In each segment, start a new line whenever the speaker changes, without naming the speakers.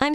I'm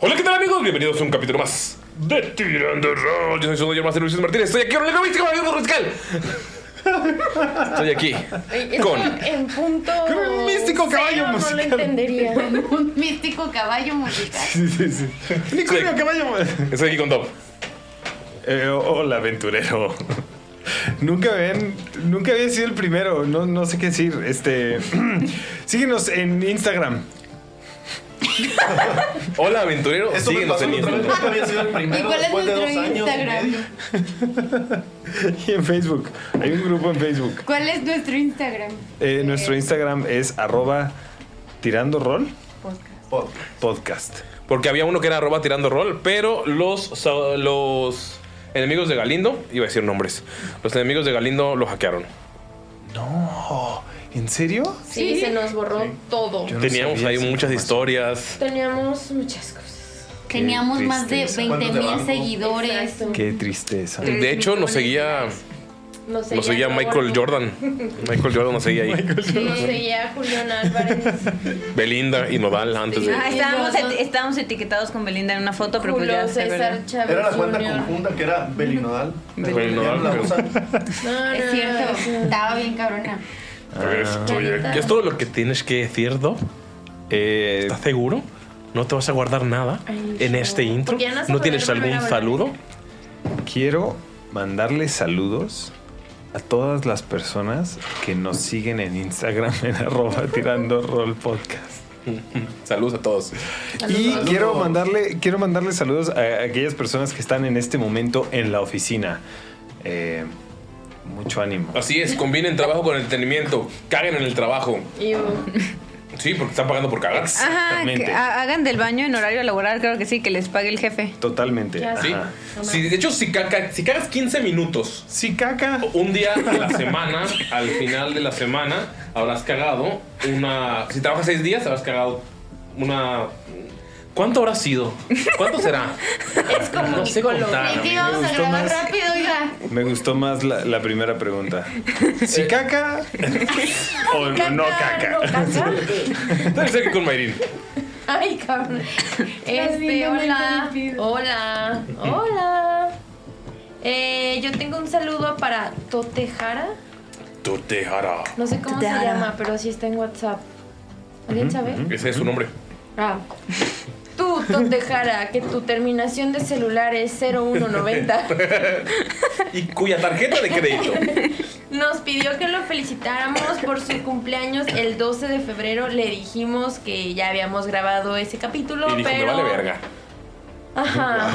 Hola, ¿qué tal amigos? Bienvenidos a un capítulo más de Tirando Roll. Yo soy su mayor Master Luis Martínez. Estoy aquí con el economista con Amigo Roscal. Estoy aquí con
en punto
un místico
cero
caballo
no
musical.
lo entendería
Un místico caballo musical.
sí, sí, sí.
Estoy- Estoy aquí con Dob.
Eh, hola, aventurero. Nunca ven, nunca había sido el primero, no, no sé qué decir. Este, síguenos en Instagram.
Hola, aventurero.
Esto me
Síguenos
pasó
en
la otra vez,
Instagram.
nunca había sido el primero
¿Y cuál es
después de dos
nuestro
años y
Instagram?
medio.
Y en Facebook. Hay un grupo en Facebook.
¿Cuál es nuestro Instagram?
Eh, nuestro Instagram es arroba tirando rol
Pod.
podcast.
Porque había uno que era arroba tirando rol, pero los, sa- los enemigos de Galindo, iba a decir nombres, los enemigos de Galindo lo hackearon.
No, ¿en serio?
Sí, se nos borró todo.
Yo no
Teníamos
sabía
ahí
esa
muchas
información.
historias.
Teníamos muchas cosas.
Teníamos más de
tristeza.
20
¿Cuántos de
mil
banco?
seguidores.
Exacto.
Qué tristeza.
Tres
De hecho, nos
millones
seguía,
Nos
nos seguía Michael Jordan. Michael Jordan nos seguía ahí.
Nos seguía Julián Álvarez.
Belinda y Nodal antes de.
Ah,
estábamos eti-
estábamos etiquetados con Belinda en una foto,
pues
Julio César Chávez.
Era la cuenta
Jr..
conjunta que era Belinodal. Ya
Belinodal,
no la
creo.
usan.
No, no,
Es cierto, estaba bien cabrona.
Estoy aquí. ¿Es todo lo que tienes que decir, Dob? Eh, ¿Estás seguro? ¿No te vas a guardar nada
Ay,
en
no.
este intro?
Porque ya no vas a
¿No tienes
poder volver
algún
a hablar.
saludo?
Quiero mandarle saludos a todas las personas que nos siguen en Instagram en arroba tirando rol podcast.
Saludos a todos.
Y quiero mandarle, quiero mandarle saludos a aquellas personas que están en este momento en la oficina. Eh, mucho ánimo.
Así es, combinen trabajo con entretenimiento. Caguen en el trabajo.
Y, uh,
Sí, porque están pagando por
Ajá,
cagar.
Exactamente.
ah,
que ha- hagan del baño en horario laboral, claro que sí, que les pague el jefe.
Totalmente.
Ya
Sí.
ajá.
Sí, de hecho, si, caca- si cagas 15 minutos
Sí, caca.
un día de la semana, al final de la semana, habrás cagado una. Si trabajas seis días, habrás cagado una. ¿Cuánto habrá sido? ¿Cuánto será? Es como no sé contar.
Sí, vamos a
gustó
grabar
más.
rápido, oiga.
Me gustó más la, la primera pregunta. Si caca o no caca.
Debe ser que con Mayrin.
Ay, cabrón.
Ay,
Este,
no me
hola.
interrumpido.
Hola. Hola. Eh, yo tengo un saludo para Totejara.
Tú te hará.
No sé cómo se
Totejara.
llama, pero sí está en WhatsApp. ¿Alguien sabe?
Ese es su nombre.
Ah. Tú, Donde Jara, que tu terminación de celular es 0190,
y cuya tarjeta de crédito
nos pidió que lo felicitáramos por su cumpleaños el 12 de febrero. Le dijimos que ya habíamos grabado ese capítulo,
y dijo, me
pero.
vale verga.
Ajá.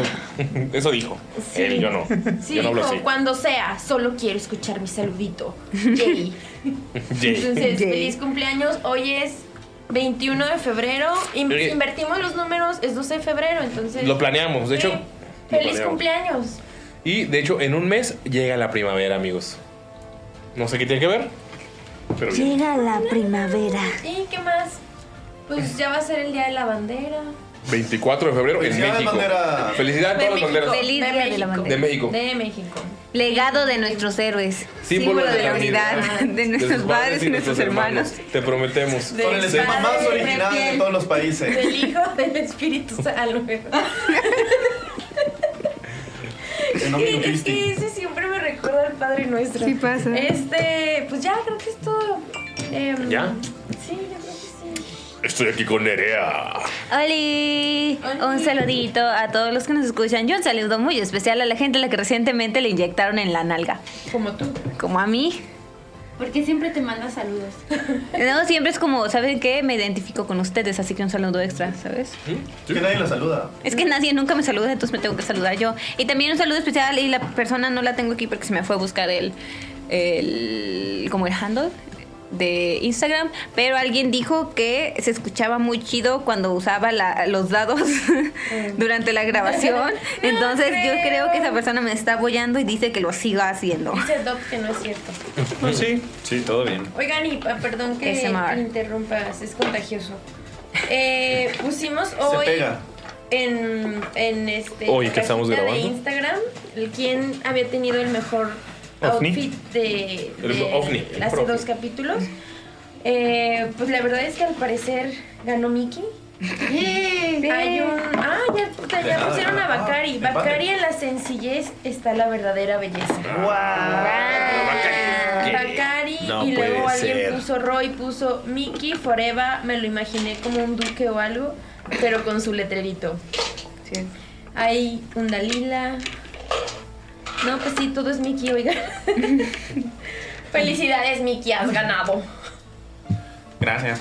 Eso dijo.
Sí.
Él, yo no.
Sí,
yo no hablo
dijo,
así.
cuando sea, solo quiero escuchar mi saludito. Yay.
Yay.
Entonces, feliz cumpleaños. Hoy es 21 de febrero. In-
Oye.
Invertimos los números, es 12 de febrero, entonces.
Lo planeamos, de hecho.
Sí.
lo
Feliz
planeamos.
cumpleaños.
Y de hecho, en un mes llega la primavera, amigos. No sé qué tiene que ver, pero bien.
Llega la primavera.
¿Y qué más? Pues ya va a ser el día de la bandera.
24 de febrero en
Felicidades,
México.
bandera.
Felicidades a todas las banderas.
Feliz Día de la Bandera.
De México.
De México.
Legado de nuestros héroes.
Símbolo de la
unidad. De nuestros padres y nuestros hermanos.
Te prometemos.
Con el
Sí.
esquema más
Padre,
original de
prefiero-
todos los países.
Del Hijo del Espíritu Santo.
Que no me
Es que
confiste.
ese siempre me recuerda al Padre Nuestro.
Sí pasa.
Este, pues ya creo que es todo. Em,
¿Ya?
Sí, yo creo que sí.
Estoy aquí con Nerea.
Oli, un
Oli.
saludito a todos los que nos escuchan. Yo un saludo muy especial a la gente a la que recientemente le inyectaron en la nalga,
Como tú.
como a mí.
Porque siempre te manda saludos.
No, siempre es como, ¿saben qué? Me identifico con ustedes, así que un saludo extra, ¿sabes?
Que nadie la saluda.
Es que nadie nunca me saluda, entonces me tengo que saludar yo. Y también un saludo especial, y la persona no la tengo aquí porque se me fue a buscar el, el como el handle de Instagram, pero alguien dijo que se escuchaba muy chido cuando usaba la- los dados durante la grabación.
No
Entonces yo
creo.
creo que esa persona me está apoyando y dice que lo siga haciendo.
Dice Doc que no es cierto.
No, sí, sí, todo bien.
Oigan, y pa- perdón que
ASMR.
te interrumpas, es contagioso. Eh, pusimos
Se
hoy
pega.
en, en este
Hoy que estamos
cajita
grabando.
de Instagram el- quién había tenido el mejor
Ovni.
outfit de,
El
de-
ovni, el
hace
ovni.
dos capítulos. Eh, pues la verdad es que al parecer ganó Mickey. Hay un. Ah, ya, puta, ya
nada,
pusieron a
nada.
Bacari.
Empate.
Bacari en la sencillez está la verdadera belleza. Bacari
No
y luego
puede
alguien
ser.
puso Roy, puso Mickey Forever, me lo imaginé como un duque o algo, pero con su letrerito. Hay un Dalila. No, pues sí, todo es Mickey, oiga. Felicidades, Mickey, has ganado.
Gracias.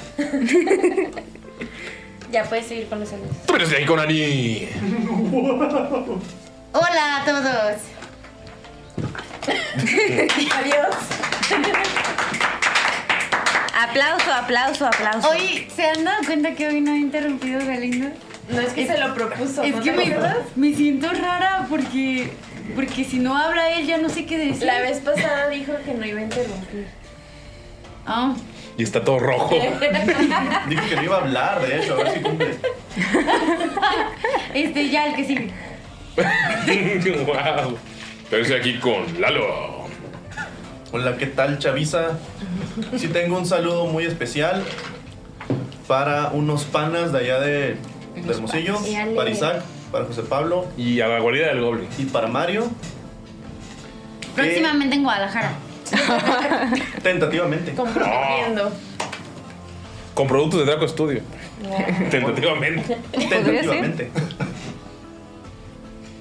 Ya puedes seguir con los saludos.
Tú eres aquí con Ani.
Hola a todos.
Adiós.
Aplauso, aplauso, aplauso.
Hoy, ¿se han dado cuenta que hoy no he interrumpido Galindo?
No es que se lo propuso.
Es
¿no
que
te
me,
acuerdas?
me siento rara porque, porque si no habla él ya no sé qué decir.
La vez pasada dijo que no iba a interrumpir.
Ah,
Y está todo rojo.
Dijo que no iba a hablar, de hecho, a ver si cumple.
este, ya, el que sigue.
wow. Estoy aquí con Lalo.
Hola, ¿qué tal, Chavisa? Sí, tengo un saludo muy especial para unos panas de allá de, de Hermosillo,
Dale.
para Isaac, para José Pablo
Y a la guarida del Goblin.
y para Mario. que
Próximamente en Guadalajara.
Tentativamente.
Comprometiendo.
Ah, Con productos de Draco Studio. Tentativamente.
Tentativamente.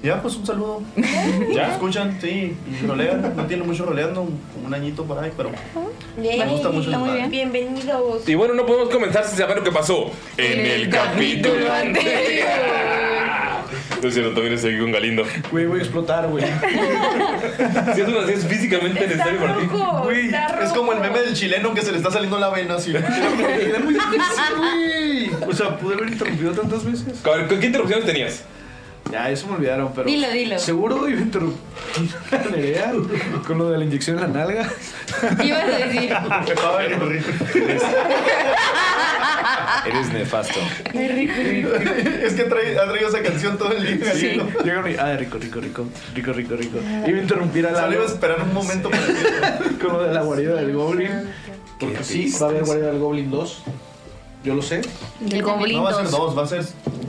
Ya, pues un saludo. ¿Ya?
¿Ya?
escuchan? Sí, y rolean. No tiene mucho roleando, un un añito por ahí, pero.
Me
gusta mucho Está el muy padre. bien.
Bienvenidos.
Y bueno, no podemos comenzar sin saber lo que pasó en el capítulo anterior. No es cierto, también estoy aquí con Galindo.
Güey, voy a explotar, güey.
Si es una si es físicamente
Está
necesario para ti.
rojo,
Güey,
está rojo.
es como el meme del chileno que se le está saliendo la vena así.
O sea, pude haber interrumpido tantas veces.
A ver, ¿Qué interrupciones tenías?
Ya, eso me olvidaron, pero.
Dilo, dilo.
Seguro iba a interrumpir a Nerea con lo de la inyección en la nalga.
Ibas a decir,
Eres nefasto.
es que trae- ha traído esa canción todo el día. Galindo.
Llegaron y. Ah, rico, rico, rico. Rico, rico, rico. Iba a interrumpir a
Solo iba a
Lalo
esperar un momento para decirlo.
con lo de la guarida del Goblin. Porque sí, va a haber guarida del Goblin 2. Yo lo sé.
El Goblin
No va a ser
2.
dos, va a ser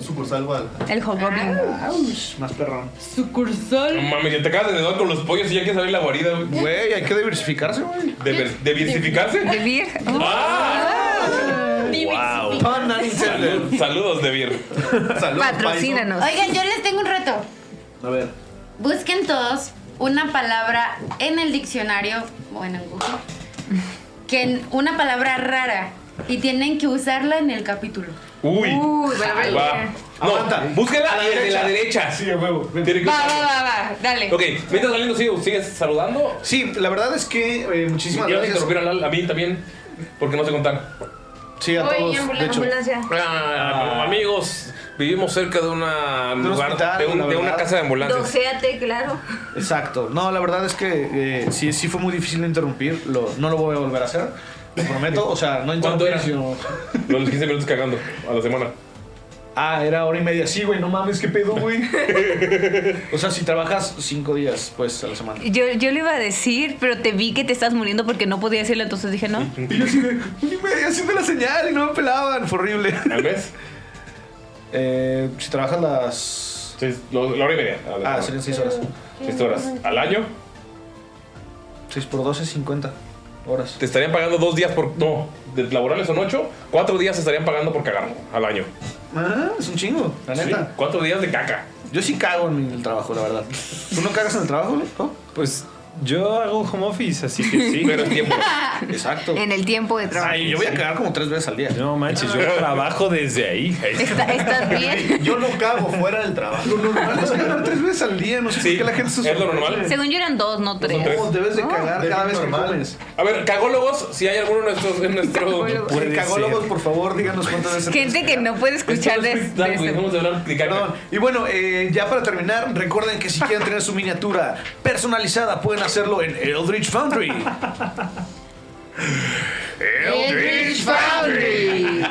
sucursal Guadalajara.
El Hobgoblin.
Ouch, más perrón.
No
sucursal.
mames, ya te acabas de dar con los pollos y ya quieres abrir la guarida, güey.
Güey, hay que diversificarse, güey.
¿De, ver- diversificarse?
Vivir.
¡Ah!
Divis-
Pan and
Salud- saludos, Debir.
Patrocínanos. Oigan, yo les tengo un reto.
A ver.
Busquen todos una palabra en el diccionario o en el Google. Que en- una palabra rara. Y tienen que usarla en el capítulo.
Uy.
Uy, va, va,
va. No, búsquela
A la
la de la derecha. Sí, a huevo. Tiene que
Va, va, va, va. Dale.
Ok, mientras saliendo, sigo, ¿sigues saludando?
Sí, la verdad es que eh, muchísimas
Yo
gracias.
Yo interrumpí a, Lal- a mí también, porque no sé contar.
Sí,
Uy, ambulancia, ambulancia.
Ah, amigos, vivimos cerca de una
un
lugar-
hospital,
de, un-
la
de una
verdad.
casa de ambulancias.
Doxéate, claro.
Exacto. No, la verdad es que eh, sí, sí fue muy difícil de interrumpir. Lo- no lo voy a volver a hacer. Lo prometo. O sea, no
¿Cuánto
interrumpir.
era? Los 15 minutos cagando a la semana.
Ah, era hora y media. Sí, güey, no mames, qué pedo, güey. o sea, si trabajas cinco días, pues, a la semana.
Yo, yo le iba a decir, pero te vi que te estás muriendo porque no podía decirlo, entonces dije no.
Y yo así de, "Una y media haciendo la señal y no me pelaban. Fue horrible.
¿Al mes?
Eh, si trabajas las...
lo- la hora y media.
Ah, serían seis horas.
Seis horas. ¿Al año?
6 por 12, 50 horas.
Te estarían pagando dos días por. No, de laborales son ocho. Cuatro días te estarían pagando por cagar al año.
Ah, es un chingo, la
Sí,
neta.
cuatro días de caca.
Yo sí cago en el trabajo, la verdad. ¿Tú no cagas en el trabajo, Lito?
Pues yo hago home office, así que sí.
Pero es tiempo.
Exacto.
En el tiempo de trabajo.
Ay, yo voy a cagar como tres veces al día. Ah.
No manches, yo trabajo desde ahí.
Está- ¿Estás bien?
Yo no cago fuera del trabajo.
Lo normal es cagar tres veces al día. No sé por qué la gente se
es lo
sorprende.
normal.
Según yo eran dos, no tres.
No, debes de cagar cada vez que comes.
A ver, cagólogos, si hay alguno en nuestros. En nuestro...
Cagólogos.
Sí, Cagólogos, por favor, díganos cuántas veces.
Gente que no puede escuchar de,
Dale, güey, vamos a hablar de caca.
Perdón. Y bueno, eh, ya para terminar, recuerden que si quieren tener su miniatura personalizada, pueden hacerlo en Eldritch Foundry.
Eldritch Foundry.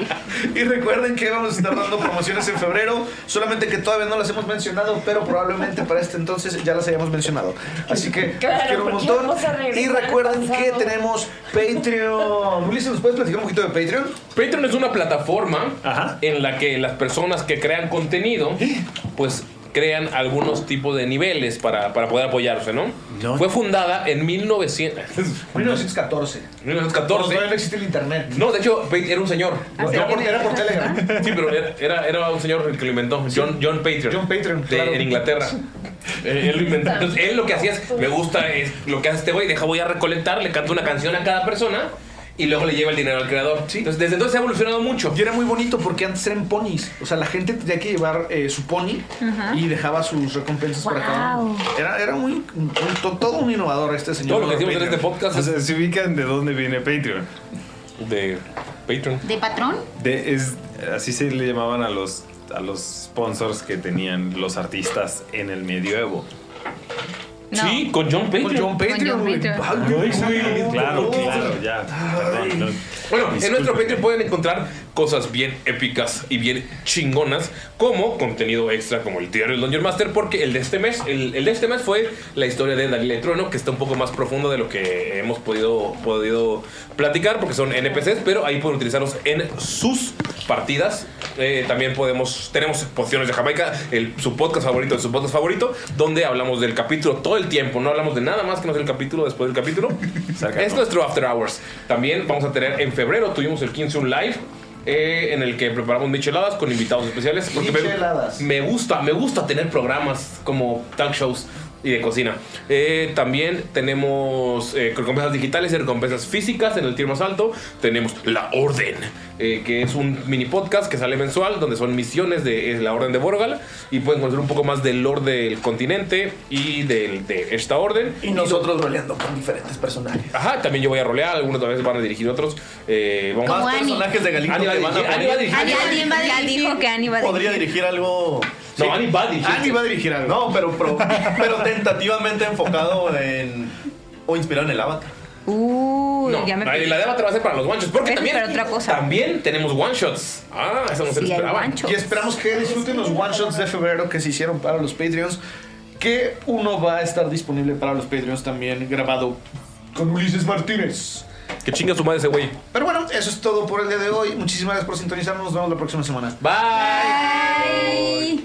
Y recuerden que vamos a estar dando promociones en febrero, solamente que todavía no las hemos mencionado, pero probablemente para este entonces ya las hayamos mencionado. Así que
Claro,
los quiero un
porque
montón.
vamos a regresar
Y recuerden
al pasado.
que tenemos Patreon. Ulises, ¿nos puedes platicar un poquito de Patreon?
Patreon es una plataforma en la que las personas que crean contenido,
¿Eh?
pues crean algunos tipos de niveles para, para poder apoyarse, ¿no? Fue fundada en 1900,
1914.
1914.
Todavía no existe el internet.
No, de hecho, Pat- era un señor.
No, era por- era por Telegram.
Sí, pero era- era, era un señor el que lo inventó, John, John Patreon. John
Patreon,
En Inglaterra. Eh, él lo inventó. Entonces, él lo que hacía es, me gusta es lo que hace este güey, deja voy a recolectar, le canto una canción a cada persona y luego le lleva el dinero al creador. Entonces, desde entonces ha evolucionado mucho.
Y era muy bonito porque antes eran ponis. O sea, la gente tenía que llevar eh, su pony
Ajá.
y dejaba sus recompensas para cada uno. Era, era muy, un- to- todo un innovador este señor. Patreon.
podcast
O sea, se ubican de dónde viene Patreon.
De Patreon.
¿De patrón?
De, es, así se le llamaban a los, a los sponsors que tenían los artistas en el medioevo.
Sí, con John Patreon.
Con John Patreon, güey. Ay, güey, exactamente.
Claro, claro, ya. Perdón, no.
Bueno, en nuestro
Disculpe.
Patreon pueden encontrar cosas bien épicas y bien chingonas, como contenido extra como el diario del Dungeon Master, porque el de este mes, el, el de este mes fue la historia de Dalila y Trueno, que está un poco más profundo de lo que hemos podido, podido platicar, porque son NPCs, pero ahí pueden utilizarlos en sus partidas. Eh, también podemos, tenemos Pociones de Jamaica, el- su podcast favorito, su podcast favorito, donde hablamos del capítulo todo el tiempo, no hablamos de nada más que no es el capítulo después del capítulo. Es nuestro After Hours. También vamos a tener en febrero, tuvimos el 15 un live. eh, en el que preparamos micheladas con invitados especiales. Porque me-
Micheladas.
Me, gusta, me gusta tener programas como talk shows y de cocina. Eh, también tenemos eh, recompensas digitales y recompensas físicas en el tier más alto. Tenemos La Orden, eh, que es un mini podcast que sale mensual, donde son misiones de eh, La Orden de Borgal. Y pueden conocer un poco más del lore del continente y del- de esta orden.
Y nosotros roleando con diferentes personajes.
Ajá, también yo voy a rolear, algunos también van a dirigir otros. Eh, vamos
Más
Ani.
personajes de Galindo.
Ani va a
que
dirigir,
van a
Ani va a
poner.
dirigir.
Ani,
Alguien
va a
ya
dirigir.
dijo que Ani va a
Podría dirigir algo.
No, Ani va a dirigir.
Ani va a dirigir algo.
No, pero, pero, pero tentativamente enfocado en. o inspirado en el avatar.
Uy,
No,
ya me
la
perdí.
la de Avatar va a ser para los one shots. Porque
Eso
también,
para otra cosa.
también tenemos one shots. Ah, eso no se lo
Sí, hay
esperaba.
one shot.
Y esperamos que disfruten los one shots de febrero que se hicieron para los Patreons. Que uno va a estar disponible para los Patreons también grabado con Ulises Martínez.
Que chinga su madre ese güey.
Pero bueno, eso es todo por el día de hoy. Muchísimas gracias por sintonizarnos. Nos vemos la próxima semana.
Bye.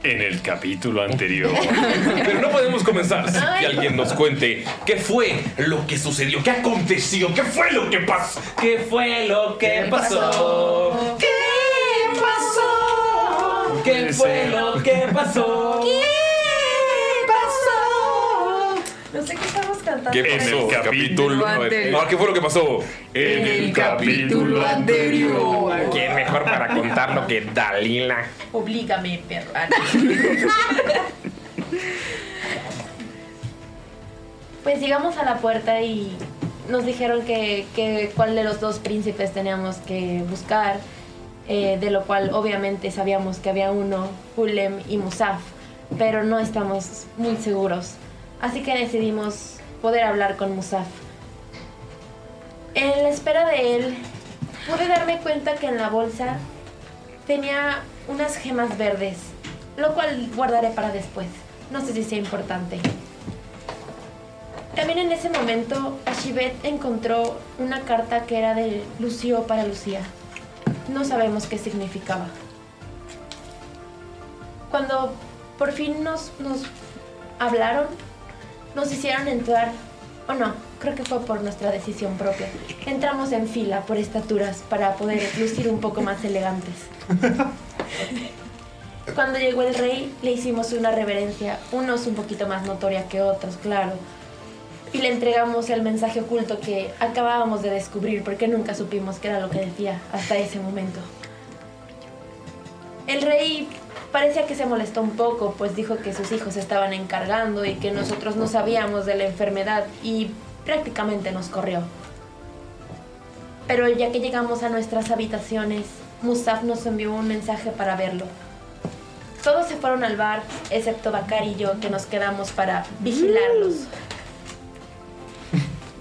En el capítulo anterior.
Pero no podemos comenzar sin que alguien nos cuente qué fue lo que sucedió, qué aconteció, qué fue lo que pasó, qué fue lo que pasó, qué
¿Qué
puede
fue
ser.
lo que pasó?
¿Qué pasó? No sé qué estamos cantando.
¿Qué pasó?
En el
capítulo.
anterior.
Ah, ¿qué fue lo que pasó?
En el capítulo anterior.
¿Quién mejor para contarlo que Dalila?
Oblígame, perro. Ah, no. pues llegamos a la puerta y nos dijeron que, que cuál de los dos príncipes teníamos que buscar, eh, de lo cual obviamente sabíamos que había uno, Hulem y Musaf, pero no estamos muy seguros. Así que decidimos poder hablar con Musaf. En la espera de él, pude darme cuenta que en la bolsa tenía unas gemas verdes, lo cual guardaré para después. No sé si sea importante. También en ese momento, Ashibet encontró una carta que era de Lucio para Lucía. No sabemos qué significaba. Cuando por fin nos, nos hablaron, nos hicieron entrar, o no, creo que fue por nuestra decisión propia. Entramos en fila por estaturas para poder lucir un poco más elegantes. Cuando llegó el rey, le hicimos una reverencia, unos un poquito más notoria que otros, claro. Y le entregamos el mensaje oculto que acabábamos de descubrir porque nunca supimos qué era lo que decía hasta ese momento. El rey parecía que se molestó un poco, pues dijo que sus hijos se estaban encargando y que nosotros no sabíamos de la enfermedad y prácticamente nos corrió. Pero ya que llegamos a nuestras habitaciones, Mustaf nos envió un mensaje para verlo. Todos se fueron al bar, excepto Bakar y yo, que nos quedamos para vigilarlos.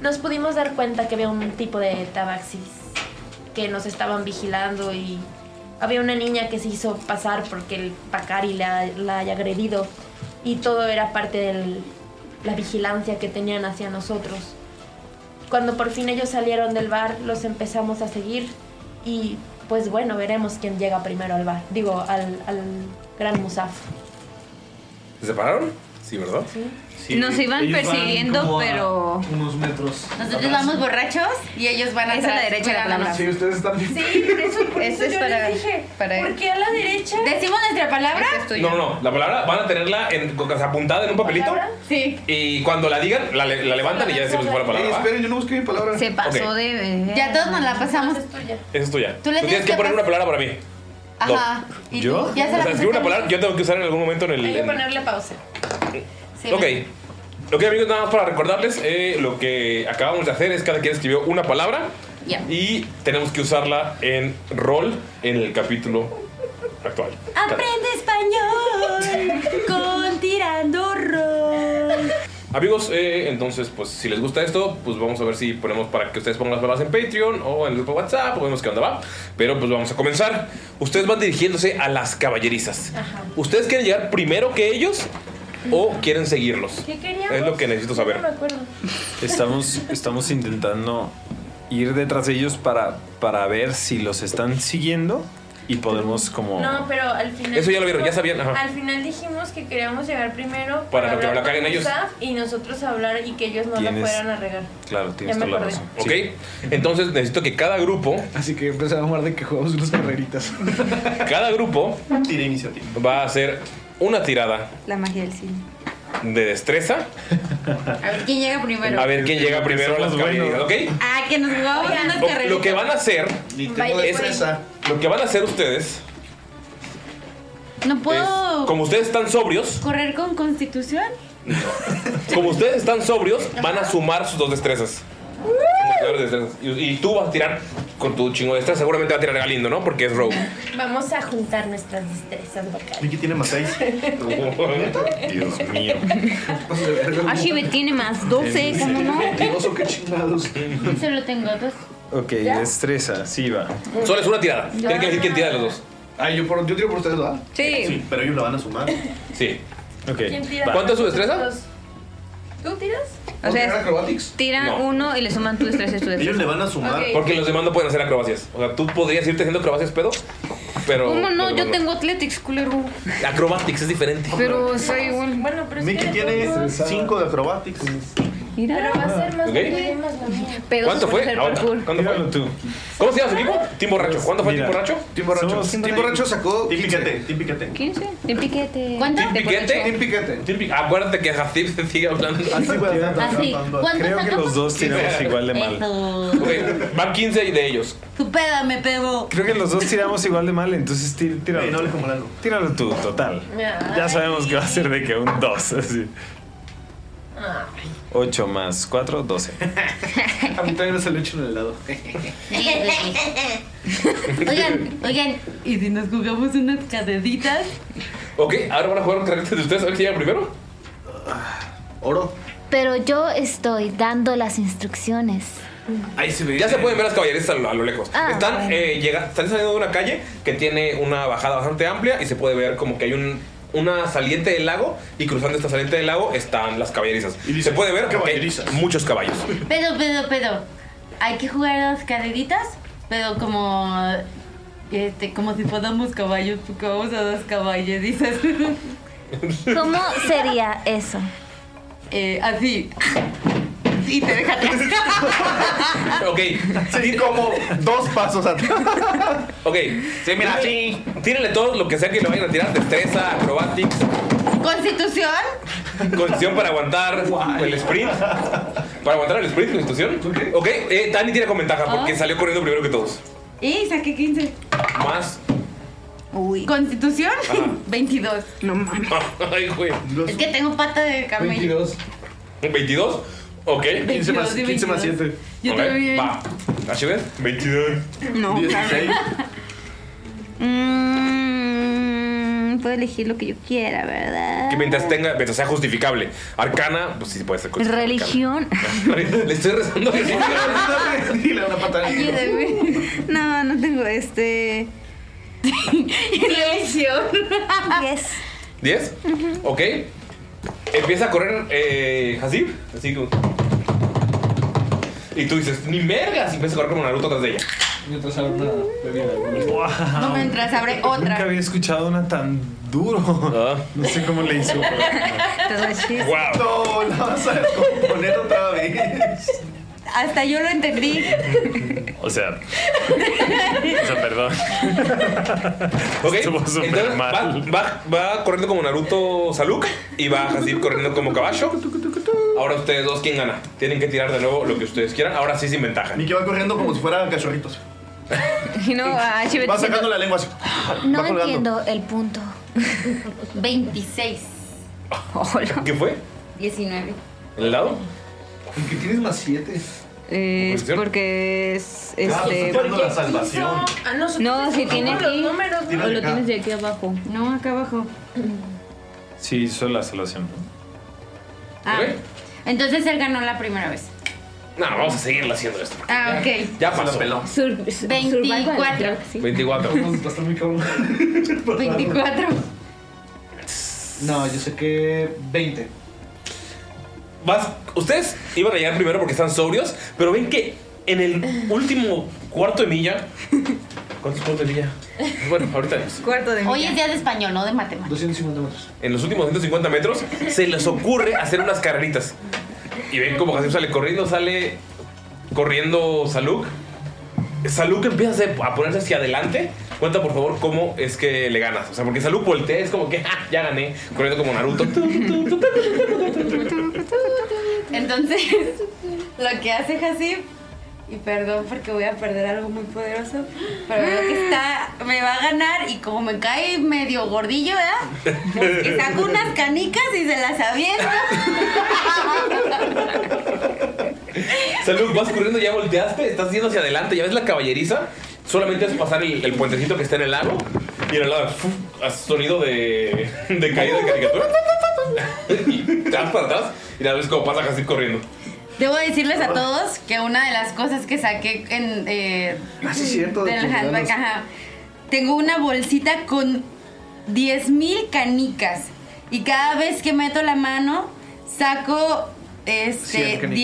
Nos pudimos dar cuenta que había un tipo de tabaxis que nos estaban vigilando y había una niña que se hizo pasar porque el Bakari la, la haya agredido y todo era parte de la vigilancia que tenían hacia nosotros. Cuando por fin ellos salieron del bar, los empezamos a seguir y pues bueno, veremos quién llega primero al bar, digo, al, al gran Musaf.
¿Se separaron? Sí, ¿verdad?
Nos iban
Ellos van
persiguiendo,
como a-
pero.
Unos metros.
Nosotros vamos borrachos y ellos van
Esa
atrás.
es la derecha de la
cuidándonos.
Sí, ustedes están bien.
Sí, por eso, por
Eso
eso
es
yo
para-
les dije.
para-
¿Por qué a la derecha? ¿Decimos nuestra palabra?
No, no, la palabra van a tenerla en, o sea, apuntada en un papelito
Sí.
y cuando la digan, la, le- la levantan y ya decimos cuál palabra.
Ey,
¿va?
Eh, esperen, yo no busqué mi palabra.
Se
pasó
de. Ya todos nos la pasamos.
Esa es tuya.
Tú le
tienes
tienes
que
que
poner una palabra para mí.
Ajá. ¿Y
¿Yo?
tú? Ya se
o
la
sea, escribo una
pusiste.
palabra, yo tengo que usar en algún momento en el.
Hay que
en-
ponerle pausa. Sí,
Ok. Ok, amigos, nada más para recordarles, eh, lo que acabamos de hacer es cada quien escribió una palabra
Ya.
y tenemos que usarla en rol en el capítulo actual.
Aprende español con tirando rol.
Amigos, eh, entonces, pues si les gusta esto, pues vamos a ver si ponemos para que ustedes pongan las palabras en Patreon o en el grupo de WhatsApp, o vemos qué onda va. Pero pues vamos a comenzar. Ustedes van dirigiéndose a las caballerizas.
Ajá.
¿Ustedes quieren llegar primero que ellos o quieren seguirlos?
¿Qué queríamos?
Es lo que necesito
No
saber.
me acuerdo.
Estamos, estamos intentando ir detrás de ellos para, para ver si los están siguiendo y podemos como...
No, pero al final.
Eso ya lo vieron, ya sabían, ajá.
Al final dijimos que queríamos llegar primero
Para
hablar
que la
con
caguen ellos.
Gustav Y nosotros hablar y que ellos no la
Tienes-
fueran a regar.
Claro,
tienes Ya me toda la acordé. razón.
Ok, entonces necesito que cada grupo. Así que empezamos a hablar de que jugamos unas carreritas. Cada grupo. iniciativa. Va a hacer una tirada
La magia del cine.
de destreza.
A ver quién llega primero.
A ver quién llega primero a las caballerizas, ¿ok?
Ah, que nos jugamos unas
Lo,
carreritas.
lo que van a hacer.
Baile
es-
fresa.
Lo que van a hacer ustedes.
No puedo
Como ustedes están sobrios.
correr con constitución.
Como ustedes están sobrios, van a sumar sus dos destrezas. Sus dos destrezas. Y, y tú vas a tirar con tu chingo de destreza. Seguramente va a tirar Galindo, ¿no? Porque es rogue.
Vamos a juntar nuestras destrezas vocales.
Vicky tiene más seis. Dios mío.
Ah,
Ashibet tiene más 12, ¿cómo no?
Dios, qué chingados.
Solo tengo dos.
Ok,
¿Ya?
destreza, sí va.
Solo es una tirada.
Ya. Tienen que elegir quién
tira de los dos.
Ah, yo, por, yo tiro por ustedes, ¿verdad?
Sí.
pero ellos la van a sumar.
Sí.
Ok.
¿Cuánto es su destreza?
¿Tú tiras?
O sea, tiran
No.
uno y le suman tu destreza y tu destreza. Ok.
Porque los demás no pueden hacer acrobacias. O sea, tú podrías irte haciendo acrobacias, pedo. Pero.
¿Cómo no?
pero
Yo tengo Athletics, culero.
Acrobatics es diferente.
Pero soy igual.
Bueno, pero
Mickey tiene 5 de acrobatics.
Pero va a ser más
Ok.
bonito y más bonito.
¿Cuánto fue? Ahora, ¿Cuánto fue? tú. ¿Cómo se llama su equipo? Team Borracho. ¿Cuánto fue Team Borracho?
Team Borracho. Somos Team Team Borracho. Borracho sacó
Team Piquete. Team Piquete.
15. De piquete.
¿Team Piquete? Team Piquete. Acuérdate que Hasib se sigue hablando.
Así. ¿Cuánto sacamos? Eso.
Ok, van 15 y de ellos.
Tu peda me pegó.
Creo que los dos tiramos igual de mal, entonces tí- tíralo. tú. Tíralo tú, total. Ya sabemos que va a ser de que un 2, así. 8 más 4, 12.
A mí también se lo echo en el lado.
Oigan, oigan, ¿y si nos jugamos unas cadeditas?
Ok, ahora van a jugar un carrete de ustedes. A ver quién llega primero. Oro.
Pero yo estoy dando las instrucciones.
Ahí se ve. Ya se pueden ver las caballerizas a lo, a lo lejos.
Ah,
están, eh, llega- están saliendo de una calle que tiene una bajada bastante amplia y se puede ver como que hay un, una saliente del lago y cruzando esta saliente del lago están las caballerizas. Y se puede ver que hay muchos caballos.
Pero, pero, pero. Hay que jugar a las caderitas, pero como. Este, como si fuéramos caballos, porque vamos a las caballerizas.
¿Cómo sería eso?
Eh, así. Y te deja atrás.
Ok. Sí, como dos pasos atrás. Ok. Sí, mira, sí. Tírenle todo lo que sea que le vayan a tirar. Destreza, acrobatics,
¿Constitución?
constitución para aguantar el sprint. Para aguantar el sprint, constitución. Ok, eh, Tani tiene con ventaja porque
Ah.
salió corriendo primero que todos.
Y saqué 15.
Más.
Uy. ¿Constitución?
Ajá.
22. No mames.
Ay, güey.
Es que tengo pata de camello.
¿22? Ok.
15 más- 22, 15 más
7.
Yo
Ok,
también.
va. ¿HB? 22.
No.
16.
Mm, puedo elegir lo que yo quiera, ¿verdad?
Que mientras tenga, mientras sea justificable. Arcana, pues sí puede ser justificable.
Religión.
Le estoy rezando. Dile una patada.
Ayúdame. No, no tengo este.
Religión.
Yes.
10. Ok. Empieza a correr eh, Hasib. Así como. Y tú dices, ni mergas. Y empieza a correr como Naruto tras de ella.
Mientras abre una bebida.
No, mientras abre
Nunca
otra.
había escuchado una tan duro.
Ah.
No sé cómo le hizo.
No, la vas a descomponer otra vez.
Hasta yo lo entendí.
O sea, o sea, perdón.
Ok. Entonces, va, va, va corriendo como Naruto Saluk. Y va Hasib corriendo como caballo. Ahora ustedes dos, ¿quién gana? Tienen que tirar de nuevo lo que ustedes quieran. Ahora sí sin ventaja. Ni que va corriendo como si fueran cachorritos.
Y no, ah, a Chivete.
Va sacando la lengua así.
No
Va colgando.
entiendo el punto.
26.
¿Qué fue?
19.
¿El lado?
¿Por qué tienes más 7? Pues
Es porque es.
Ah, está
Este,
sacando la salvación.
No, si
sacamos
tiene
los
aquí.
números, ¿no?
o
Tírale
lo
acá.
tienes de aquí abajo.
No, acá abajo.
Sí, hizo la salvación.
Ah, entonces él ganó la primera vez.
No, vamos a seguirla haciendo esto.
Ah, ok.
Ya pasó.
24.
24.
Está muy cabrón.
24.
No, yo sé que 20.
Vas- ustedes iban a llegar primero porque están sobrios, pero ven que en el último cuarto de milla. ¿Cuántos cuartos de milla? Bueno, ahorita es.
Cuarto de Hoy es día de español, no de matemáticas.
250 metros.
En los últimos 150 metros se les ocurre hacer unas carreritas. Y ven como Hasib sale corriendo, sale corriendo Saluk. Saluk empieza a hacer- a ponerse hacia adelante. Cuenta por favor cómo es que le ganas. O sea, porque Saluk voltea, es como que "Ah, ya gané, corriendo como Naruto.
Entonces, lo que hace Hasib, y perdón porque voy a perder algo muy poderoso, pero veo que está, me va a ganar y como me cae medio gordillo, ¿verdad? Y saco unas canicas y se las aviento.
Salud, vas corriendo, ya volteaste, estás yendo hacia adelante, ya ves la caballeriza, solamente es pasar el, el puentecito que está en el lago y en el lado, ¡fuf! hace sonido de, de caída de caricatura. y te vas para atrás y la ves como pasa casi corriendo.
Debo decirles a todos que una de las cosas que saqué en, eh,
Ah, sí, cierto, de
del
tus
handbag,
regalos.
ajá, tengo una bolsita con 10.000 canicas y cada vez que meto la mano saco
Cien
este
canicas.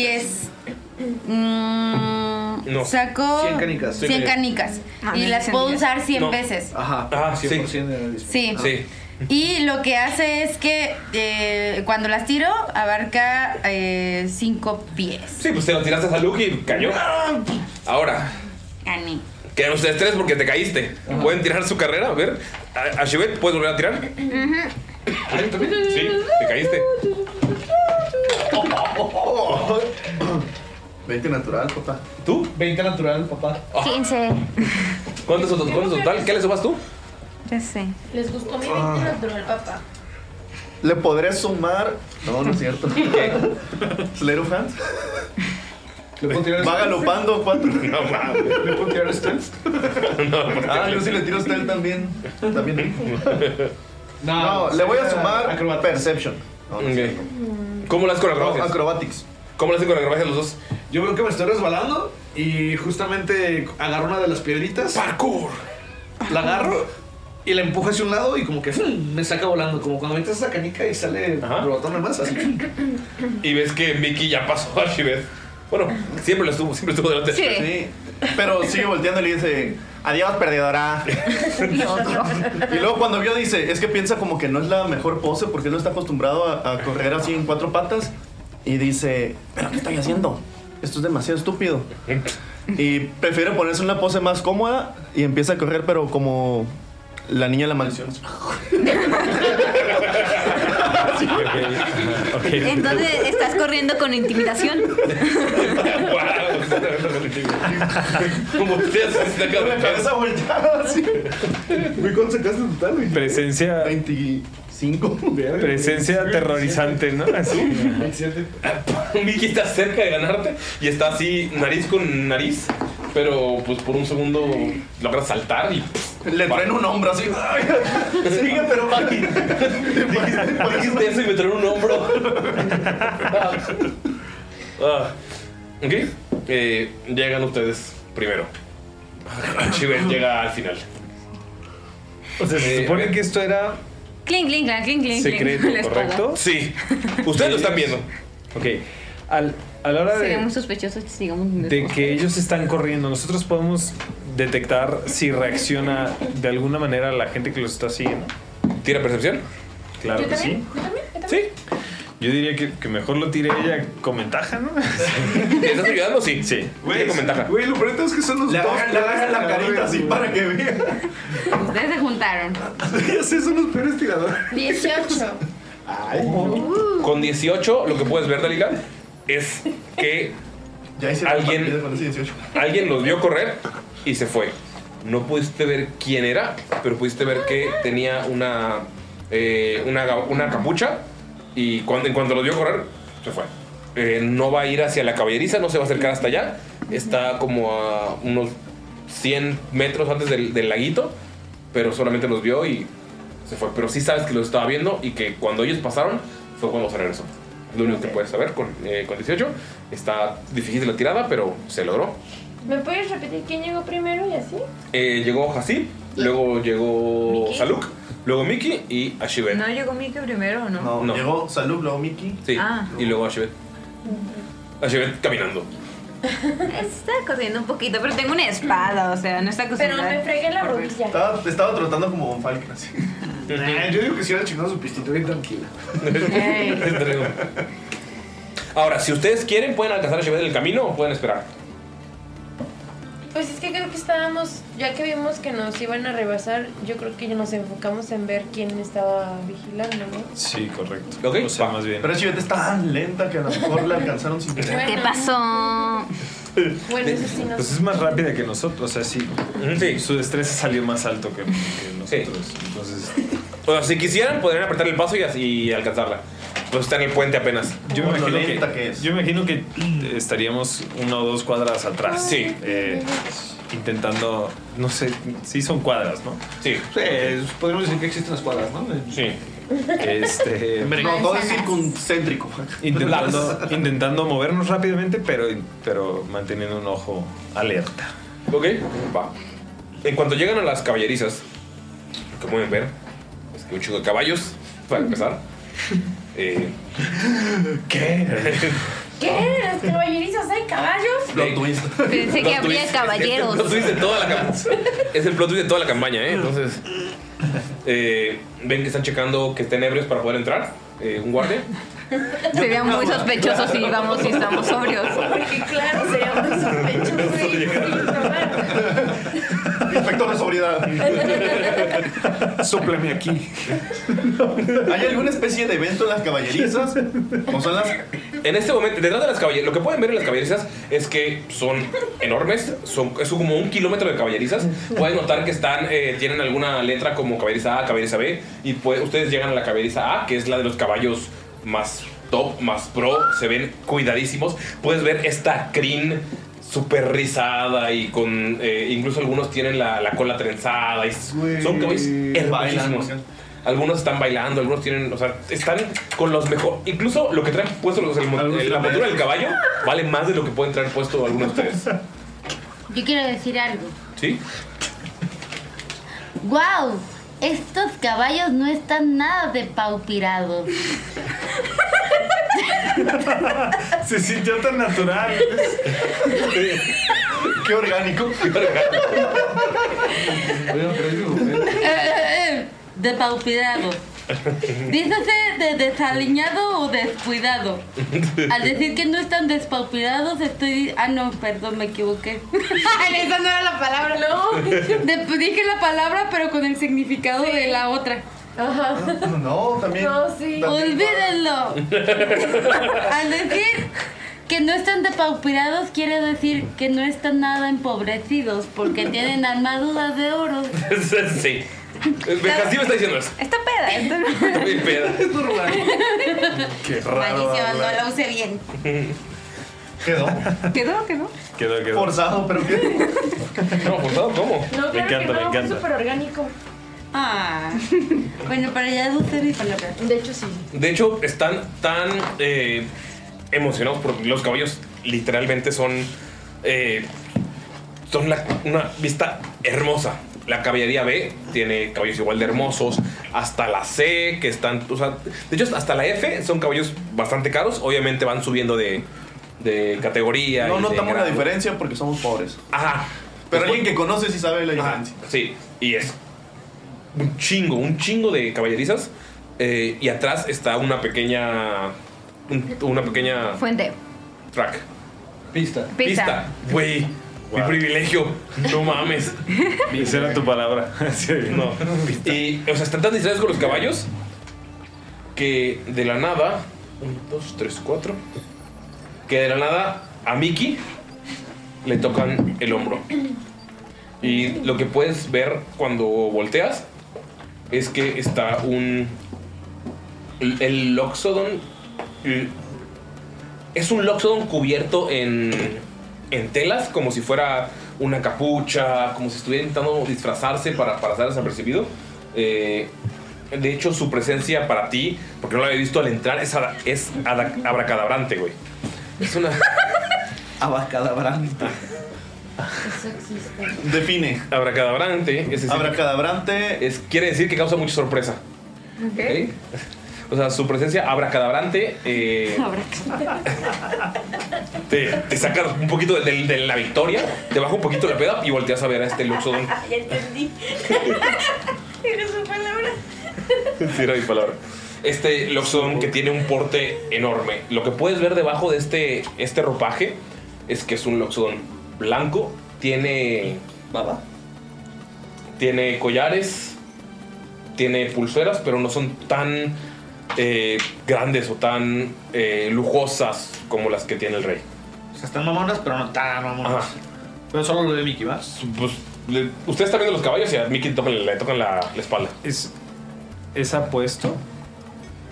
10 mm,
No.
saco
Cien canicas.
100 canicas
Ah,
y
no,
las
cien
puedo
días.
usar 100
No.
veces.
Ajá. Ah, 100% sí.
Sí.
Sí.
Y lo que hace es que eh, cuando las tiro abarca eh, cinco pies.
Sí, pues te lo tiraste a Luke y cayó. Ahora,
Gané.
quedan ustedes tres porque te caíste. Pueden tirar su carrera, a ver. A, a Shivet, ¿puedes volver a tirar? Sí, te caíste.
20 natural, papá.
¿Tú?
20 natural, papá.
15.
Ah. ¿Cuántos ¿Cuántos total? ¿Qué le sumas tú?
Ya sé.
Les gustó mi
Ah.
20 natural, papá.
¿Le podré sumar? No, no es cierto. ¿Slayer of Hands?
¿Le puedo tirar
Va galopando cuatro.
No mames.
¿Le puedo tirar stealth? ah, yo sí le tiro stealth también. También.
Ah,
No, le voy a sumar Perception.
Ok. ¿Cómo lo haces con acrobacias?
acrobatics.
¿Cómo lo hacen con acrobacias los dos?
Yo veo que me estoy resbalando y justamente agarro una de las piedritas.
¡Parkour!
La agarro y la empujo hacia un lado y como que ¡fum! me saca volando. Como cuando metes esa canica y sale rebotando más, así.
Y ves que Mickey ya pasó a Shivet. Bueno, siempre lo estuvo, siempre estuvo delante.
Sí. Pero sigue volteando y le dice, adiós perdedora. Y luego cuando vio dice, es que piensa como que no es la mejor pose porque él no está acostumbrado a, a correr así en cuatro patas. Y dice, pero ¿qué estoy haciendo? Esto es demasiado estúpido. Y prefiere ponerse una pose más cómoda y empieza a correr pero como la niña de la maldición.
Entonces estás corriendo con intimidación.
Como te haces de
la cabeza volteada así. Güey, ¿cuánto sacaste en total? güey?
Presencia.
25.
Presencia aterrorizante, ¿no? Así.
Mickey está cerca de ganarte y está así nariz con nariz, pero pues por un segundo logra saltar y
le traen un hombro así. Sigue, pero
Dijiste eso y me traen un hombro. Ah, ok, eh, llegan ustedes primero. Chivet llega al final.
O sea, se supone que esto era
Cling, cling, clang, cling, cling. cling.
secreto,
La espada.
¿correcto?
Sí. Ustedes lo están viendo.
Ok. Al, a la hora
Sería
de,
muy sospechoso si sigamos en
de
desbosque.
que ellos están corriendo, nosotros podemos detectar si reacciona de alguna manera la gente que los está siguiendo.
¿Tira percepción?
Claro que sí.
Sí.
Yo diría que, que mejor lo tire ella con ventaja, ¿no?
¿Le estás ayudando? Sí. Sí. Güey, con ventaja.
Güey, lo bonito es que son los
Le
dos.
agarran- le agarran la carita así para que vea.
Ustedes se juntaron.
Ya sé, son los peores tiradores.
18.
Uh.
Con 18, lo que puedes ver, Dalila, es que alguien, alguien los vio correr y se fue. No pudiste ver quién era, pero pudiste ver que tenía una, eh, una, ga- una capucha y cuando, en cuanto los vio correr, se fue. Eh, no va a ir hacia la caballeriza, no se va a acercar hasta allá. Está como a unos 100 metros antes del, del laguito, pero solamente los vio y se fue. Pero sí sabes que los estaba viendo y que cuando ellos pasaron fue cuando se regresó. Lo único que puedes saber con, eh, con 18. Está difícil la tirada, pero se logró.
¿Me puedes repetir quién llegó primero y así?
Eh, llegó Hasib, luego llegó Saluk, luego Mickey y Ashivet.
No llegó Mickey primero, ¿o no?
Llegó Saluk, luego Mickey.
Sí,
Ah.
y luego Ashivet. Ashivet caminando.
Está corriendo un poquito, pero tengo una espada, o sea, no está
Pero
acostumbrada.
me fregué la rodilla.
Estaba, estaba tratando como Von Falken así.
yo digo que si era chingado su pistito bien tranquila.
Ahora, si ustedes quieren, pueden alcanzar a Ashivet en el camino o pueden esperar.
Pues es que creo que estábamos, ya que vimos que nos iban a rebasar, yo creo que nos enfocamos en ver quién estaba vigilando, ¿no?
Sí, correcto.
Ok.
O sea, más bien.
Pero Chivete está tan lenta que a lo mejor la alcanzaron sin querer.
¿Qué pasó?
Bueno, eso sí no
Pues
sé.
es más rápida que nosotros, o sea, sí. Su destreza salió más alto que, que nosotros. Entonces,
O sea, si quisieran, podrían apretar el paso y, así- y alcanzarla. Pues está en el puente apenas.
yo, me
Por lo
imagino que,
lenta que es.
yo me imagino que estaríamos una o dos cuadras atrás.
Sí.
Eh, intentando, no sé, sí son cuadras, ¿no?
Sí.
podríamos decir que existen las cuadras, ¿no?
Sí.
Este,
No, todo es circuncéntrico.
intentando, intentando movernos rápidamente, pero, pero manteniendo un ojo alerta.
Ok, va. En cuanto llegan a las caballerizas, lo que pueden ver es que un chico de caballos, para empezar. Eh,
¿Qué?
¿Qué? ¿Las caballerizas hay caballos?
plot twist.
Pensé que habría
Es el
caballeros.
plot twist de toda la cam- Es el plot twist de toda la campaña, ¿eh? Entonces. Eh, ven que están checando que estén ebrios para poder entrar. eh, un guardia.
Sería muy sospechoso si vamos y estamos sobrios.
Porque claro, sería muy sospechoso.
Inspector de sobriedad.
Sóplame aquí.
¿Hay alguna especie de evento en las caballerizas? ¿O son las
En este momento, detrás de las caballerizas, lo que pueden ver en las caballerizas es que son enormes, son, es como un kilómetro de caballerizas. Pueden notar que están, eh, tienen alguna letra como caballeriza A, caballeriza B, y pue- ustedes llegan a la caballeriza A, que es la de los caballos más top, más pro, se ven cuidadísimos. Puedes ver esta crin súper rizada y con, eh, incluso algunos tienen la, la cola trenzada, y s- son caballos hermosísimos.
Bailan.
Algunos están bailando, algunos tienen, o sea, están con los mejores. Incluso lo que traen puesto los, el mo- el- la montura del caballo vale más de lo que pueden traer puesto algunos de ustedes.
Yo quiero decir algo.
¿Sí?
¡Wow! Estos caballos no están nada depaupirados.
Se sintió tan natural.
Qué orgánico.
Eh, Depaupirado. eh, Dícese de desaliñado o descuidado. Al decir que no están despaupirados, estoy. Ah, no, perdón, me equivoqué. Ay, Esa no era la palabra, no. De- dije la palabra, pero con el significado de la otra.
Ah, No, también.
No, sí. Olvídenlo. Al decir que no están depaupirados, quiere decir que no están nada empobrecidos porque tienen armaduras de oro.
sí. Casi me está diciendo eso.
Está peda,
Está bien peda.
Qué
Maldición, no
hablar.
la usé bien.
Quedó.
Quedó, quedó.
Quedó, quedó.
Forzado, pero qué.
No, forzado, ¿cómo?
No,
me encanta, me encanta.
orgánico. Ah. Bueno, para allá usted mi palabra. De hecho, sí.
De hecho, están tan eh, emocionados porque los caballos literalmente son. eh, son la- una vista hermosa. La caballería B tiene caballos igual de hermosos. Hasta la C, que están. o sea, de hecho, hasta la F son caballos bastante caros. Obviamente van subiendo de, de categoría.
No
y de
notamos la
grado.
diferencia porque somos pobres.
Ajá.
Pero alguien que conoce sí sabe la
Ajá,
diferencia.
sí, y es un chingo, un chingo de caballerizas. eh, y atrás está una pequeña. un- una pequeña
Fuente.
track.
Pista.
Pista.
Güey, mi privilegio. No mames.
Esa era tu palabra.
no. Y, o sea, están tan distraídos con los caballos que de la nada. 1, 2, 3, 4. Que de la nada a Mickey le tocan el hombro. Y lo que puedes ver cuando volteas es que está un. El, el Loxodon. el- es un Loxodon cubierto en. en telas, como si fuera una capucha, como si estuviera intentando disfrazarse para, para ser desapercibido. Eh, de hecho, su presencia para ti, porque no la había visto al entrar, es, ada- es ada- abracadabrante, güey. Es una.
Abacadabrante.
Eso existe.
Define.
Abracadabrante. Es decir,
abracadabrante.
Es, quiere decir que causa mucha sorpresa. ¿ok? O sea, su presencia abracadabrante eh, te, te saca un poquito de, de- de la victoria, te baja un poquito la peda y volteas a ver a este Luxodon.
ya entendí. Era su palabra.
Sí, era mi palabra. Este Loxodon que tiene un porte enorme. Lo que puedes ver debajo de este, este ropaje es que es un Loxodon blanco. Tiene. Nada. Tiene collares. Tiene pulseras, pero no son tan eh, grandes o tan eh, lujosas como las que tiene el rey.
O sea, están mamonas, pero no tan mamonas. Pero solo lo de Mickey, ¿va?
Pues, le- ustedes están viendo los caballos y a Mickey tocan- le tocan la, la espalda.
¿Es, ¿Es apuesto?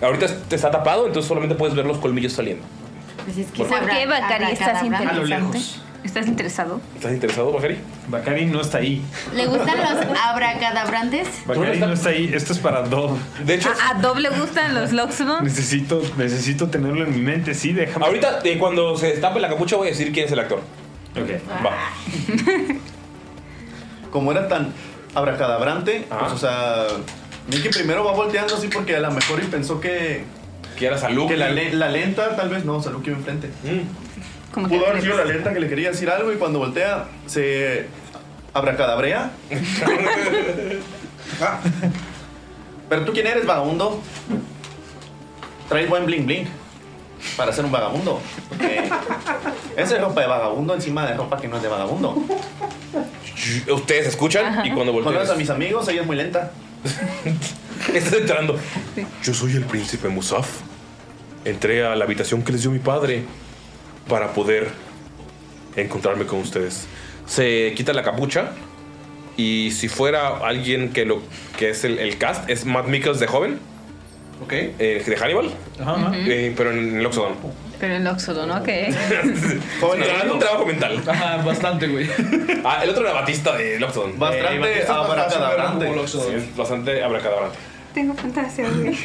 Ahorita es- está tapado, entonces solamente puedes ver los colmillos saliendo.
Pues es
que
¿Por
Bueno. sabrá-
qué, Bacari, estás
abracadabra. A lo
interesante?
lejos.
¿Estás interesado?
¿Estás interesado, Bacari?
Bacari no está ahí.
¿Le gustan los abracadabrantes?
Bacari no está ahí. Esto es para Dove.
De hecho,
¿A, a Dob le gustan los Loxodon?
necesito, necesito tenerlo en mi mente. Sí, déjame.
Ahorita, eh, cuando se destape la capucha, voy a decir quién es el actor.
Ok.
Va.
Como era tan abracadabrante, pues o sea. Mickey primero va volteando así porque a lo mejor y pensó que.
Que era Saluki.
Que la, le- la lenta, tal vez no, Saluki va enfrente.
Mm.
Pudo haber sido la lenta que le quería decir algo y cuando voltea se abracadabrea. Pero tú quién eres, vagabundo? Traes buen bling bling para ser un vagabundo. porque Esa es ropa de vagabundo encima de ropa que no es de vagabundo.
Ustedes escuchan y cuando voltean.
Conoces a mis amigos, ella es muy lenta.
Estás entrando. Yo soy el príncipe Musaf. Entré a la habitación que les dio mi padre para poder encontrarme con ustedes. Se quita la capucha y si fuera alguien que lo que es el, el cast es Matt Mikkels de joven. Eh,
Ok.
de Hannibal.
ajá. Ujú.
Eh, pero en el Oxodon.
Pero el Oxodon, ok.
Joven, un trabajo mental. Ajá, bastante, güey. Ah, el otro era Batista de Loxodon.
Bastante
Eh, Batista es bastante
abracadabrante.
como Loxodon. Sí, es bastante abracadabrante.
Tengo fantasía, güey.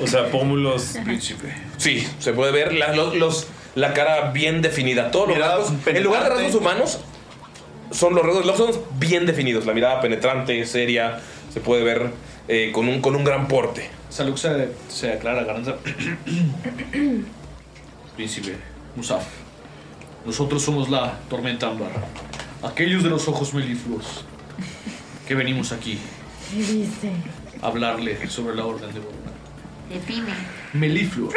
O sea, pómulos príncipe. Sí, se puede ver la, los, los- la cara bien definida. Todos los rasgos. En lugar de rasgos humanos, son los rasgos Loxodon bien definidos. La mirada penetrante, seria, se puede ver eh, con, un, con un gran porte.
Salud se, se aclara, garanza.
Mm.
Príncipe Musaf, nosotros somos la tormenta ámbar, aquellos de los ojos melifluos que venimos aquí
¿Qué dice?
a hablarle sobre la orden de Borona.
Define.
Melifluo,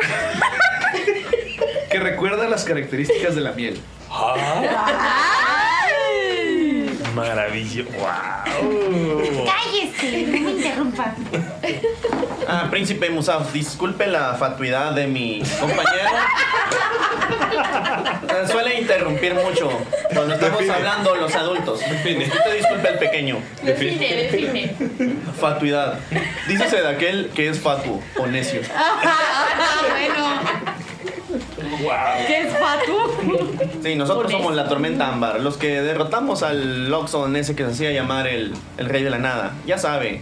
que recuerda las características de la miel.
Ah,
Maravilloso.
¡Cállese! No me interrumpa.
Ah, príncipe Musaf, disculpe la fatuidad de mi compañero. Eh, Suele interrumpir mucho cuando estamos hablando los adultos. Usted disculpe al pequeño.
Define, define.
Fatuidad. Dícese de aquel que es fatuo o necio.
Ah, bueno. ¿Qué es Fatu?
Sí, nosotros somos la tormenta ámbar, los que derrotamos al Loxon ese que se hacía llamar el, el rey de la nada. Ya sabe,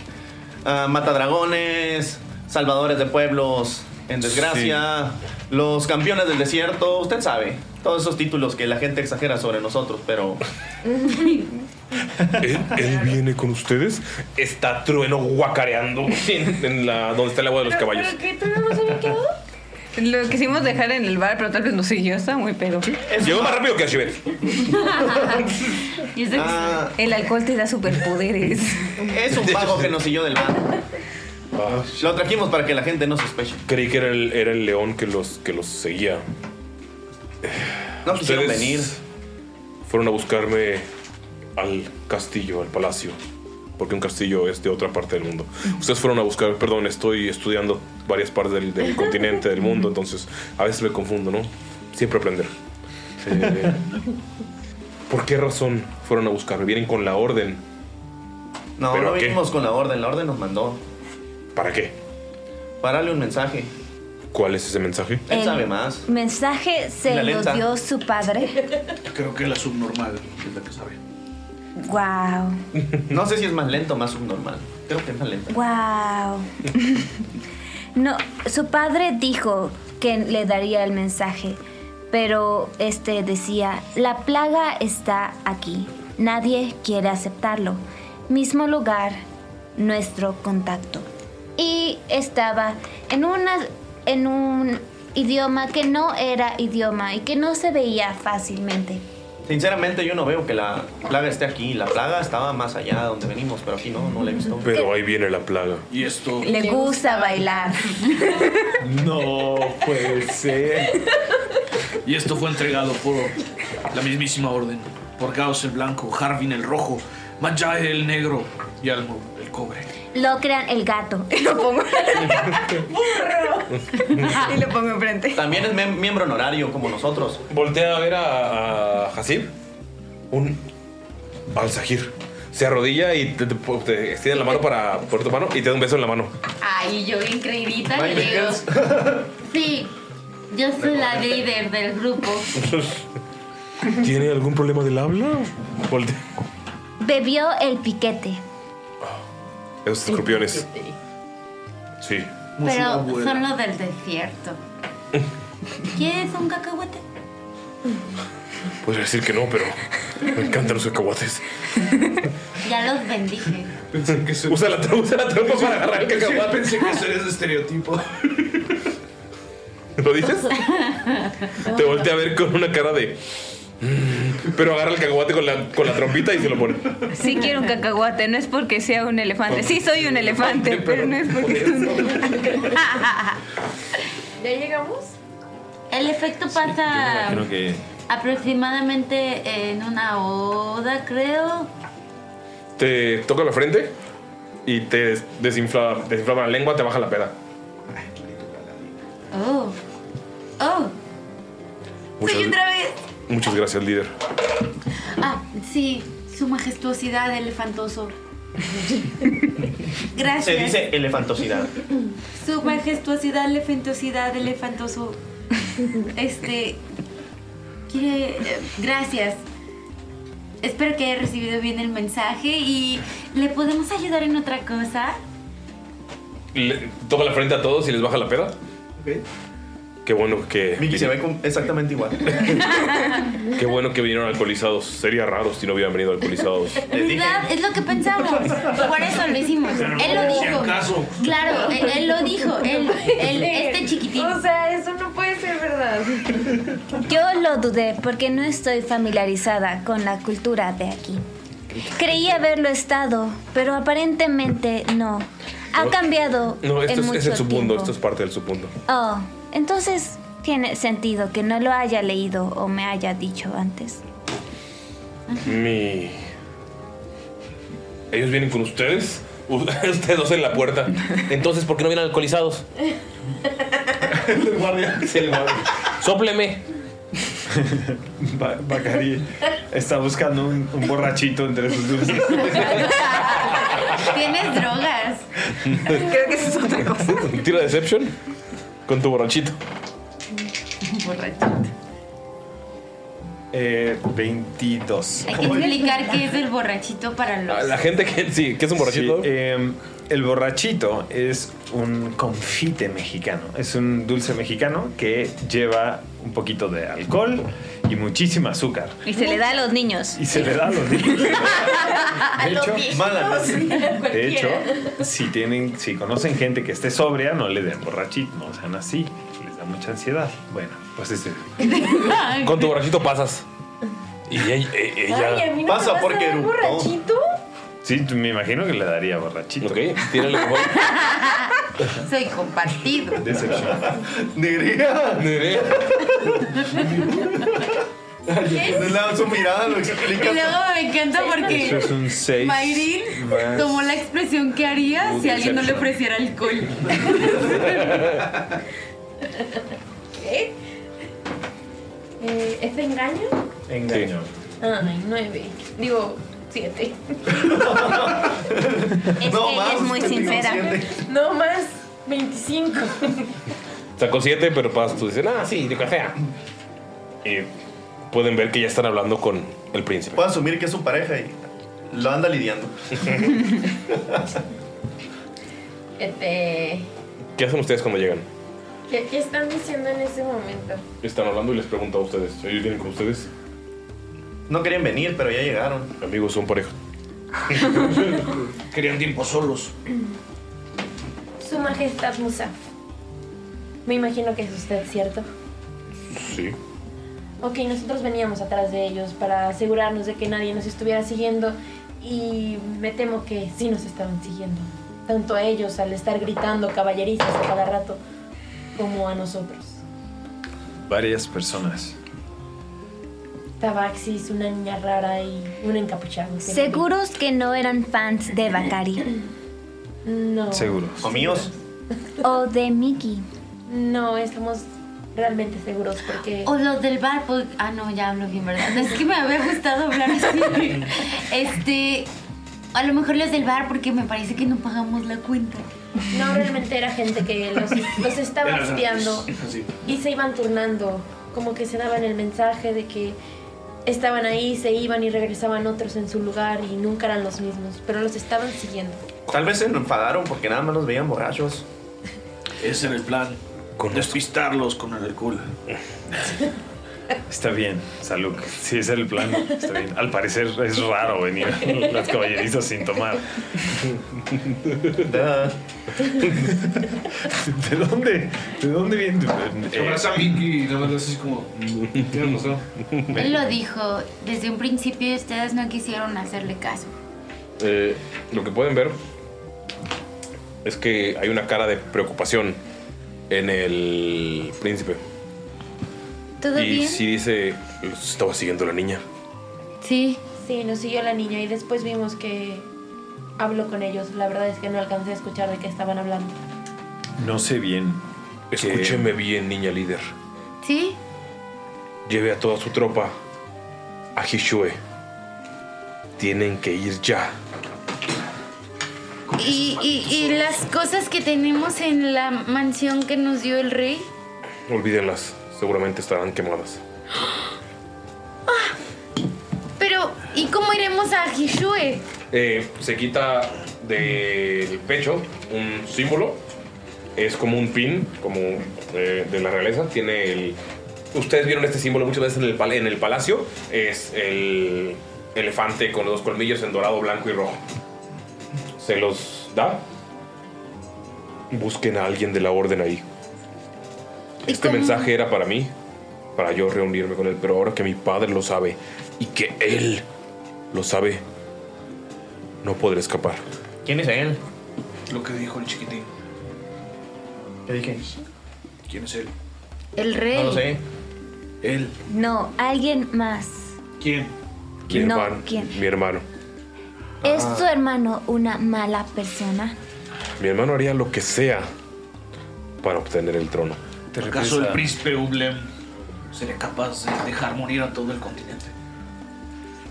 ah, mata dragones, salvadores de pueblos en desgracia, los campeones del desierto, usted sabe. Todos esos títulos que la gente exagera sobre nosotros, pero
¿Él, él viene con ustedes? Está trueno guacareando en, en la, donde está el agua de los caballos.
qué tenemos había quedado? Lo quisimos dejar en el bar, pero tal vez no siguió, está muy pedo.
Llegó más rápido que Archibald.
Y eso que
Ah.
El alcohol te da superpoderes.
es un vago que nos siguió del mar. Lo trajimos para que la gente no sospeche.
Creí que era el, era el león que los, que los seguía.
No quisieron venir.
Fueron a buscarme al castillo, al palacio. Porque un castillo es de otra parte del mundo. Ustedes fueron a buscar, perdón, estoy estudiando varias partes del, del continente, del mundo, entonces a veces me confundo, ¿no? Siempre aprender. Eh, ¿Por qué razón fueron a buscarme? Vienen con la orden.
No,
¿Pero
no
qué?
vinimos con la orden, la orden nos mandó.
¿Para qué?
Párale un mensaje.
¿Cuál es ese mensaje?
Él sabe más.
Mensaje
La
se lo
lenta.
dio su padre.
Creo que la subnormal es la que sabe.
Wow,
No sé si es más lento o más subnormal. Creo que es más lento.
wow. No, su padre dijo que le daría el mensaje, pero este decía, la plaga está aquí. Nadie quiere aceptarlo. Mismo lugar, nuestro contacto.
Y estaba en una en un idioma que no era idioma y que no se veía fácilmente.
Sinceramente, yo no veo que la plaga esté aquí. La plaga estaba más allá de donde venimos, pero aquí no, no la he visto.
Pero ahí viene la plaga.
Y esto.
Le gusta bailar.
No puede ser. Y esto fue entregado por la mismísima orden. Por Gaos el blanco, Harvin el rojo, Majai el negro y Almo el cobre.
Lo crean el gato.
Lo pongo. y lo pongo enfrente.
También es mem- miembro honorario como nosotros.
Voltea a ver a, a Hasib. Un Al-Sahir. Se arrodilla y te, te- te extiende la mano para por tu mano y te da un beso en la mano.
Ay, yo bien creidita le
Bye,
digo.
Mickels.
Sí, yo soy la líder del grupo.
¿Tiene algún problema del habla? Voltea.
Bebió el piquete.
Esos escorpiones. Sí.
Pero son los del desierto. ¿Quieres un cacahuete?
Podría decir que no, pero me encantan los cacahuates.
Ya los bendije.
Pensé que
Usa la, usa la trampa para agarrar el cacahuate.
Pensé que eso era ese estereotipo.
¿Lo dices? Te voltea a ver con una cara de. "Mm", Pero agarra el cacahuate con la, con la trompita y se lo pone.
Sí quiero un cacahuate, no es porque sea un elefante. Sí soy un elefante, pero no es porque...
¿Ya llegamos?
El efecto pasa
Creo que.
aproximadamente en una oda, creo.
Te toca la frente y te des- desinfla, desinflama la lengua, te baja la peda.
Oh. Oh.
Muchas,
Soy otra vez.
muchas gracias, líder.
Ah, sí, su majestuosidad elefantoso. Gracias.
Se dice elefantosidad.
Su majestuosidad elefantosidad elefantoso. Este. Quiere. eh, Gracias. Espero que haya recibido bien el mensaje y. ¿Le podemos ayudar en otra cosa?
Le- toca la frente a todos y les baja la peda. Qué bueno que.
Vicky se ve con- exactamente igual.
Qué bueno que vinieron alcoholizados. Sería raro si no hubieran venido alcoholizados.
En verdad, es lo que pensamos. Por eso lo hicimos. Él lo
Si
dijo.
acaso.
Claro, él, él lo dijo. Él, él- este chiquitín.
O sea, eso no puede ser verdad.
Yo lo dudé porque no estoy familiarizada con la cultura de aquí. Creí haberlo estado, pero aparentemente no. Ha
No.
cambiado.
No, esto
en
es, es
mucho
el submundo,
tiempo.
esto es parte del submundo.
Oh, entonces tiene sentido que no lo haya leído o me haya dicho antes.
Mi. Ellos vienen con ustedes. U- Ustedes dos en la puerta. Entonces, ¿por qué no vienen alcoholizados? el guardia. el guardia. Sópleme.
Ba- Bacari está buscando un, un borrachito entre sus dulces.
Tienes drogas.
Creo que eso es otra cosa.
Tira Deception con tu borrachito.
Borrachito.
Eh, 22.
Hay que explicar qué es el borrachito para los.
gente que sí, que es un
borrachito. eh, el borrachito es un confite mexicano. Es un dulce mexicano que lleva un poquito de alcohol y muchísima azúcar.
Y se le da a los niños.
Y se le da a los niños.
a
De hecho, mala noche. De hecho,
Cualquiera.
si tienen, si conocen gente que esté sobria, no le den borrachito, no sean así, les da mucha ansiedad. Bueno, pues este.
Con tu borrachito pasas. Y ella, e- ella-
Ay, a mí no me vas a dar borrachito.
Sí, me imagino que le daría borrachito. Ok,
tírale mejor.
Soy compartido.
Decepción.
Nerea.
Nerea.
La, su mirada lo explica.
Y luego me encanta porque.
Eso es un 6.
Mayrin tomó la expresión que haría
Un
si alguien no le
deception.
ofreciera alcohol.
¿Qué? Eh, ¿Es de engaño?
Engaño.
Ay, nueve. Digo, siete.
Es
No
que
más,
ella es muy
te digo
sincera.
siete. No más, 25.
Sacó siete, pero pasas tú dices, ah, sí, de cafea. Y pueden ver que ya están hablando con el príncipe.
Puedo asumir que es su pareja y lo anda lidiando.
Este,
¿Qué hacen ustedes cuando llegan?
¿qué, qué están diciendo en ese momento?
Están hablando y les pregunto a ustedes. ¿Ellos vienen con ustedes? No querían venir, pero ya llegaron. Amigos, son pareja.
Querían tiempo solos.
Su Majestad Musa. Me imagino que es usted, ¿cierto?
Sí.
Ok, nosotros veníamos atrás de ellos para asegurarnos de que nadie nos estuviera siguiendo y me temo que sí nos estaban siguiendo. Tanto a ellos al estar gritando caballerizas a cada rato como a nosotros.
Varias personas.
Tabaxis, una niña rara y un encapuchado. que
Seguros que no eran fans de Bakari
No.
Seguros.
¿O míos?
o de Mickey.
No, estamos realmente seguros porque...
O los del bar, pues- ah, no, ya hablo bien, ¿verdad? Es que me había gustado hablar así. Este, a lo mejor los del bar porque me parece que no pagamos la cuenta.
No, realmente era gente que los, los estaba espiando
Así.
y se iban turnando, como que se daban el mensaje de que estaban ahí, se iban y regresaban otros en su lugar y nunca eran los mismos, pero los estaban siguiendo.
Tal vez se enfadaron porque nada más los veían borrachos.
Ese era el plan. Con despistarlos con el alcohol.
Está bien, Saluk. Sí, ese era el plan. Está bien. Al parecer es raro venir a las caballerizas sin tomar. ¿De dónde? ¿De dónde viene?
Se abraza a Mickey y nada más le hace así como. Tienes razón.
Él lo dijo, desde un principio ustedes no quisieron hacerle caso.
Eh, lo que pueden ver es que hay una cara de preocupación en el príncipe.
¿Todo
y
bien?
sí dice, "Los estaba siguiendo la niña.
Sí. Sí, nos siguió la niña y después vimos que habló con ellos. La verdad es que no alcancé a escuchar de qué estaban hablando.
No sé bien. Eh,
Escúcheme bien, niña líder.
¿Sí?
Lleve a toda su tropa a Hishue. Tienen que ir ya.
¿Y, y, y las cosas que tenemos en la mansión que nos dio el rey?
Olvídenlas. Seguramente estarán quemadas.
Pero, ¿y cómo iremos a Hishue?
Eh, se quita del pecho un símbolo. Es como un pin, como eh, de la realeza. Tiene el. Ustedes vieron este símbolo muchas veces en el, pal- en el palacio. Es el elefante con los dos colmillos en dorado, blanco y rojo. Se los da. Busquen a alguien de la orden ahí. Este mensaje era para mí, para yo reunirme con él, pero ahora que mi padre lo sabe y que él lo sabe, no podré escapar.
¿Quién es él?
Lo que dijo el chiquitín.
¿Qué dije?
¿Quién es él?
El rey.
Él.
No, alguien más.
¿Quién?
Mi
No,
hermano.
¿quién?
Mi hermano.
¿Es
Ah.
tu hermano una mala persona?
Mi hermano haría lo que sea para obtener el trono.
¿Acaso el príncipe Ublem sería capaz de dejar morir a todo el continente?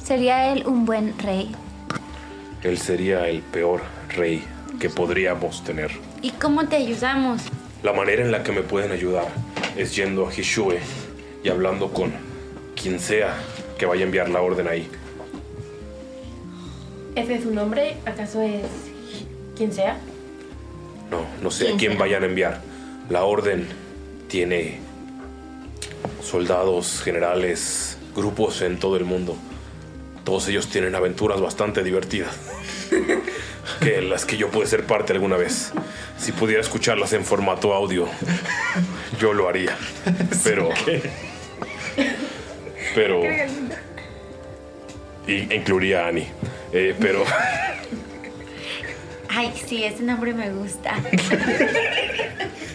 ¿Sería él un buen rey?
Él sería el peor rey que podríamos tener.
¿Y cómo te ayudamos?
La manera en la que me pueden ayudar es yendo a Hishue y hablando con quien sea que vaya a enviar la orden ahí.
¿Ese es su nombre? ¿Acaso es quien sea?
No, no sé a quién vayan a enviar. La orden tiene soldados, generales, grupos en todo el mundo. Todos ellos tienen aventuras bastante divertidas. que las que yo pude ser parte alguna vez. Si pudiera escucharlas en formato audio, yo lo haría. Pero. Pero. Y incluiría a Annie. Eh, pero.
Ay, sí, ese nombre me gusta.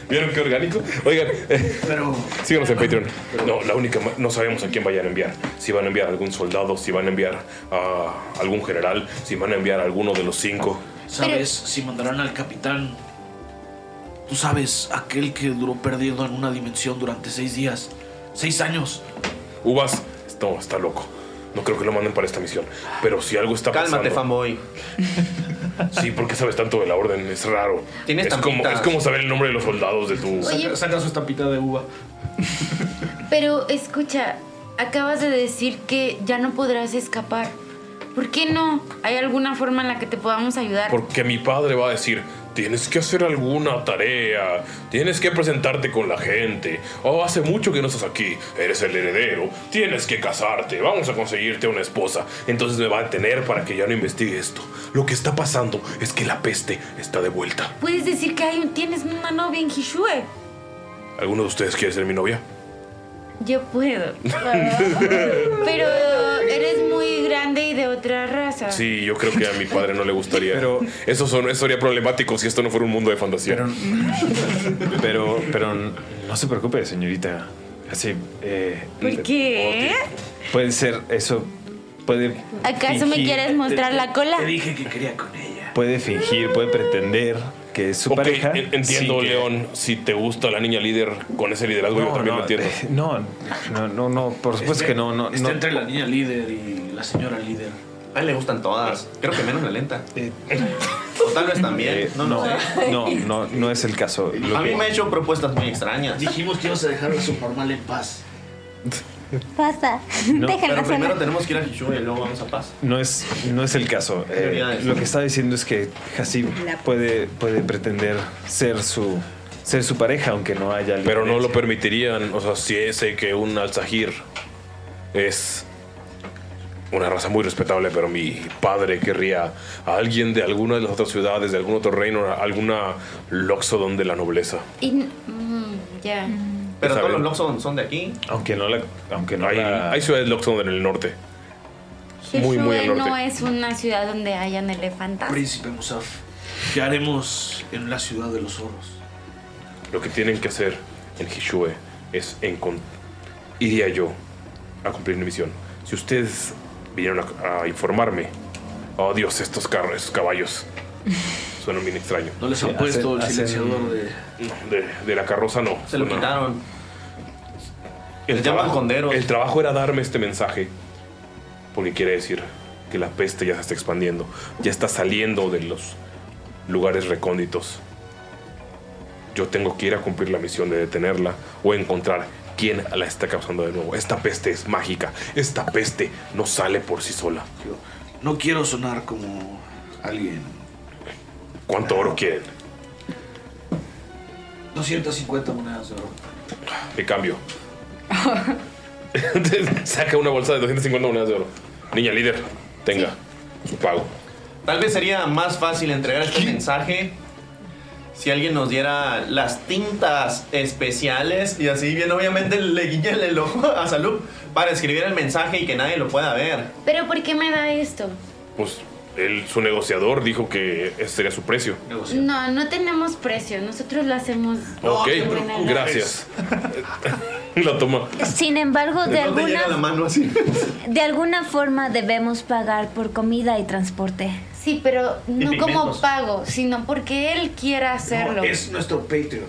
¿Vieron qué orgánico? Oigan, pero. Síganos en Patreon. No, la única. ma- No sabemos a quién vayan a enviar. Si van a enviar a algún soldado, si van a enviar a algún general, si van a enviar a alguno de los cinco.
¿Sabes si mandarán al capitán? Tú sabes, aquel que duró perdido en una dimensión durante seis días. Seis años.
Uvas, no, está loco. No creo que lo manden para esta misión. Pero si algo está
Cálmate,
pasando. fanboy. Sí, porque sabes tanto de la orden, es raro.
Tiene
es como,
estampitas.
es como saber el nombre de los soldados de tu.
Saca, saca su estampita de uva.
Pero escucha, acabas de decir que ya no podrás escapar. ¿Por qué no? ¿Hay alguna forma en la que te podamos ayudar?
Porque mi padre va a decir, tienes que hacer alguna tarea, tienes que presentarte con la gente, oh, hace mucho que no estás aquí, eres el heredero, tienes que casarte, vamos a conseguirte una esposa. Entonces me va a detener para que ya no investigue esto. Lo que está pasando es que la peste está de vuelta.
Puedes decir que hay un- tienes una novia en Hishue.
¿Alguno de ustedes quiere ser mi novia?
Yo puedo. Pero eres muy grande y de otra raza.
Sí, yo creo que a mi padre no le gustaría. Pero eso, son, eso sería problemático si esto no fuera un mundo de fantasía.
Pero, pero no se preocupe, señorita. Así, eh,
¿Por qué?
puede ser eso. Puede.
¿Acaso me
fingir-
quieres mostrar la cola?
que quería con él.
Puede fingir, puede pretender que es su
Ok,
pareja.
en- entiendo,
sin que-
León, si te gusta la niña líder con ese liderazgo, yo también
no,
lo entiendo.
eh, No, no, no, no, por supuesto
Este-
que no, no,
Está
no.
entre la niña líder y la señora líder.
A él le gustan todas. Creo que menos la lenta. O tal vez también.
Eh,
no,
no,
no, sé.
no, no, no es el caso. Lo
A mí
que-
me ha hecho propuestas muy extrañas.
Dijimos que ibas a dejar a su formal en paz.
Pasa. Déjenla
pero primero
sola.
tenemos que ir a Hishue y luego vamos a Paz.
No es, no es el caso. Eh,
Prioridades.
lo que está diciendo es que Hasib puede, puede pretender ser su ser su pareja, aunque no haya
Pero no lo permitirían. O sea, sí sé que un alzajir es una raza muy respetable, pero mi padre querría a alguien de alguna de las otras ciudades, de algún otro reino, a- alguna loxodon de la nobleza.
Y. mm, ya.
Pero
todos los Loxodon son de aquí.
Aunque no la. Aunque
no hay, hay ciudades loxodon en el norte. Muy, muy al
Shrewsbury no
norte.
es una ciudad donde hayan elefantas.
Príncipe Musaf, ¿qué haremos en la ciudad de los oros?
Lo que tienen que hacer en Hishue es encon- iría yo a cumplir mi misión. Si ustedes vinieron a, a informarme, oh Dios, estos carros, estos caballos. Suenan bien extraño.
No les han Sí, puesto hacen- el hacen- silenciador de-
No, de... de la carroza no. Se lo quitaron. El trabajo, el trabajo era darme este mensaje. Porque quiere decir que la peste ya se está expandiendo. Ya está saliendo de los lugares recónditos. Yo tengo que ir a cumplir la misión de detenerla o encontrar quién la está causando de nuevo. Esta peste es mágica. Esta peste no sale por sí sola.
No quiero sonar como alguien.
¿Cuánto oro quieren?
250 monedas de oro.
De cambio. Saca una bolsa de 250 monedas de oro. Niña líder, tenga su pago.
Tal vez sería más fácil entregar este mensaje si alguien nos diera las tintas especiales y así bien obviamente le guiñen el ojo a Salud para escribir el mensaje y que nadie lo pueda ver.
¿Pero por qué me da esto?
Pues él, su negociador dijo que ese sería su precio.
No, no tenemos precio. Nosotros lo hacemos.
Ok,
de buena gana.
gracias. Lo toma.
Sin embargo, de alguna,
mano así?
de alguna forma debemos pagar por comida y transporte.
Sí, pero
Y
no como
pigmentos.
pago, sino porque él quiera hacerlo.
No, es nuestro Patreon.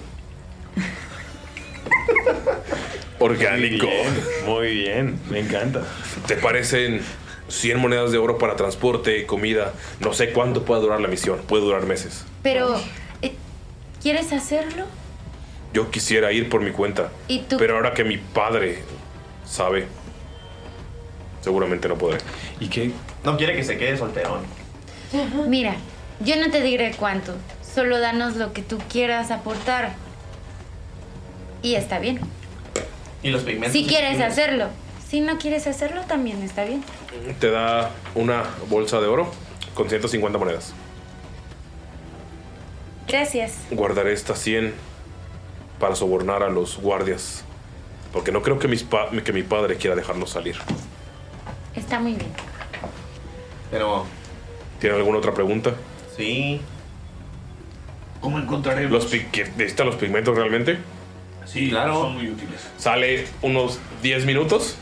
Orgánico.
Muy bien, me encanta.
¿Te parecen 100 monedas de oro para transporte, comida? No sé cuánto pueda durar la misión. Puede durar meses.
Pero, eh, ¿quieres hacerlo?
Yo quisiera ir por mi cuenta.
¿Y tú?
Pero ahora que mi padre sabe, seguramente no podré.
¿Y qué?
No quiere que se quede solterón.
Mira, yo no te diré cuánto. Solo danos lo que tú quieras aportar. Y está bien.
Y los pigmentos.
Si quieres hacerlo. Si no quieres hacerlo, también está bien.
Te da una bolsa de oro con 150 monedas.
Gracias.
Guardaré estas 100 para sobornar a los guardias. Porque no creo que, mis pa- que mi padre quiera dejarlos salir.
Está muy bien.
Pero.
¿Tienen alguna otra pregunta?
Sí.
¿Cómo encontraremos?
Los pi- que- ¿Necesitan los pigmentos realmente?
Sí,
claro.
son muy útiles.
Sale unos 10 minutos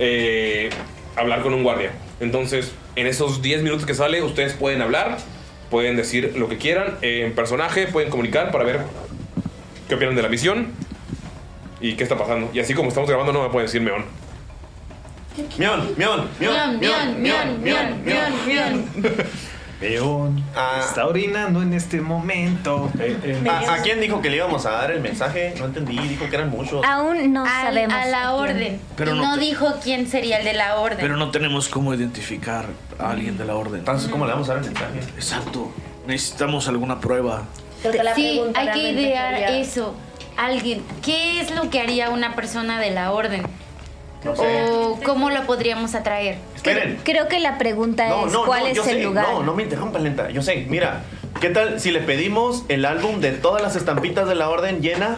eh, hablar con un guardia. Entonces, en esos 10 minutos que sale, ustedes pueden hablar, pueden decir lo que quieran eh, en personaje, pueden comunicar para ver qué opinan de la misión y qué está pasando. Y así como estamos grabando, no me pueden decir meón.
Mion, mion, mion, mion, mion, mion, mion, mion.
León está orinando en este momento.
Ah.
Eh,
¿A, a quién dijo que le íbamos a dar el mensaje? No entendí, dijo que eran muchos.
Aún no
sabemos
A la
a quién.
orden.
Pero
y
no
no
te-
dijo quién sería el de la orden.
Pero no tenemos cómo identificar a alguien de la orden.
Entonces, ¿cómo le vamos a dar el mensaje?
Exacto. Necesitamos alguna prueba.
sí,
pregunta
hay que
realmente
idear
sería-
eso. Alguien, ¿qué es lo que haría una persona de la orden?
No
¿O cómo lo podríamos atraer?
Esperen.
Creo que la pregunta
No, no, no, yo sé, No, no me interrumpan lenta. Yo sé, mira, ¿qué tal si le pedimos el álbum de todas las estampitas de la orden llena?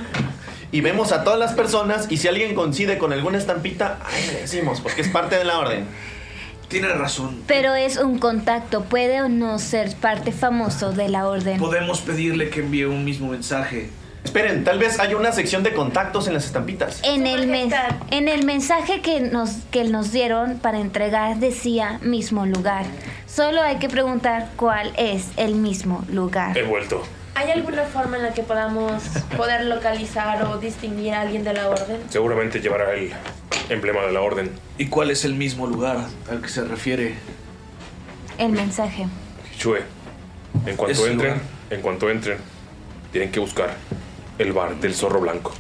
Y vemos a todas las personas y si alguien coincide con alguna estampita, ahí le decimos, porque es parte de la orden.
Tiene razón.
Pero es un contacto, puede o no ser parte famoso de la orden.
Podemos pedirle que envíe un mismo mensaje.
Esperen, tal vez haya una sección de contactos en las estampitas.
En el, men- en el mensaje que nos, que nos dieron para entregar decía mismo lugar. Solo hay que preguntar cuál es el mismo lugar.
He vuelto.
¿Hay alguna forma en la que podamos poder localizar o distinguir a alguien de la orden?
Seguramente llevará el emblema de la orden.
¿Y cuál es el mismo lugar al que se refiere?
El mensaje.
Chue, en cuanto
Ese
entren,
lugar.
en cuanto entren, tienen que buscar el bar del zorro blanco.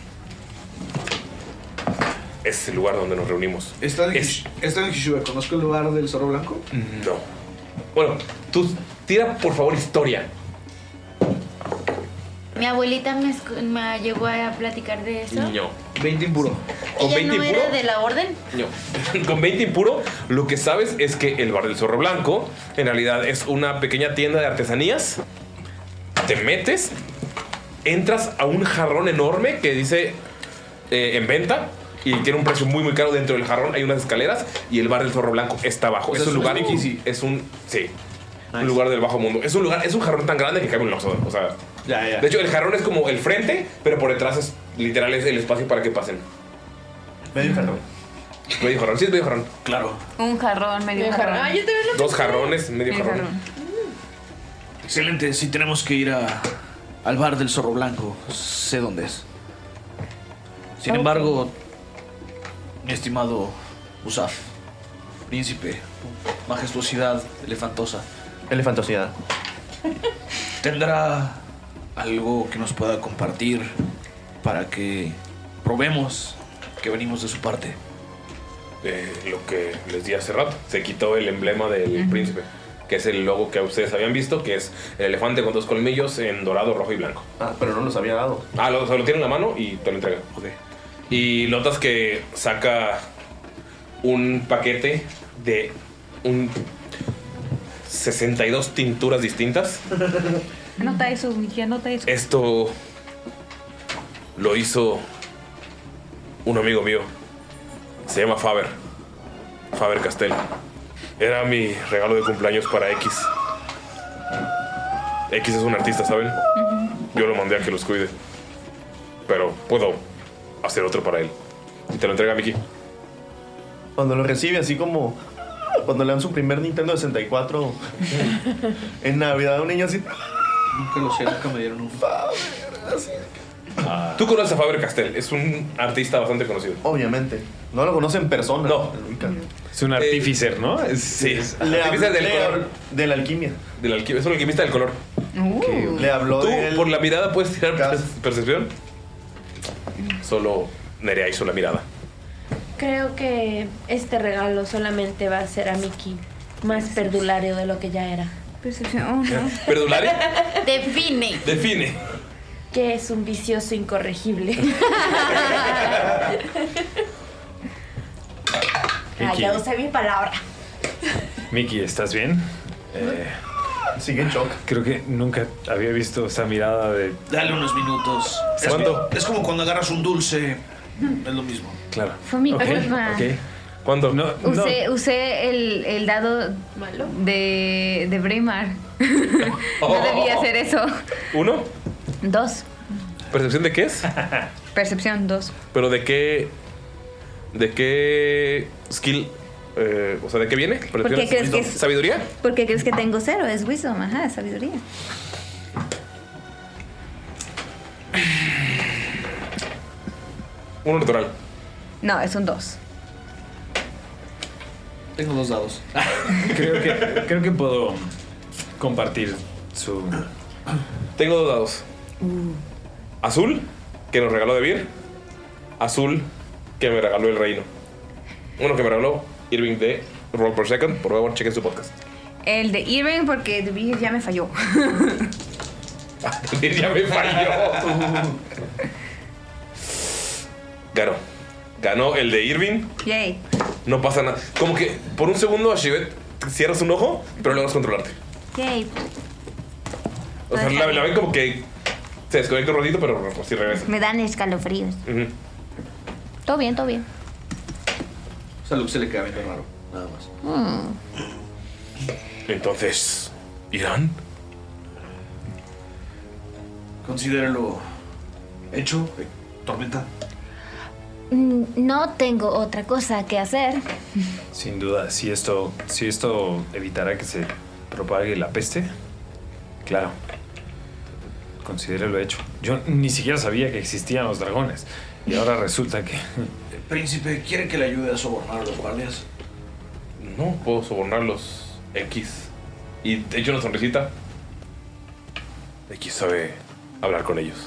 Es el lugar donde nos reunimos.
¿Está en, Hish- está en Hishue. ¿Conozco el lugar del Zorro Blanco?
Mm.
Mm.
No. Bueno, tú tira por favor historia.
Mi abuelita me, escu- me llegó a platicar de eso.
No. 20 impuro. Con
Ella
20
no
impuro.
era de la orden.
No. Con 20 impuro, lo que sabes es que el bar del zorro blanco en realidad es una pequeña tienda de artesanías. Te metes, entras a un jarrón enorme que dice eh, en venta y tiene un precio muy muy caro dentro del jarrón. Hay unas escaleras y el bar del zorro blanco está abajo.
O
es
sea, es
un lugar
un speakeasy.
es un sí. Un lugar del bajo mundo. Es un lugar, es un jarrón tan grande que cabe un loxodon. O sea, de hecho, el jarrón es como el frente, pero por detrás es literal es el espacio para que pasen. Medio jarrón. Medio jarrón, sí es medio jarrón. Claro.
Un jarrón, medio
Medio jarrón.
jarrón.
Ah, yo también lo
Dos jarrones, medio
Medio
jarrón.
Excelente, sí tenemos que ir a- al bar del zorro blanco. Sé dónde es. Sin
Ok.
embargo, mi estimado Usaf, príncipe, majestuosidad elefantosa,
Elefantosidad.
¿tendrá algo que nos pueda compartir para que probemos que venimos de su parte?
Eh, lo que les di hace rato. Se quitó el emblema del príncipe, que es el logo que ustedes habían visto, que es el elefante con dos colmillos en dorado, rojo y blanco. Ah, pero no los había dado. Ah, lo, o sea, lo tiene en la mano y te lo entrega. Y notas que saca un paquete de un 62 tinturas distintas.
Anota eso, Miki, anota eso.
Eh, Esto lo hizo un amigo mío. Se llama Faber. Faber Castell. Era mi regalo de cumpleaños para X. X es un artista, ¿saben? Yo lo mandé a que los cuide. Pero puedo hacer otro para él. Y te lo entrega Mickey.
Cuando lo recibe, así como cuando le dan su primer Nintendo 64 en Navidad a un niño así. Nunca
lo sé, nunca me dieron un.
Tú conoces a Faber Castell. Es un artista bastante conocido.
Obviamente. No lo conoce en persona. No.
Es un artíficer, ¿no? Eh, sí.
Le
artífice
hab-
del
le
color.
hab- de la alquimia.
Del alquim- es un alquimista del color.
Le habló
Tú,
de él.
por la mirada, puedes tirar perce- percepción. Solo Nerea hizo la mirada.
Creo que este regalo solamente va a ser a Mickey más perdulario de lo que ya era.
Pues, Percepción,
¿Perdulari?
Define.
Define.
Que es un vicioso incorregible.
Mickey.
mi palabra.
Miki, ¿estás bien? Eh,
Sigue en shock.
Creo que nunca había visto esa mirada de.
Dale unos minutos. Es-
¿Cuánto?
Es, como cuando agarras un dulce. Es lo mismo.
Claro.
Fue mi culpa.
¿Cuándo?
No,
Usé, usé el, el dado de, de Braemar.
Oh.
No debía hacer eso.
¿Uno?
Dos.
¿Percepción de qué es?
Percepción, dos.
¿Pero de qué. de qué. skill. eh, o sea, ¿de qué viene?
¿Por qué crees que es-
¿Sabiduría?
¿Por qué crees que tengo cero? Es wisdom, ajá, es sabiduría.
Uno natural.
No, es un dos.
Tengo dos dados.
creo, que, creo que puedo compartir su.
Tengo dos dados.
Mm.
Azul, que nos regaló Debir. Azul, que me regaló el reino. Uno que me regaló Irving de Roll Per Second. Por favor, chequen su podcast.
El de Irving, porque The Beer ya me falló.
ya me falló. Ganó. Ganó el de Irving.
Yay.
No pasa nada. Como que por un segundo a Shivet cierras un ojo, pero logras controlarte.
Yay.
O sea, la, la ven como que se desconecta un ratito, pero sí regresa.
pues Me dan escalofríos.
Ujú.
Todo bien, todo bien.
O sea, Luke se le queda bien raro. Nada más.
Mm.
Entonces, ¿irán?
Considéralo hecho, eh, tormenta.
Mm, No tengo otra cosa que hacer.
Sin duda, si esto, si esto evitará que se propague la peste, claro, considérelo hecho. Yo ni siquiera sabía que existían los dragones y ahora resulta que
Eh, Príncipe, ¿quiere que le ayude a sobornar a los guardias?
No, puedo sobornarlos. X. Y te echo una sonrisita. X sabe hablar con ellos.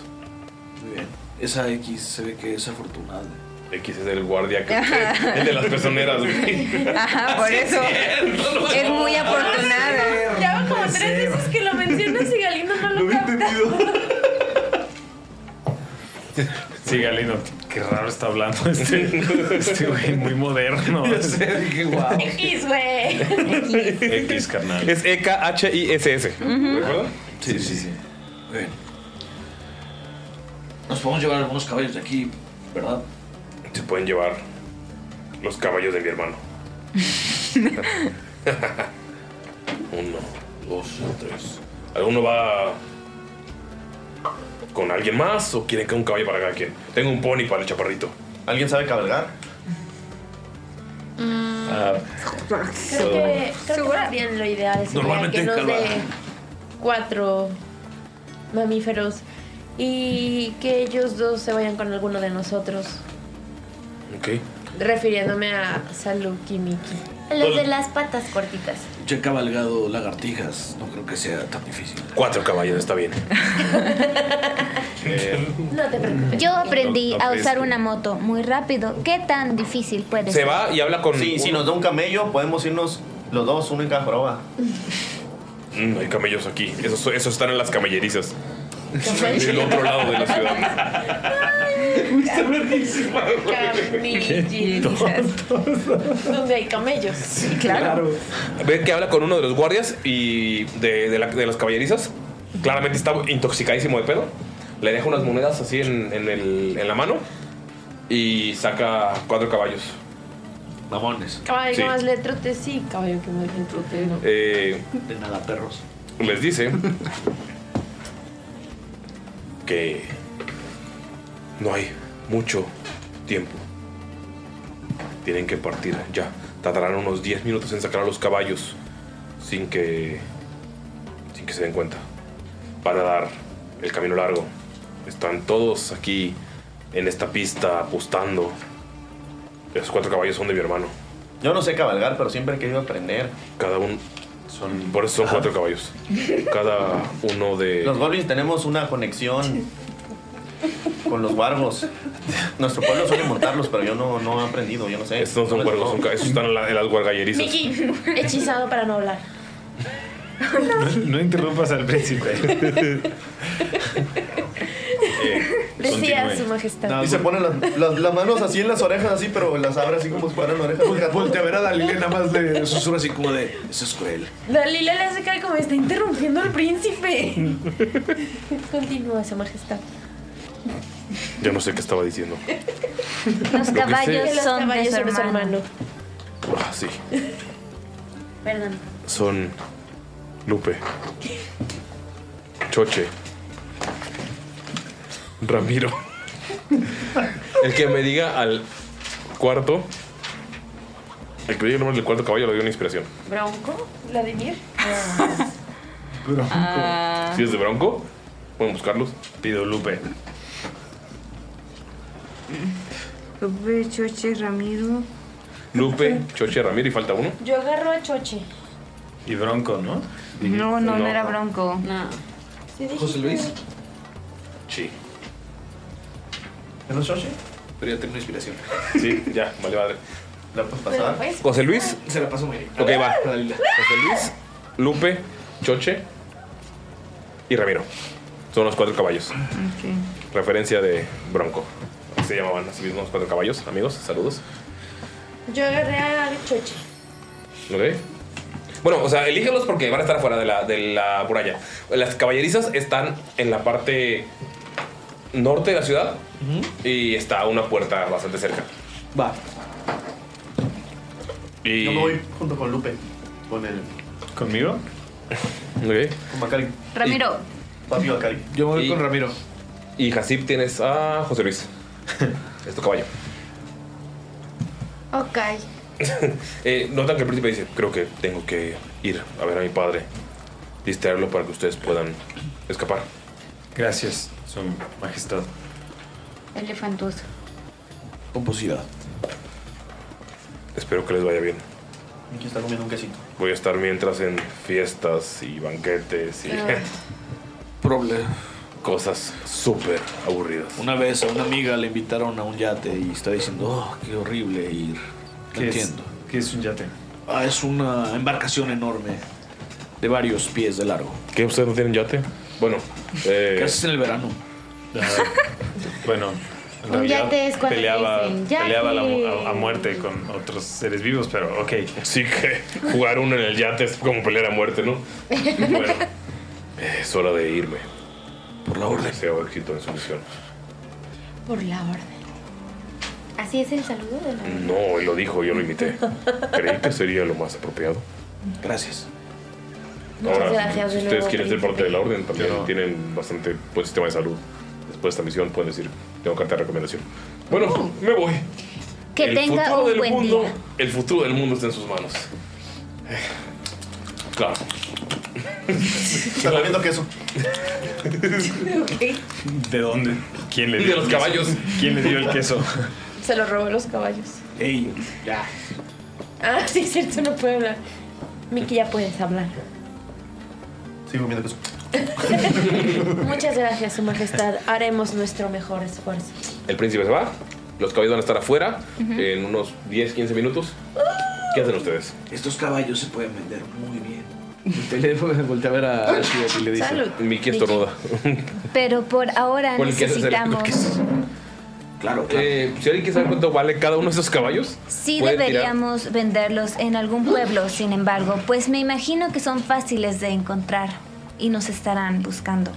Muy bien. Esa X se ve que es afortunada.
X es el guardia que usted- el de las personeras. güey.
Ajá, por eso. Es muy afortunada.
Ya van como tres veces que lo mencionas y Galindo no lo, capta.
Sí, Galino, qué raro está hablando este, este güey, muy moderno.
X, güey.
X, carnal.
Es E-K-H-I-S-S.
Ujú.
¿Recuerdan?
Sí, sí, sí. Bien. Nos podemos llevar algunos caballos de aquí, ¿verdad?
Se pueden llevar los caballos de mi hermano. Uno, dos, tres. ¿Alguno va con alguien más o quieren que un caballo para cada quien? Tengo un pony para el chaparrito.
¿Alguien sabe cabalgar?
Ah,
Uh. Creo que, creo que más bien lo ideal sería
Normalmente
que nos
cada-
dé cuatro mamíferos y que ellos dos se vayan con alguno de nosotros,
Ok.
refiriéndome a Saluki Miki.
Los de
las patas cortitas.
Yo he cabalgado lagartijas, no creo que sea tan difícil.
Cuatro caballos, está bien. Eh,
No te preocupes.
Yo aprendí
No, no
a usar
pesco.
una moto muy rápido. ¿Qué tan difícil puede
Se
ser?
va
y habla con.
Sí, si nos da un camello, podemos irnos los dos, uno en cada joroba.
Mm, hay camellos aquí. Esos, esos están en las camellerizas. Del otro lado de la ciudad.
Está verdísima,
Donde hay camellos. Sí, claro.
Ve que habla con uno de los guardias y de, de la- de las caballerizas. Claramente está intoxicadísimo de pedo. Le deja unas monedas así en, en el- en la mano y saca cuatro caballos.
Mamones.
Caballo más letrote, sí, caballo que más letrote, no.
de nada, perros.
Eh, Les dice que no hay mucho tiempo. Tienen que partir ya. Tardarán unos 10 minutos en sacar a los caballos sin que sin que se den cuenta. Van a dar el camino largo. Están todos aquí en esta pista apostando. Esos cuatro caballos son de mi hermano.
Yo no sé cabalgar, pero siempre he querido aprender.
Cada uno son por eso son cuatro caballos. Cada uno de
Los goblins tenemos una conexión con los wargos. Nuestro pueblo suele montarlos, pero yo no, no he aprendido, yo no sé.
Estos no son cuervos, son ca- esos están en, la- en las huergallerizas.
Miki, hechizado para no hablar.
No, no interrumpas al príncipe.
Decía su majestad.
y se ponen las, las- las manos así en las orejas, así, pero las abre así como si fueran orejas. de gato.
Volte a ver a Dalila y nada más le susurra así como de, eso es cruel.
Dalila le hace cara como está interrumpiendo al príncipe. Continúa, su majestad.
Yo no sé qué estaba diciendo.
Los
Lo que
caballos
sé es-
son de
caballos
su
son de su
hermano.
Ah, sí.
Perdón.
Son Lupe, Choche, Ramiro. El que me diga al cuarto. El que me diga el nombre del cuarto caballo le dio una inspiración.
¿Bronco? ¿Vladimir?
Ah.
Si es de Bronco, pueden buscarlos.
Pido Lupe.
Lupe, Choche, Ramiro.
Lupe, Choche, Ramiro y falta uno.
Yo agarro a Choche.
Y Bronco, ¿no?
No, no,
No.
no era Bronco. No.
José Luis.
Sí.
¿No es Choche?
Pero ya tengo inspiración.
Sí, ya, vale madre.
La puedes
pasar. Pero, pues,
José Luis.
Se la paso muy bien.
Ok, va. José Luis, Lupe, Choche y Ramiro. Son los cuatro caballos. Referencia de Bronco. Así se llamaban así mismo los cuatro caballos, amigos. Saludos.
Yo agarré a Choche.
Ok. Bueno, o sea, elígelos porque van a estar afuera de la, de la muralla. Las caballerizas están en la parte norte de la ciudad y está una puerta bastante cerca.
Va.
Y...
Yo me voy junto con Lupe. Con el.
¿Conmigo?
Ok.
Con Macari.
Ramiro.
Papi Macari.
Yo me voy con Ramiro.
Y Hasib tienes a José Luis. es tu caballo.
Ok.
Eh, notan que el príncipe dice, creo que tengo que ir a ver a mi padre, distraerlo para que ustedes puedan escapar.
Gracias, su majestad.
Elefantoso.
Pomposidad.
Espero que les vaya bien.
Miki está comiendo un quesito.
Voy a estar mientras en fiestas y banquetes y
Ah.
Problema.
cosas súper aburridas.
Una vez a una amiga le invitaron a un yate y está diciendo, oh, qué horrible ir. No
¿Qué es-
entiendo.
¿Qué es un yate?
Ah, es una embarcación enorme de varios pies de largo.
¿Qué? ¿Ustedes no tienen yate? Bueno, eh,
¿Qué haces en el verano?
Bueno, en
Un
realidad
yate es cuando
peleaba,
dicen, "Yate".
peleaba a la mu- a, a muerte con otros seres vivos, pero ok.
Sí que jugar uno en el yate es como pelear a muerte, ¿no? Es hora de irme. Por la orden. Deseo éxito en su misión.
Por la orden. ¿Así es el saludo de la
No, él lo dijo, yo lo imité. Creí que sería lo más apropiado.
Gracias.
Muchas gracias,
si
de
ustedes
nuevo,
quieren ser
príncipe.
parte de la orden, también tienen bastante buen sistema de salud. Después de esta misión pueden decir, tengo carta de recomendación. Bueno, me voy.
Que
El
tenga
futuro
un
del
buen
mundo.
día.
El futuro del mundo está en sus manos. Eh, Claro.
Está comiendo queso.
¿De dónde? ¿Quién le
De
dio el
los
queso?
caballos.
¿Quién le dio el queso?
Se lo robó los caballos.
Ey, ya.
Ah, sí, es cierto, no puedo hablar. Miki, ya puedes hablar.
Sigo comiendo queso.
Muchas gracias, Su Majestad. Haremos nuestro mejor esfuerzo.
El príncipe se va. Los caballos van a estar afuera
Ujú.
en unos 10, 15 minutos. ¿Qué hacen ustedes?
Estos caballos se pueden vender muy bien. Usted le voltea a ver a Ashley y le dice:
Salud.
Miki estornuda.
Pero por ahora
Con el queso se le-
necesitamos.
Claro,
claro. Eh, si alguien quiere saber cuánto vale cada uno de esos caballos,
Sí
puede tirar-
deberíamos venderlos en algún pueblo, sin embargo, pues me imagino que son fáciles de encontrar y nos estarán buscando.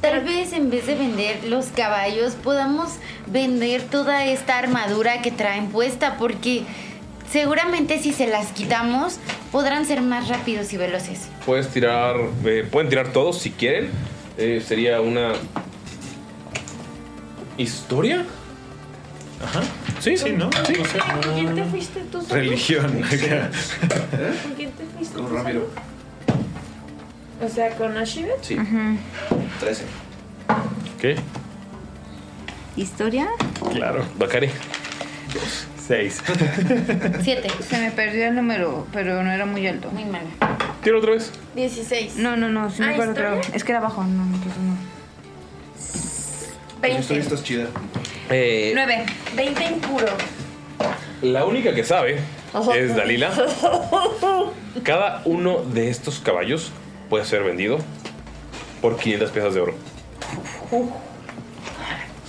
Tal vez en vez de vender los caballos, podamos vender toda esta armadura que traen puesta, porque seguramente si se las quitamos, podrán ser más rápidos y veloces.
Puedes tirar. eh, pueden tirar todos si quieren. Eh, sería una. ¿Historia? Ajá. Sí, sí, ¿no? Sí.
¿Con quién te fuiste tú? solo?
Religión.
¿Con quién te fuiste tú?
Con Ramiro.
solo? O sea, con Ashivet.
Sí. 13.
¿Qué?
¿Historia?
Claro. Bacari.
Seis.
Siete. Se me perdió el número, pero no era muy alto. Muy mal.
Tira otra vez.
16. No, no, no, sí
Ah,
me acuerdo, pero
¿historia?
es que era bajo, no, entonces no.
es chida.
Eh,
9.
20 impuro.
la única que sabe es Dalila. Cada uno de estos caballos puede ser vendido por 500 piezas de oro.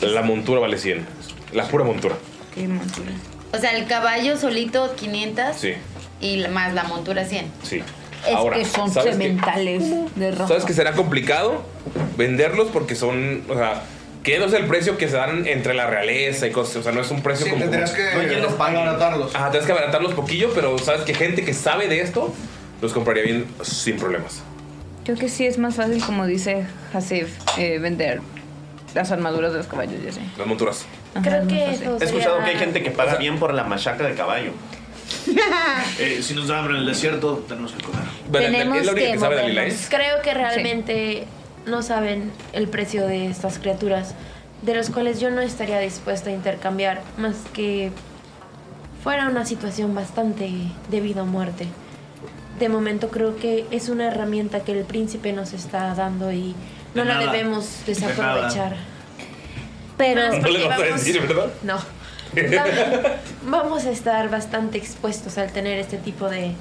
La montura vale 100. La pura montura.
Qué montura.
O sea, el caballo solito 500
Sí,
y la- más la montura 100.
sí. Ahora, ¿sabes qué?
sementales
de rojo.
¿Sabes que será complicado venderlos porque son, o sea, que no es el precio que se dan entre la realeza y cosas, o sea, no es un precio
Sí,
como
tendrás que
No hay quien los pague. Ajá, tendrás que abaratarlos poquillo, pero sabes que gente que sabe de esto los compraría bien sin problemas.
Creo que sí es más fácil, como dice Hasif, eh, vender las armaduras de los caballos, ya sé.
Las monturas.
Creo
He escuchado que hay gente que paga bien por la machaca de caballo.
Eh, si nos abren el desierto, tenemos que comer.
Creo que realmente no saben el precio de estas criaturas, de los cuales yo no estaría dispuesta a intercambiar, más que fuera una situación bastante de vida o muerte. De momento creo que es una herramienta que el príncipe nos está dando y no
De
la
nada.
debemos
De
desaprovechar.
nada.
Pero
No le vas a decir, ¿verdad?
No. Va- Vamos a estar bastante expuestos al tener este tipo de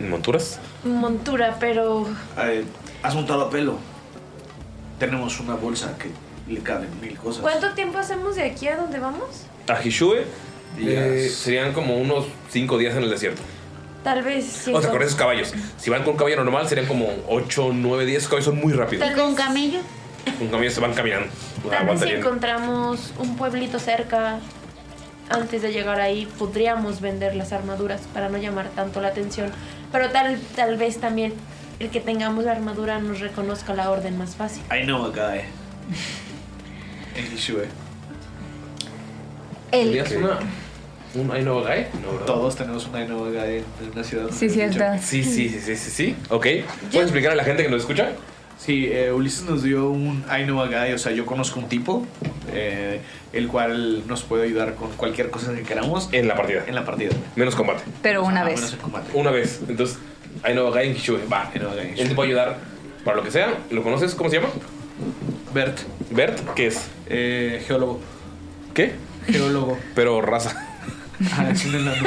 ¿Monturas?
montura, pero
Eh, has montado a pelo. Tenemos una bolsa que le caben mil cosas.
¿Cuánto tiempo hacemos de aquí a donde vamos?
A Hishue eh, serían como unos 5 días en el desierto.
Tal vez sí.
O sea, con esos caballos. Si van con un caballo normal, serían como 8, 9, 10. Esos caballos son muy rápidos.
con camello?
Con caballos se van caminando.
Tal vez si
Aguantarían.
encontramos un pueblito cerca, antes de llegar ahí, podríamos vender las armaduras para no llamar tanto la atención. Pero tal, tal vez también el que tengamos la armadura nos reconozca la orden más fácil.
I know a guy. En Hishue.
El-
¿Tenías una,
un I know a guy?
Todos tenemos un I know a guy en, en una ciudad.
Sí, cierto.
Sí, sí, sí, sí, sí, sí. Ok. ¿Puedes explicar a la gente que nos escucha?
Sí, eh, Ulises nos dio un I know a guy, o sea, yo conozco un tipo, eh, el cual nos puede ayudar con cualquier cosa que queramos.
En la partida.
En la partida.
Menos combate.
Pero una
Ah,
vez.
menos en combate.
Una vez. Entonces, I know a guy en Hishue. Va. Él te puede ayudar para lo que sea. ¿Lo conoces? ¿Cómo se llama?
Bert. Eh,
¿Bert? ¿Qué es?
geólogo.
¿Qué?
Geólogo.
Pero raza.
Ah, es un enano.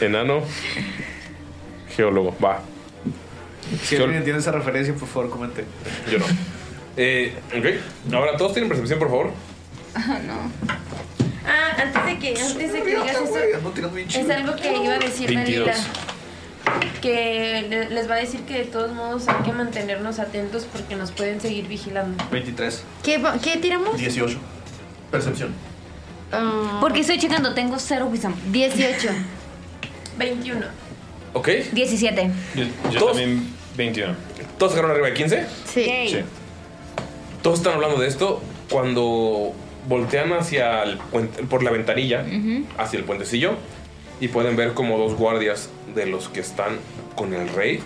Enano. Geólogo. Va.
Si alguien tiene esa referencia, por favor, comente.
Yo no. Eh, ok. Ahora todos tienen percepción, por favor.
Ah, no. Ah, antes de que, antes de que digas eso, es algo que iba a decir Dalila. Que le- les va a decir que de todos modos hay que mantenernos atentos porque nos pueden seguir vigilando.
23.
¿Qué, va- qué tiramos? Ah.
18. Percepción.
Porque estoy checando, tengo cero wisdom.
18.
21.
Ok.
17.
Yo, yo también 21.
¿Todos sacaron arriba de 15?
Sí.
Sí. Todos están hablando de esto cuando voltean hacia el puente- por la ventanilla, hacia el puentecillo, y pueden ver como dos guardias de los que están con el rey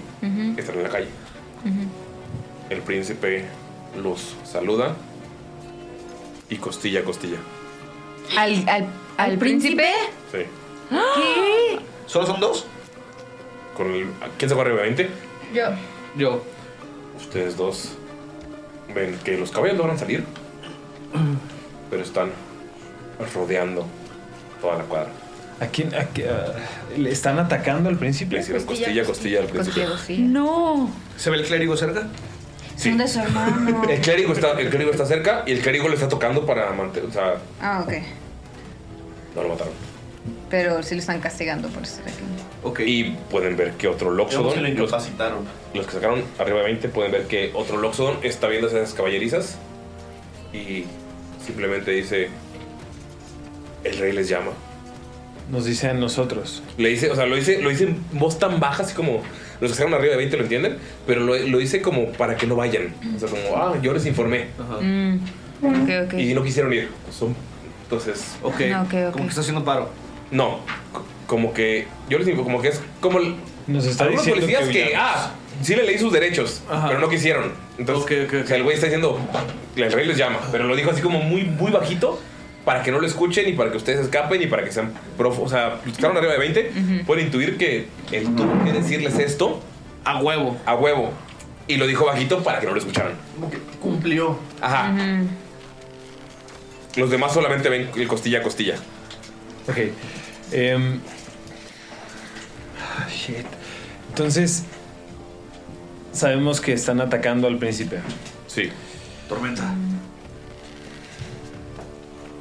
que están en la calle. El príncipe los saluda y costilla a costilla.
¿Al, al, al príncipe?
Sí.
¿Qué?
¿Solo son dos? Con el- ¿Quién sacó arriba de 20?
Yo.
Yo. Ustedes dos ven que los caballos logran salir, pero están rodeando toda la cuadra.
¿A quién? a qué- a- ¿Le están atacando al príncipe?
Le hicieron costilla, costilla al
Pues
príncipe.
No.
¿Se ve el clérigo cerca?
Son de su hermano.
El clérigo está, el clérigo está cerca y el clérigo lo está tocando para mantener. O sea,
Ah, ok.
no lo mataron.
Pero sí lo están castigando por estar aquí.
Y pueden ver que otro
Digamos que
Loxodon.
lo
Los, los que sacaron arriba de 20 pueden ver que otro Loxodon está viendo esas caballerizas y simplemente dice: El rey les llama.
Nos dice a nosotros.
Le dice, o sea, lo dice, lo dice en voz tan baja, así como los que sacaron arriba de 20 lo entienden, pero lo, lo dice como para que no vayan. O sea, como, ah, yo les informé.
Mm. Ok, ok.
Y no quisieron ir. Son- entonces. Ok.
Ah, ok, ok. Como que está
haciendo paro. No. co- Como que. Yo les digo, como que es. Como. el-
Nos está
algunos
diciendo
policías
que
que,
huyamos.
ah, sí le leí sus derechos, pero no quisieron. Entonces, o sea, el güey está diciendo, el rey les llama, pero lo dijo así como muy, muy bajito para que no lo escuchen y para que ustedes escapen y para que sean prof. O sea, los que estaban arriba de 20, pueden intuir que él tuvo que decirles esto a huevo. A huevo. Y lo dijo bajito para que no lo escucharan.
Cumplió.
Ajá. Los demás solamente ven el costilla a costilla.
Ok. em, ah, shit. Entonces, sabemos que están atacando al príncipe.
Sí.
Tormenta.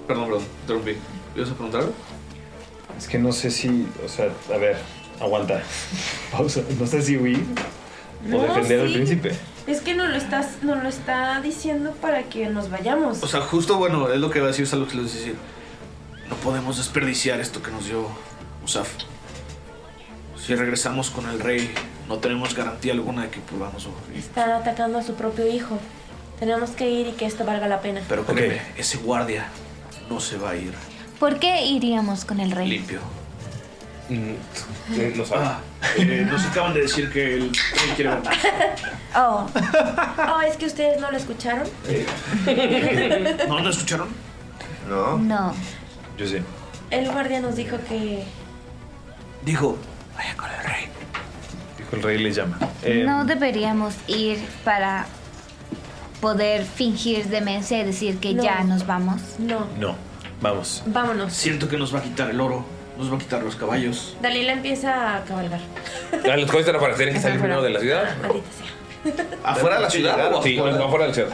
Perdón, perdón, interrumpí. ¿Ibas a preguntar algo?
Es que no sé si, o sea, a ver, aguanta. Pausa. No sé si huir o
No,
defender al
sí.
príncipe.
Es que no lo estás, no lo está diciendo para que nos vayamos.
O sea, justo bueno, es lo que va a decir Salud que les decir. No podemos desperdiciar esto que nos dio Usaf. Si regresamos con el rey, no tenemos garantía alguna de que podamos sobrevivir.
Está atacando a su propio hijo. Tenemos que ir y que esto valga la pena.
Pero créeme, ese guardia no se va a ir
¿Por qué iríamos con el rey?
limpio.
Mm,
Ah,
No sabe.
eh, nos acaban de decir que el rey quiere vernos.
Oh. oh, es que ustedes no lo escucharon.
¿No lo escucharon? Oh.
No.
No.
Yo sí.
El guardia nos dijo que
Dijo,
Dijo el rey les llama. Em,
No deberíamos ir para poder fingir demencia y decir que ya nos vamos.
No.
No, vamos.
Vámonos.
Siento que nos va a quitar el oro, nos va a quitar los caballos.
Dalila empieza a cabalgar. Ah,
Ah, Los jóvenes están afuera, tienen que salir primero de la ciudad.
¿Afuera de la ciudad o
Sí,
afuera?
no, afuera de la ciudad.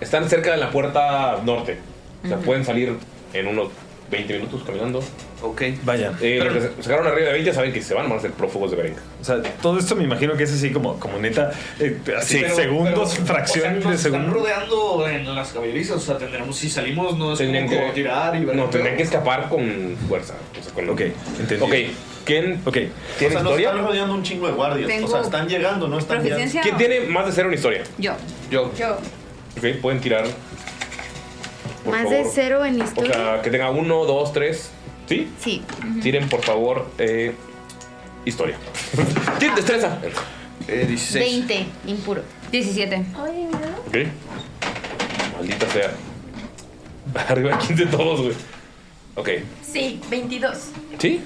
Están cerca de la puerta norte. O sea,
Ujú.
pueden salir en unos 20 minutos caminando. Eh,
Ok.
Vayan.
los que se- sacaron arriba de 20 saben que se van, van a ser prófugos de Berenga.
O sea, todo esto me imagino que es así como, como neta, eh, así
Pero-
segundos,
pero,
fracciones
o sea,
de
nos Están
segundos.
rodeando en las caballerizas, o sea, tendremos, si salimos, no es
Tendrían
como
que-
tirar y ver.
No, tendrían que escapar con fuerza. O sea, con ok,
entendido.
Ok, ¿quién
O
tiene
sea, nos
historia?
están rodeando un chingo de guardias.
Tengo
O sea, están llegando, no están llegando.
proficiencia.
¿Quién tiene más de cero en historia?
Yo.
Yo.
Yo.
Ok, pueden tirar. por
Más de
favor.
cero en
O
historia.
sea, que tenga uno, dos, tres. ¿Sí?
sí.
Tiren, por favor, eh, historia. Tiren destreza.
Eh, 16.
20, impuro.
17.
Ay,
Ok. Maldita sea. Arriba de 15 todos, güey. Ok.
Sí, 22.
¿Sí?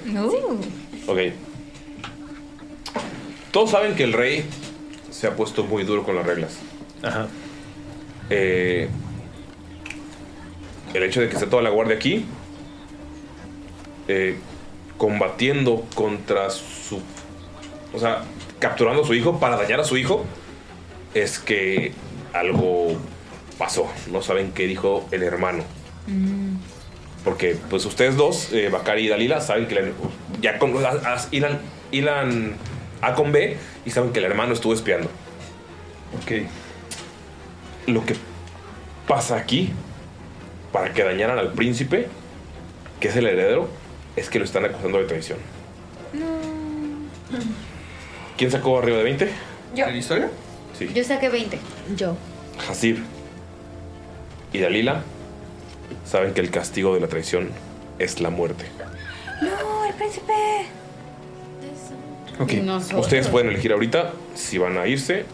Ok. Todos saben que el rey se ha puesto muy duro con las reglas.
Ajá.
Eh, el hecho de que esté toda la guardia aquí, eh, combatiendo contra su... O sea, capturando a su hijo para dañar a su hijo, es que algo pasó. No saben qué dijo el hermano. Porque pues ustedes dos, eh, Bakari y Dalila, saben que la- ya con, a- a- hilan, hilan A con B y saben que el hermano estuvo espiando.
Ok.
Lo que pasa aquí, para que dañaran al príncipe, que es el heredero, es que lo están acusando de traición. ¿Quién sacó arriba de 20?
Yo.
¿En historia? Sí.
Yo saqué 20.
Yo.
Hasib y Dalila saben que el castigo de la traición es la muerte.
No, el príncipe.
Ok.
Nosotros.
Ustedes pueden elegir ahorita si van a irse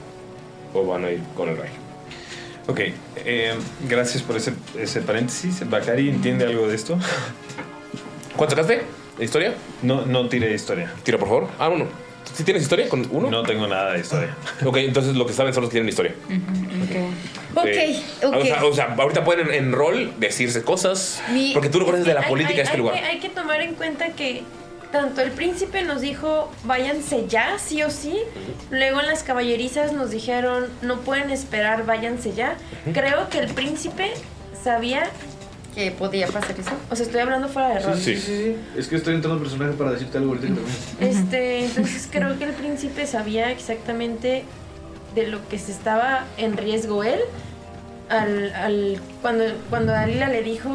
o van a ir con el rey.
Ok, eh, gracias por ese, ese paréntesis. ¿Bakari entiende algo de esto?
¿Cuánto sacaste? ¿De historia?
No, no tiré historia.
Tira, por favor. Ah, bueno. ¿Sí tienes historia con uno?
No tengo nada de historia.
Ok, entonces lo que saben son los que tienen historia.
Ok,
Eh,
ok.
O sea, o sea, ahorita pueden en, en rol decirse cosas.
Mi-
Porque tú no conoces de la
Hay-
política
hay-
de este
hay
lugar.
que- hay que tomar en cuenta que tanto el príncipe nos dijo váyanse ya, sí o sí. Luego en las caballerizas nos dijeron no pueden esperar, váyanse ya. Creo que el príncipe sabía
que podía pasar eso.
O sea, estoy hablando fuera de rol.
Es que estoy entrando en personaje para decirte algo ahorita que termines.
Este, entonces creo que el príncipe sabía exactamente de lo que se estaba en riesgo él. Al, al- cuando, cuando Dalila le dijo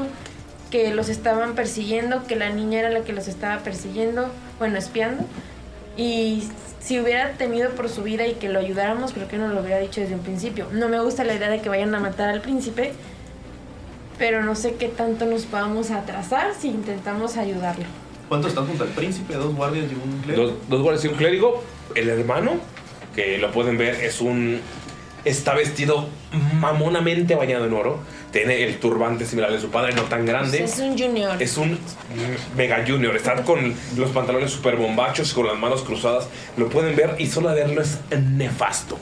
que los estaban persiguiendo, que la niña era la que los estaba persiguiendo, bueno, espiando. Y si hubiera temido por su vida y que lo ayudáramos, creo que no lo hubiera dicho desde un principio. No me gusta la idea de que vayan a matar al príncipe, pero no sé qué tanto nos podamos atrasar si intentamos ayudarlo.
¿Cuántos están junto al príncipe? ¿Dos guardias y un clérigo?
Dos, dos guardias y un clérigo. El hermano, que lo pueden ver, es un. Está vestido mamonamente bañado en oro. Tiene el turbante similar al de su padre, no tan grande.
Es un junior.
Es un mega junior. Está con los pantalones super bombachos, con las manos cruzadas. Lo pueden ver y solo verlo es nefasto.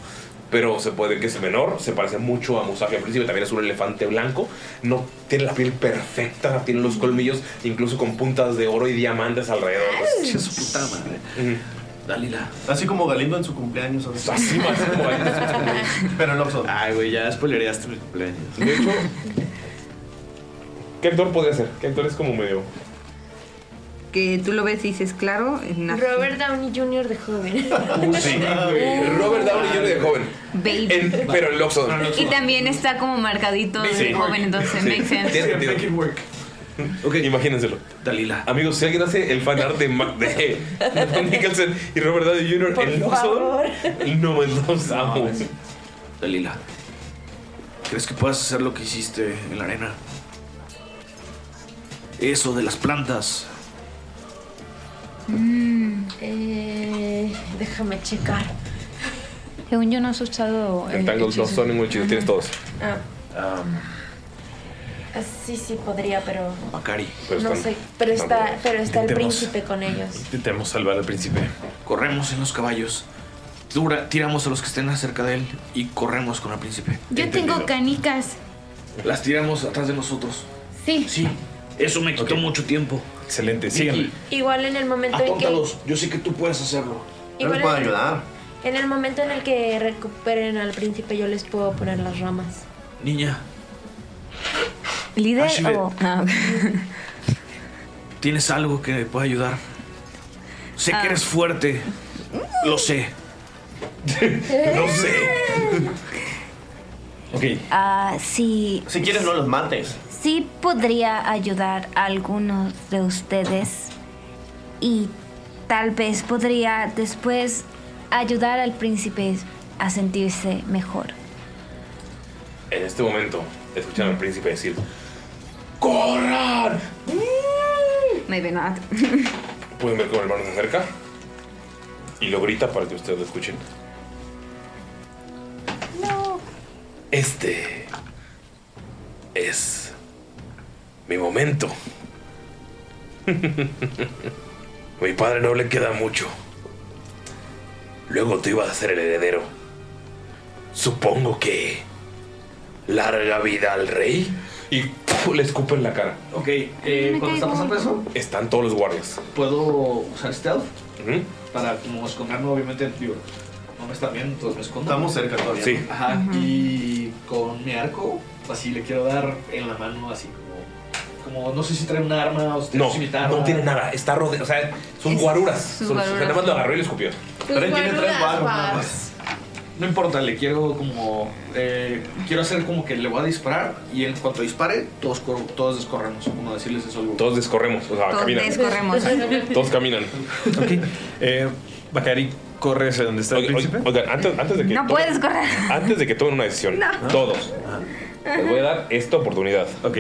Pero se puede ver que es menor, se parece mucho a Musashi al principio, también es un elefante blanco, no tiene la piel perfecta, tiene los colmillos incluso con puntas de oro y diamantes alrededor.
Ay.
Su puta madre. Dalila.
Así como Galindo en su cumpleaños.
Así más como Galindo en su
cumpleaños. Pero no son.
Ay, güey, ya spoilereaste mi cumpleaños.
De hecho, ¿qué actor podría ser? ¿Qué actor es como medio?
Que tú lo ves y dices, claro, es nazi.
Robert Downey Jr. de
Uh,
joven.
Ah,
Robert Downey Jr. de joven.
Baby.
En- pero en Loxodon.
Y también está como marcadito de
Sí.
joven, entonces
Sí.
makes sense.
Tiene sentido. Imagínenselo.
Dalila.
Amigos, si alguien hace el fanart de, Ma- de Matt Nicholson y Robert Downey Jr. en Loxodon, no me los
Ah,
amo.
Dalila. ¿Crees que puedas hacer lo que hiciste en la arena? Eso de las plantas.
Mm, Eh, déjame checar.
Según yo no has usado.
En Tangled no son ningún chido, tienes todos.
Ah, ah, sí, sí podría, pero
Macari.
no sé. Pero está, pero está el príncipe con ellos.
Intentemos salvar al príncipe. Corremos en los caballos. Dura- tiramos a los que estén cerca de él y corremos con el príncipe.
Yo tengo canicas.
Las tiramos atrás de nosotros.
Sí.
Sí. Eso me quitó mucho tiempo.
Excelente,
síganme.
Igual en el momento en que
Apóntalos. Yo sé que tú puedes hacerlo.
Igual les puedo en- ayudar. en el momento en el que recuperen al príncipe yo les puedo poner las ramas.
Niña,
¿Líder
Así de-
o.?
¿tienes algo que me pueda ayudar? Sé
Ah.
que eres fuerte. Lo sé.
No sé.
Ok.
Ah, sí,
Si quieres, no los mates.
sí podría ayudar a algunos de ustedes y tal vez podría después ayudar al príncipe a sentirse mejor.
En este momento, escuchan al príncipe decir: ¡Corran!
Maybe not.
Pueden ver cómo el hermano se acerca y lo grita para que ustedes lo escuchen. Este es mi momento. mi padre no le queda mucho. Luego tú ibas a ser el heredero. Supongo que larga vida al rey. Y ¡puf! le escupen en la cara.
Ok, cuando está pasando eso,
Están todos los guardias.
puedo usar stealth para como esconderme, obviamente, digo, no me están viendo, entonces me escondo.
Estamos cerca todavía,
Sí.
¿no?
Ajá, y con mi arco así le quiero dar en la mano, así como, como no sé si trae un arma o si tiene
No, no tiene nada. Está rodeado. O sea, son guaruras.
sus
Son- o sea,
guaruras.
nada más lo agarró y lo escupió.
Pero él tiene tres
guaruras,
barros nada
barbs.
más. No importa, le quiero como. eh, quiero hacer como que le voy a disparar y en cuanto dispare, todos, cor- todos descorremos. Como decirles eso algo.
Todos descorremos, o sea,
Todos
caminan.
descorremos.
Todos caminan.
Ok. Eh, Bacari corre hacia donde está el príncipe.
antes, antes de que.
No puedes correr.
Antes de que tomen una decisión,
No.
todos, les voy a dar esta oportunidad.
Ah. Ok.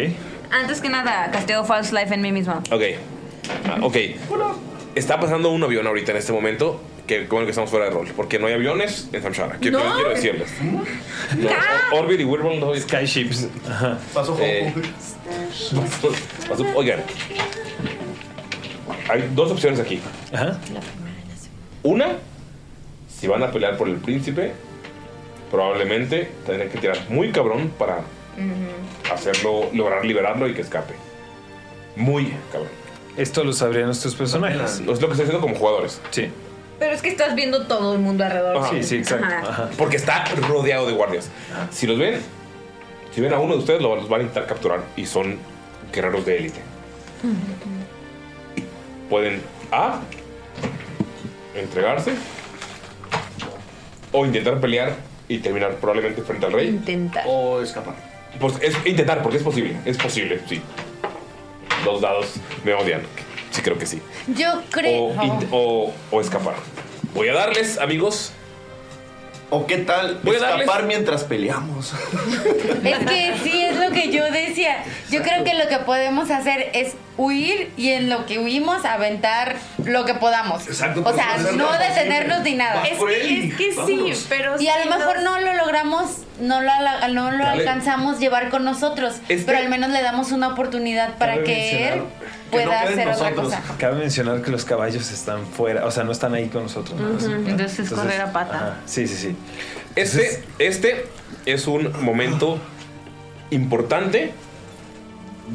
Antes que nada, casteo False Life en mí misma.
Ok. Ah, ok. Está pasando un avión ahorita en este momento. Que bueno que estamos fuera de rol. Porque no hay aviones en Samshara. Que
No.
no. quiero decirles. No, Or- Orbit y Whirlpool no hay. Skyships.
Pasó
Eh, pasó- pasó- Oigan. Hay dos opciones aquí. Una, si van a pelear por el príncipe, probablemente tendrán que tirar muy cabrón para hacerlo, lograr liberarlo y que escape. Muy cabrón.
Esto lo sabrían nuestros personajes.
Es lo que estoy haciendo como jugadores.
Sí.
Pero es que estás viendo todo el mundo alrededor. Ajá.
Porque está rodeado de guardias. Si los ven, si ven a uno de ustedes, lo- los van a intentar capturar. Y son guerreros de élite. Pueden A. Entregarse. O intentar pelear y terminar probablemente frente al rey.
Intentar.
O escapar.
Por- Pues es- intentar, porque es posible. Es posible, sí. Los dados me odian. Sí, creo que sí.
Yo creo.
O, int- o- o escapar. Voy a darles, amigos.
¿O qué tal
Voy a
escapar
darles. Ah,
mientras peleamos?
Es que sí, es lo que yo decía. Yo creo que lo que podemos hacer es huir y en lo que huimos aventar lo que podamos.
Exacto,
O sea,
pues, hacer
no
lo posible.
detenernos ni nada.
Vas Es por que- él, es que sí, vámonos. pero
Y a
si
lo mejor no lo logramos, no lo, ala- no lo
Dale.
alcanzamos llevar con nosotros,
Este-
pero al menos le damos una oportunidad para
Cabe
que
mencionar
él
que
pueda
no queden
hacer otra
nosotros.
cosa.
Cabe mencionar que los caballos están fuera, o sea, no están ahí con nosotros. ¿no?
Ujú. Entonces es correr a pata.
ajá, Sí, sí, sí.
Este, este es un momento importante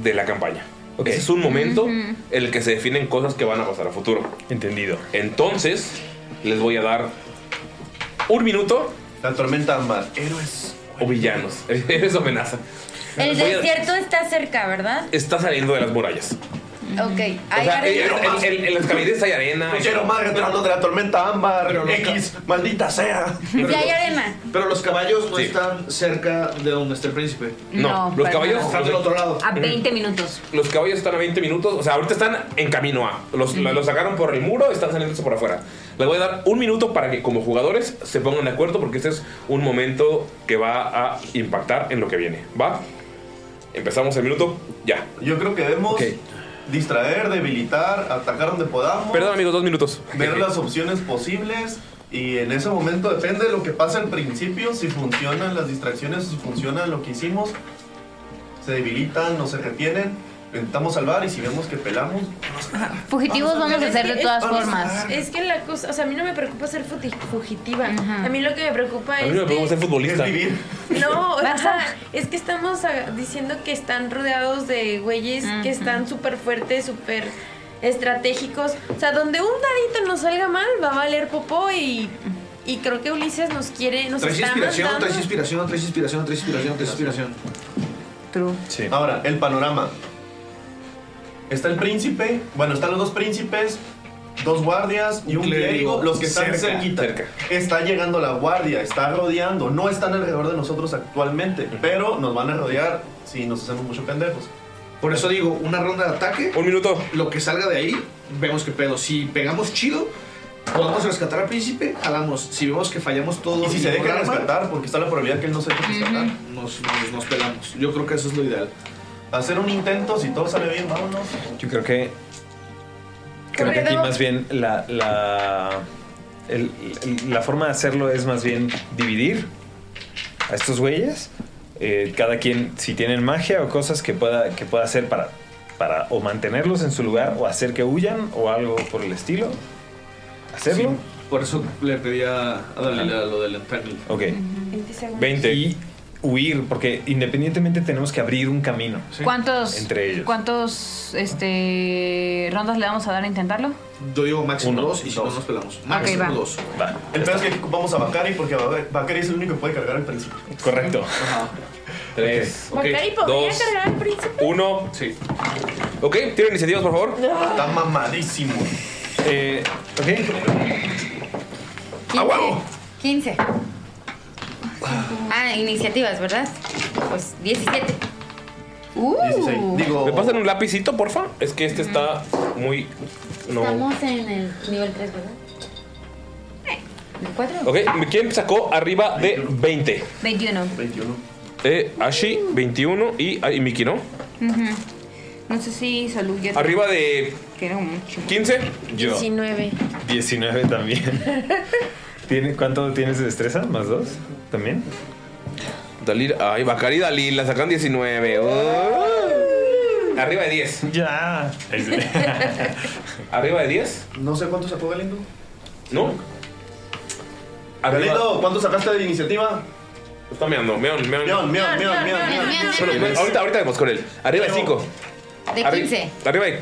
de la campaña. Este es un momento en el que se definen cosas que van a pasar a futuro.
Entendido.
Entonces, les voy a dar un minuto.
La tormenta ámbar. Héroes.
O villanos. Héroes o amenaza.
El
Voy a-
desierto está cerca, ¿verdad?
Está saliendo de las murallas.
Ok.
O
Hay
sea, eh,
arena.
en- en- en- en las cavidades hay arena.
Quiero Pues más retratos de la tormenta ámbar. X, maldita sea.
Ya hay arena.
Pero los caballos no están cerca de donde está el príncipe.
No, No, los para caballos nada.
están del otro lado.
A 20 minutos.
Los caballos están a 20 minutos, o sea, ahorita están en camino a. Los, la- los sacaron por el muro, están saliendo por afuera. Les voy a dar un minuto para que como jugadores se pongan de acuerdo porque este es un momento que va a impactar en lo que viene. ¿Va? Empezamos el minuto, ya.
Yo creo que debemos distraer, debilitar, atacar donde podamos.
Perdón amigos, dos minutos.
ver las opciones posibles y en ese momento depende de lo que pasa al principio, si funcionan las distracciones, si funciona lo que hicimos, se debilitan o se retienen, intentamos salvar y si vemos que pelamos,
Fugitivos vamos a hacer de todas
Vamos a-
formas.
Es que la cosa, o sea, a mí no me preocupa ser futi- fugitiva. A mí lo que me preocupa
A
es
mí no me preocupa ser futbolista.
que no, ajá, es que estamos ah, diciendo que están rodeados de güeyes que están súper fuertes, súper estratégicos. O sea, donde un dadito nos salga mal va a valer popó y y creo que Ulises nos quiere, nos
Traes
está
inspiración,
mandando.
traes inspiración, traes inspiración, traes inspiración, traes inspiración.
Ahora, el panorama. Está el príncipe, bueno, están los dos príncipes, dos guardias y un clérigo, los que están
Cerca,
cerquita.
cerca.
Está llegando la guardia, está rodeando, no están alrededor de nosotros actualmente, pero nos van a rodear si nos hacemos mucho pendejos.
Por eso digo, una ronda de ataque.
Un minuto.
Lo que salga de ahí, vemos qué pedo. Si pegamos chido, podemos rescatar al príncipe, jalamos. Si vemos que fallamos todo.
Y si se deja
logramos-
rescatar, porque está la probabilidad que él no se deje rescatar.
nos, nos, nos pelamos. Yo creo que eso es lo ideal.
Hacer un intento, si todo sale bien, vámonos.
Yo creo que. Creo que aquí más bien la. la el- el- la forma de hacerlo es más bien dividir a estos güeyes. Eh, cada quien, si tienen magia o cosas que pueda, que pueda hacer para, para o mantenerlos en su lugar o hacer que huyan o algo por el estilo. Hacerlo.
Por eso le pedí a, a Dalila lo del entangle.
Ok.
20 segundos.
20.
Y huir, porque independientemente tenemos que abrir un camino.
¿Cuántos,
Entre ellos.
¿cuántos este, rondas le vamos a dar a intentarlo?
Yo digo máximo dos y si no nos pelamos. Máximo
va.
dos. El peor es que aquí ocupamos a Bakari porque Ba- Bakari es el único que puede cargar el príncipe.
Correcto.
Tres. ok,
Bakari podría
dos,
cargar al príncipe.
uno. Sí. Ok, tienen iniciativas, por favor. Está mamadísimo.
Eh, ok.
¡A huevo!
15. Ah, iniciativas, ¿verdad? Pues 17. Uh.
¿Me pasan un lapicito, porfa? Es que este está muy. No.
Estamos en el nivel 3, ¿verdad? ¿El 4?
Ok, ¿quién sacó arriba de 20?
21.
21. Eh, Ashi, 21 y, ah, y Miki, ¿no?
Ujú. No sé si salud ya.
Arriba de
Quiero mucho.
15.
Yo.
19.
19 también. ¿Tiene, ¿Cuánto tienes de destreza? ¿Más dos? ¿También?
Dalil, ay, Bacari y Dalil, la sacan 19. Oh. Arriba de 10.
Ya.
Arriba de 10.
No sé cuánto sacó Galindo.
¿No?
Galindo, ¿cuánto sacaste de iniciativa?
Pues Está meando, meón, meón.
Meón, meón, meón, meón, meón.
Bueno, bueno, ahorita, ahorita vemos con él. Arriba de 5.
De
Arri-
15.
Arriba de,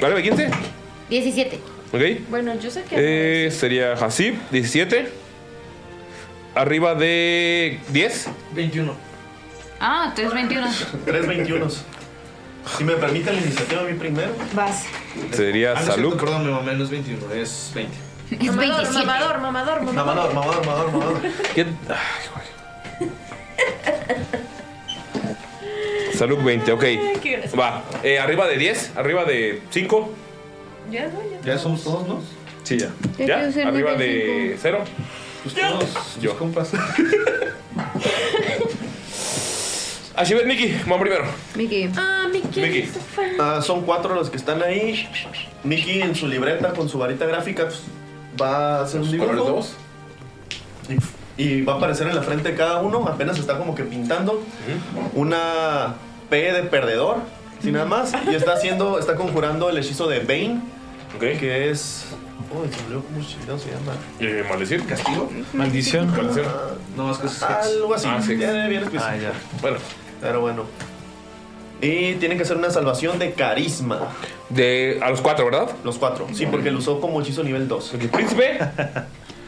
arriba de 15.
17.
Ok.
Bueno, yo sé
Eh, sería Hasib, 17. Arriba de 10.
21.
Ah, 321.
3 21. Si me permite la iniciativa a mí primero.
Vas.
Sería
Ah, no es
salud.
cierto, perdón, mi mamá no es 21, es 20.
Es mamador,
27.
mamador, mamador, mamador.
mamador, mamador, mamador.
¿Qué? Salud 20, ok.
qué gracioso.
Va. Eh, arriba de 10, arriba de 5.
Ya, güey, ya.
Ya somos todos, ¿no?
Sí, ya.
Ya
¿Ya?
quiero ser
Arriba
nivel
de 0.
Pues
Yo. compas.
Ashibet Miki, vamos primero.
Miki.
Ah, Miki.
Miki. Ah, son cuatro los que están ahí. Miki en su libreta con su varita gráfica pues, va a hacer un dibujo.
colores
Y, y va a aparecer en la frente de cada uno. Apenas está como que pintando una P de perdedor, sin nada más. Y está haciendo, está conjurando el hechizo de Bane, que es. Uy, se me olvidó cómo chingado se llama.
Eh, maldecir.
Castigo.
Maldición.
Maldición.
No, más cosas. Algo así.
Ah, sí.
Tiene bien específico.
Ah, ya. Bueno.
Pero bueno. Y tienen que hacer una salvación de carisma.
De, a los cuatro, ¿verdad?
Los cuatro. Sí, porque lo usó como hechizo nivel 2.
príncipe?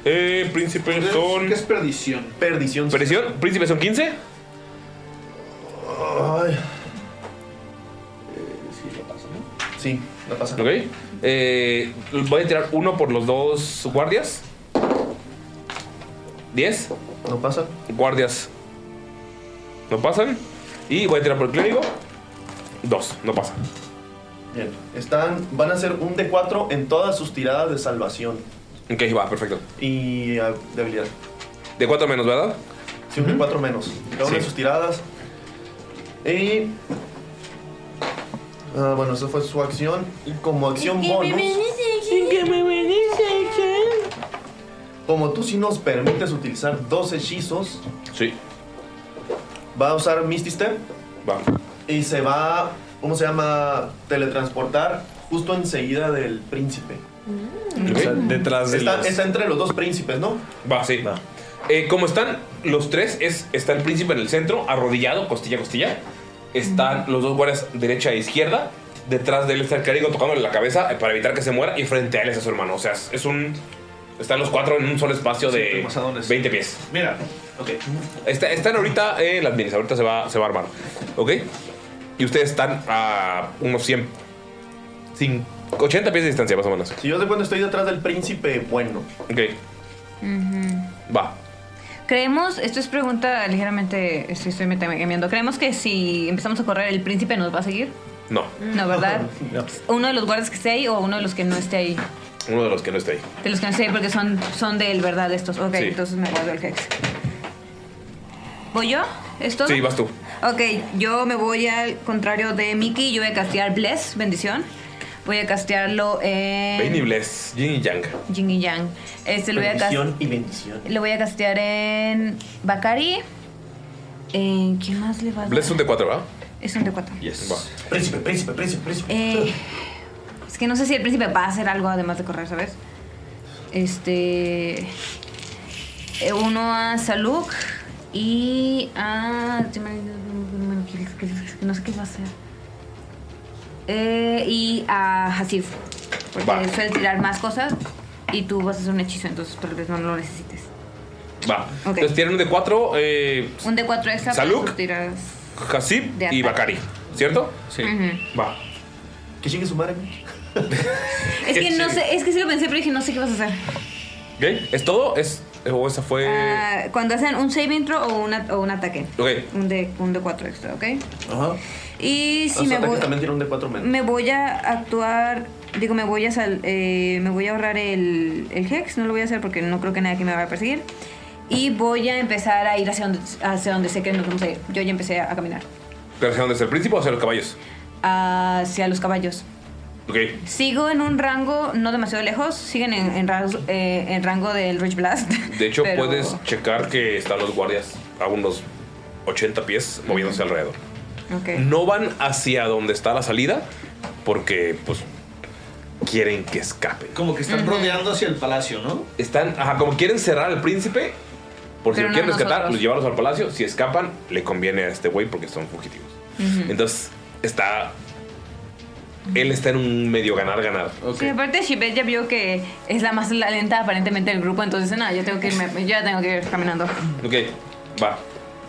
Eh, príncipe son. ¿Qué es perdición?
Perdición.
¿Perdición? ¿Príncipe son 15?
Ay. Sí, lo pasa, ¿no? Sí, lo pasa.
Ok. Eh, voy a tirar uno por los dos guardias. 10.
No pasan.
Guardias. No pasan. Y voy a tirar por el clérigo. 2. No pasa.
Bien. Están, van a hacer un D4 en todas sus tiradas de salvación
Ok, va, perfecto.
y ah, de habilidad.
De 4 menos, ¿verdad?
Sí, un D4 menos. Cada una de sus tiradas. Y. ah, bueno, esa fue su acción. Y como acción bonus. Como tú sí nos permites utilizar dos hechizos.
Sí.
Va a usar Misty Step.
Va.
Y se va, ¿cómo se llama? Teletransportar justo enseguida del príncipe.
O sea, detrás de
está,
los-
está entre los dos príncipes, ¿no?
Va, sí. Eh, como están los tres, es, está el príncipe en el centro, arrodillado, costilla a costilla. Están los dos guardias derecha e izquierda. Detrás de él está el clérigo tocándole la cabeza eh, para evitar que se muera. Y frente a él está su hermano. O sea, es, es un. Están los cuatro en un solo espacio de 20 pies.
Mira, ok.
Está- están ahorita eh, en las minis, ahorita se va, se va a armar. ¿Ok? Y ustedes están a unos 100. cin- 80 pies de distancia, más o menos.
Si yo de cuando estoy detrás del príncipe, bueno.
Ok,
Ujú.
va.
Creemos, esto es pregunta ligeramente, estoy, estoy metagameando. Creemos que si empezamos a correr, el príncipe nos va a seguir.
No.
No, ¿verdad? Uno de los guardias que esté ahí o uno de los que no esté ahí.
Uno de los que no está ahí.
De los que no esté ahí porque son, son de él, ¿verdad? Estos. Ok,
Sí.
entonces me guardo el hex. ¿Voy yo? ¿Esto?
Sí, vas tú.
Ok, yo me voy al contrario de Mickey. Yo voy a castear Bless, bendición. Voy a castearlo en.
Bane y Bless, Yin y Yang.
Yin y Yang. Este Eh, lo voy a castear.
y bendición.
Lo voy a castear en Bakari. ¿En quién más le va a dar?
Bless es un D4, ¿verdad?
Es un de cuatro.
Va.
Príncipe, príncipe, príncipe, príncipe.
Eh, es que no sé si el príncipe va a hacer algo además de correr, ¿sabes? Este. eh, Uno a Saluk Y. Ah, no sé qué va a hacer. Eh, y a Hasif. Porque
Va.
suele tirar más cosas. Y tú vas a hacer un hechizo, entonces tal vez no lo necesites.
Va.
Ok.
Entonces tienen de cuatro eh,
Un de 4 extra. para
Saluk.
tus tiradas.
Hasib
De
y
ataque.
Bakari, ¿cierto? Sí.
Ujú.
Va.
Que chingue su madre.
Es que no sé, es que sí lo pensé, pero dije, no sé qué vas a hacer.
¿Ok? ¿Es todo? ¿Es, ¿O esa fue...?
Ah, cuando hacen un save intro o, una- o un ataque.
Ok.
Un de, un de 4 extra, ¿ok?
Ajá.
Y si
Los
me
ataques
voy,
también tiene un de 4 menos.
me voy a actuar, digo, me voy a sal- eh, me voy a ahorrar el, el hex, no lo voy a hacer porque no creo que nadie aquí me vaya a perseguir. Y voy a empezar a ir hacia donde, hacia donde sé que nos vamos a ir. Yo ya empecé a, a caminar.
¿Pero hacia dónde es el príncipe o hacia los caballos?
Hacia los caballos.
Ok.
Sigo en un rango no demasiado lejos, siguen en, en rango, eh, en rango del Rich Blast.
De hecho,
Pero-
puedes checar que están los guardias a unos 80 pies moviéndose alrededor.
Ok.
No van hacia donde está la salida porque, pues, quieren que escape.
Como que están rodeando hacia el palacio, ¿no?
Están, ajá, como quieren cerrar al príncipe, por si lo
Pero no
quieren
a
rescatar,
nosotros.
los llevarlos al palacio. Si escapan, le conviene a este güey porque son fugitivos. Entonces, está. Él está en un medio ganar-ganar.
Sí, aparte Shibet ya vio que es la más lenta aparentemente del grupo, entonces nada, yo tengo que irme, yo ya tengo que ir caminando.
Ok, va.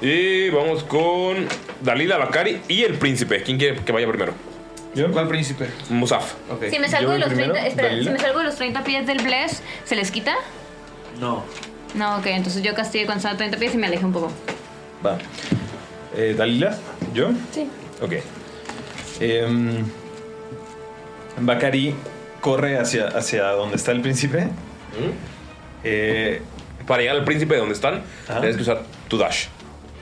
Y vamos con Dalila Bakari y el príncipe. ¿Quién quiere que vaya primero?
¿Yo? ¿Cuál príncipe?
Musaf.
Si me salgo de los 30, espera, si me salgo de los 30 pies del Bless, ¿se les quita?
No.
No, ok, entonces yo castigo cuando están a 30 pies y me alejo un poco.
Va. Eh, Dalila, ¿yo?
Sí.
Ok. Em, Bakari corre hacia, hacia donde está el príncipe.
Eh, Para llegar al príncipe de donde están, tienes que usar tu dash.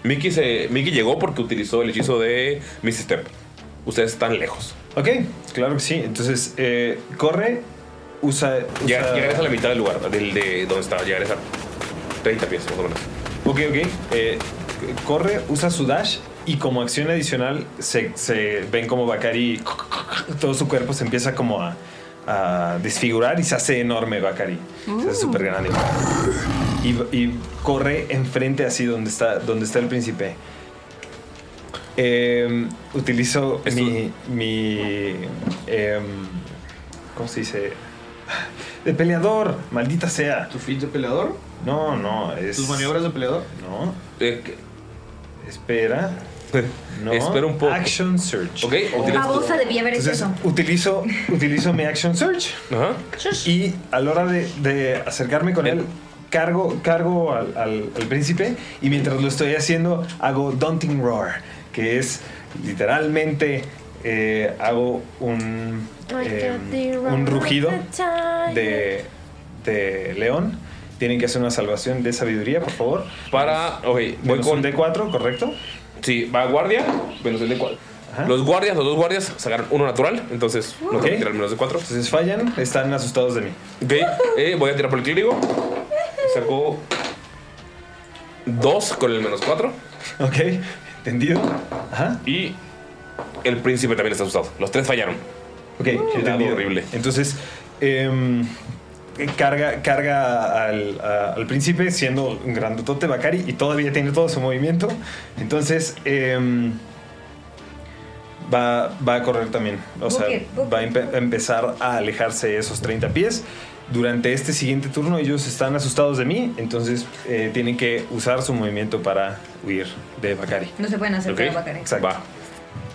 Mickey, se, Mickey llegó porque utilizó el hechizo de Misty Step. Ustedes están lejos.
Ok, claro que sí. Entonces, eh, corre, usa.
Llegar-
usa-
Llegarías a la mitad del lugar, del, de donde está. Llegarías a 30 pies, más o menos.
Ok, ok. Eh, corre, usa su dash y como acción adicional se, se ven como Bakari, todo su cuerpo se empieza como a, a desfigurar y se hace enorme Bakari. Se hace
Uh.
súper grande. Y, y corre enfrente así donde está, donde está el príncipe. Eh, utilizo mi... mi em, ¿Cómo se dice? De peleador, maldita sea. ¿Tu
fit de peleador?
No, no, es...
¿Tus maniobras de peleador?
No.
Eh,
Espera. No.
Espera un poco.
Action Search.
Ok,
utiliza- Babosa, debía haber hecho
Entonces,
eso.
Utilizo, utilizo mi Action Search. Y a la hora de, de acercarme con él, cargo, cargo al, al- al príncipe. Y mientras lo estoy haciendo, hago Daunting Roar, que es literalmente. eh, hago un. eh, un rugido de, de león. Tienen que hacer una salvación de sabiduría, por favor.
Para. Ok, voy
Menos
con.
un D4, ¿correcto?
Sí, va guardia, menos el de cuatro. Los guardias, los dos guardias, sacaron uno natural, entonces no
Ok.
tengo que tirar menos de cuatro.
Entonces fallan, están asustados de mí.
Ok, eh, voy a tirar por el clérigo. Sacó dos con el menos cuatro.
Ok, entendido. Ajá.
Y el príncipe también está asustado. Los tres fallaron.
Ok, entendido.
horrible.
Entonces, em, carga, carga al, a- al príncipe siendo un grandotote Bakari y todavía tiene todo su movimiento. Entonces, em, va, va a correr también. O sea,
Buque, buque.
va a empe- a empezar a alejarse esos 30 pies. Durante este siguiente turno ellos están asustados de mí, entonces eh, tienen que usar su movimiento para huir de Bakari.
No se pueden hacer
Ok,
para Bakari.
exacto.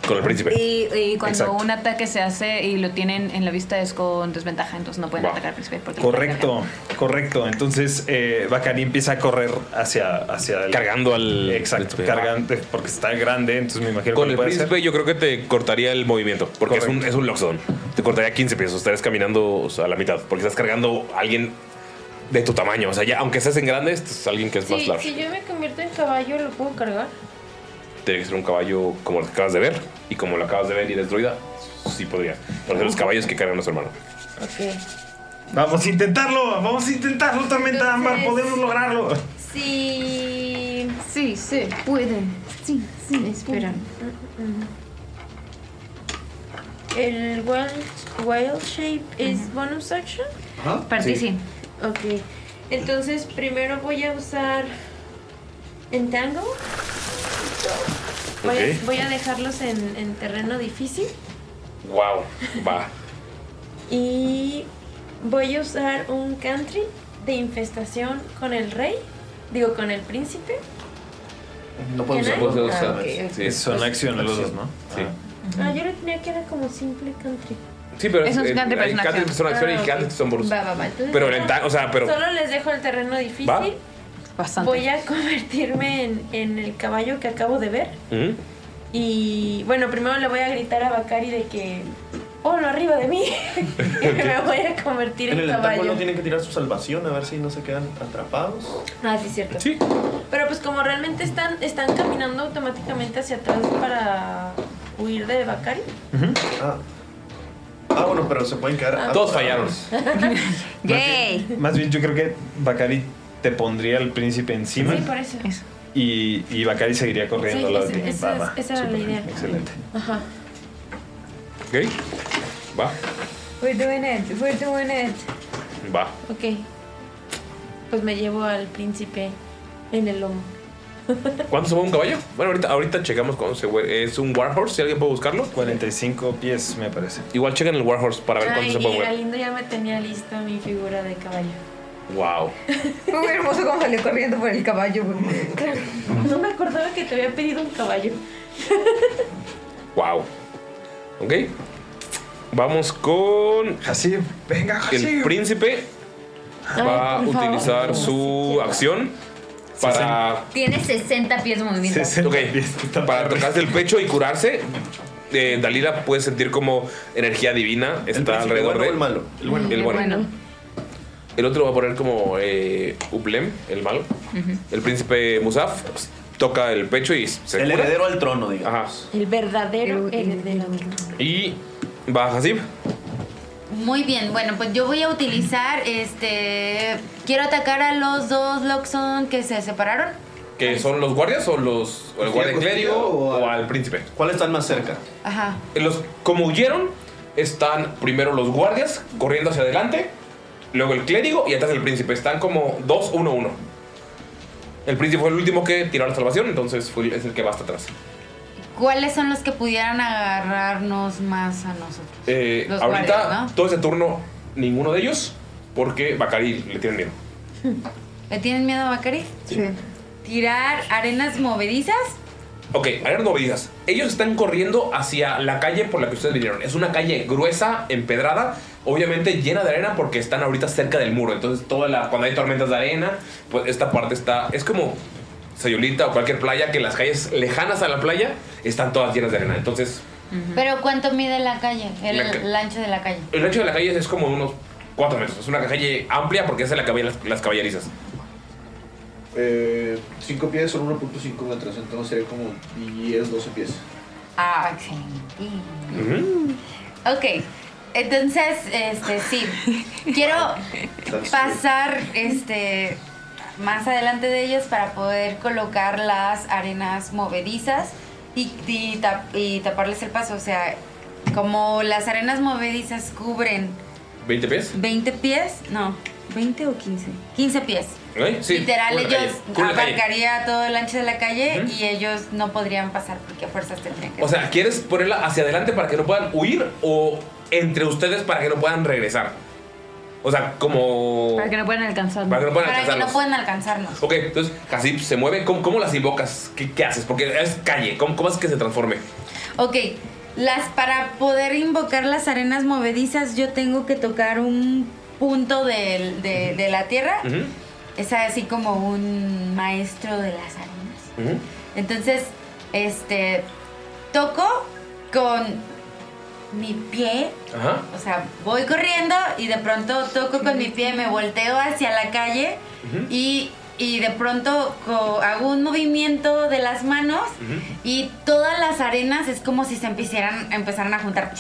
Con el príncipe.
Y, y cuando
Exacto.
un ataque se hace y lo tienen en la vista es con desventaja, entonces no pueden
Va.
atacar al príncipe. Porque
Correcto, correcto. Entonces eh, Bacari empieza a correr hacia, hacia el.
Cargando al.
Exacto,
príncipe.
cargando, porque está grande, entonces me imagino
Con
que
el
lo puede
príncipe yo creo que te cortaría el movimiento, porque es un, es un Loxodon. Te cortaría 15 pies, o estarías caminando o sea, a la mitad, porque estás cargando a alguien de tu tamaño. O sea, ya aunque seas en grande, este es alguien que es más
Sí,
largo.
si yo me convierto en caballo, ¿lo puedo cargar?
Tiene que ser un caballo como el que acabas de ver, y como lo acabas de ver y destruida, sí podría. Pero de los caballos que cargan a su hermano.
Ok.
hacer. Vamos a intentarlo, vamos a intentarlo, Tormenta Ámbar, podemos lograrlo.
Sí.
Sí, sí, pueden. Sí, sí, esperan.
Mm, El wild, wild shape es bonus action.
Ajá. Para ti sí.
Ok. Entonces primero voy a usar ¿En tango? Voy,
Ok.
voy a dejarlos en, en terreno difícil
Wow, va.
y voy a usar un country de infestación con el rey, digo con el príncipe.
No
puedo usar los dos, Ah,
Sí,
ok, ok.
Son acción los dos, ¿no?
Sí.
Ah, yo le tenía que era como simple country.
Sí, pero
Es un
eh,
country, pero
hay
es una
country
acción.
que son acción
Ah,
y
ok.
country que son bonus.
Va, va, va. Entonces,
Pero
solo-
en ta- o sea, pero
Solo les dejo el terreno difícil.
¿Va?
Bastante.
Voy a convertirme en, en el caballo que acabo de ver.
Ujú.
Y bueno, primero le voy a gritar a Bakari de que. ¡Hola, arriba de mí! y me voy a convertir
En
en,
el
caballo.
entango no tienen que tirar su salvación a ver si no se quedan atrapados.
Ah, sí, cierto. Pero pues como realmente están, están caminando automáticamente hacia atrás para huir de Bakari.
ah. Ah, bueno, pero se pueden quedar.
Todos fallaron.
¡Gay!
Más bien, yo creo que Bakari te pondría al príncipe encima
Sí, por eso.
y, y Bakari seguiría corriendo
Sí,
al lado
ese-
de ti.
esa
Va,
es-
va.
esa era la idea.
Excelente.
Ajá.
Ok. Va,
We're doing it, we're doing it.
va.
Ok. Pues me llevo al príncipe en el lomo.
¿Cuánto se mueve un caballo? Bueno, ahorita, ahorita checamos cuánto se mueve. Es un Warhorse, si alguien puede buscarlo.
45 pies, me parece.
Igual chequen el Warhorse para ver cuánto
Ay,
se puede
y
mover.
Galindo ya me tenía lista mi figura de caballo.
Wow.
Fue muy hermoso como salió corriendo por el caballo. güey.
No me acordaba que te había pedido un caballo.
Wow. Ok. Vamos con.
Así, venga,
El
Hasib.
príncipe va a
Ay, por favor.
utilizar su acción para.
Tiene 60 pies de movimiento.
Ok. Para tocarse el pecho y curarse. Eh, Dalila puede sentir como energía divina está alrededor de. El malo. El bueno. El otro va a poner como eh, Uplem, el malo. El príncipe Musaf pues, toca el pecho y se
El
cura.
heredero al trono,
Ajá.
El verdadero heredero.
Y va Hasib.
Muy bien, bueno, pues yo voy a utilizar este. Quiero atacar a los dos Loxon que se separaron.
¿Que son los guardias o los o el guardia clérigo o, al príncipe? ¿Cuáles están más cerca?
Ajá.
Los, como huyeron, están primero los guardias corriendo hacia adelante, luego el clérigo y atrás el príncipe. Están como 2-1-1. El príncipe fue el último que tiró la salvación, entonces fue, es el que va hasta atrás.
¿Cuáles son los que pudieran agarrarnos más a nosotros?
Eh,
Los
ahorita,
guardias, ¿no?
todo este turno, ninguno de ellos, porque Bacari le tienen miedo.
Hmm. ¿Le tienen miedo a Bacari? Sí. Tirar arenas movedizas.
Ok, ahora no digas. Ellos están corriendo hacia la calle por la que ustedes vinieron. Es una calle gruesa, empedrada, obviamente llena de arena porque están ahorita cerca del muro. Entonces, toda la, cuando hay tormentas de arena, pues esta parte está. Es como Sayulita o cualquier playa que las calles lejanas a la playa están todas llenas de arena. Entonces,
Pero ¿cuánto mide la calle? El,
La ca-
el ancho de la calle.
el ancho de la calle es como unos 4 metros. Es una calle amplia porque es en la que había las, las caballerizas.
5 Eh, pies son 1.5 metros, entonces sería como 10, 12 pies.
Ah, excelente. Ok, entonces, este, sí. Quiero pasar, este, más adelante de ellos para poder colocar las arenas movedizas y, y tap- y taparles el paso. O sea, como las arenas movedizas cubren
¿20 pies?
20 pies, no, 20 o 15. 15 pies.
¿Ok? Sí,
Literal,
cubre la
ellos
calle, cubre la calle.
abarcaría todo el ancho de la calle
Ujú.
y ellos no podrían pasar porque a fuerzas tendrían que
O sea, ¿quieres ponerla hacia adelante para que no puedan huir o entre ustedes para que no puedan regresar? O sea, como...
Para que no puedan alcanzarnos.
Para que no puedan
Para que no
alcanzarlos.
puedan alcanzarnos.
Ok, entonces Hasib se mueve. ¿Cómo, cómo las invocas? ¿Qué, qué haces? Porque es calle. ¿Cómo, cómo es que se transforme?
Ok, las para poder invocar las arenas movedizas yo tengo que tocar un punto del- de, de la tierra. Es así como un maestro de las arenas. Entonces, este, toco con mi pie
Ajá.
o sea, voy corriendo y de pronto toco con mi pie, me volteo hacia la calle
Ujú.
y, y de pronto co- hago un movimiento de las manos y todas las arenas es como si se empezaran, empezaran a juntar.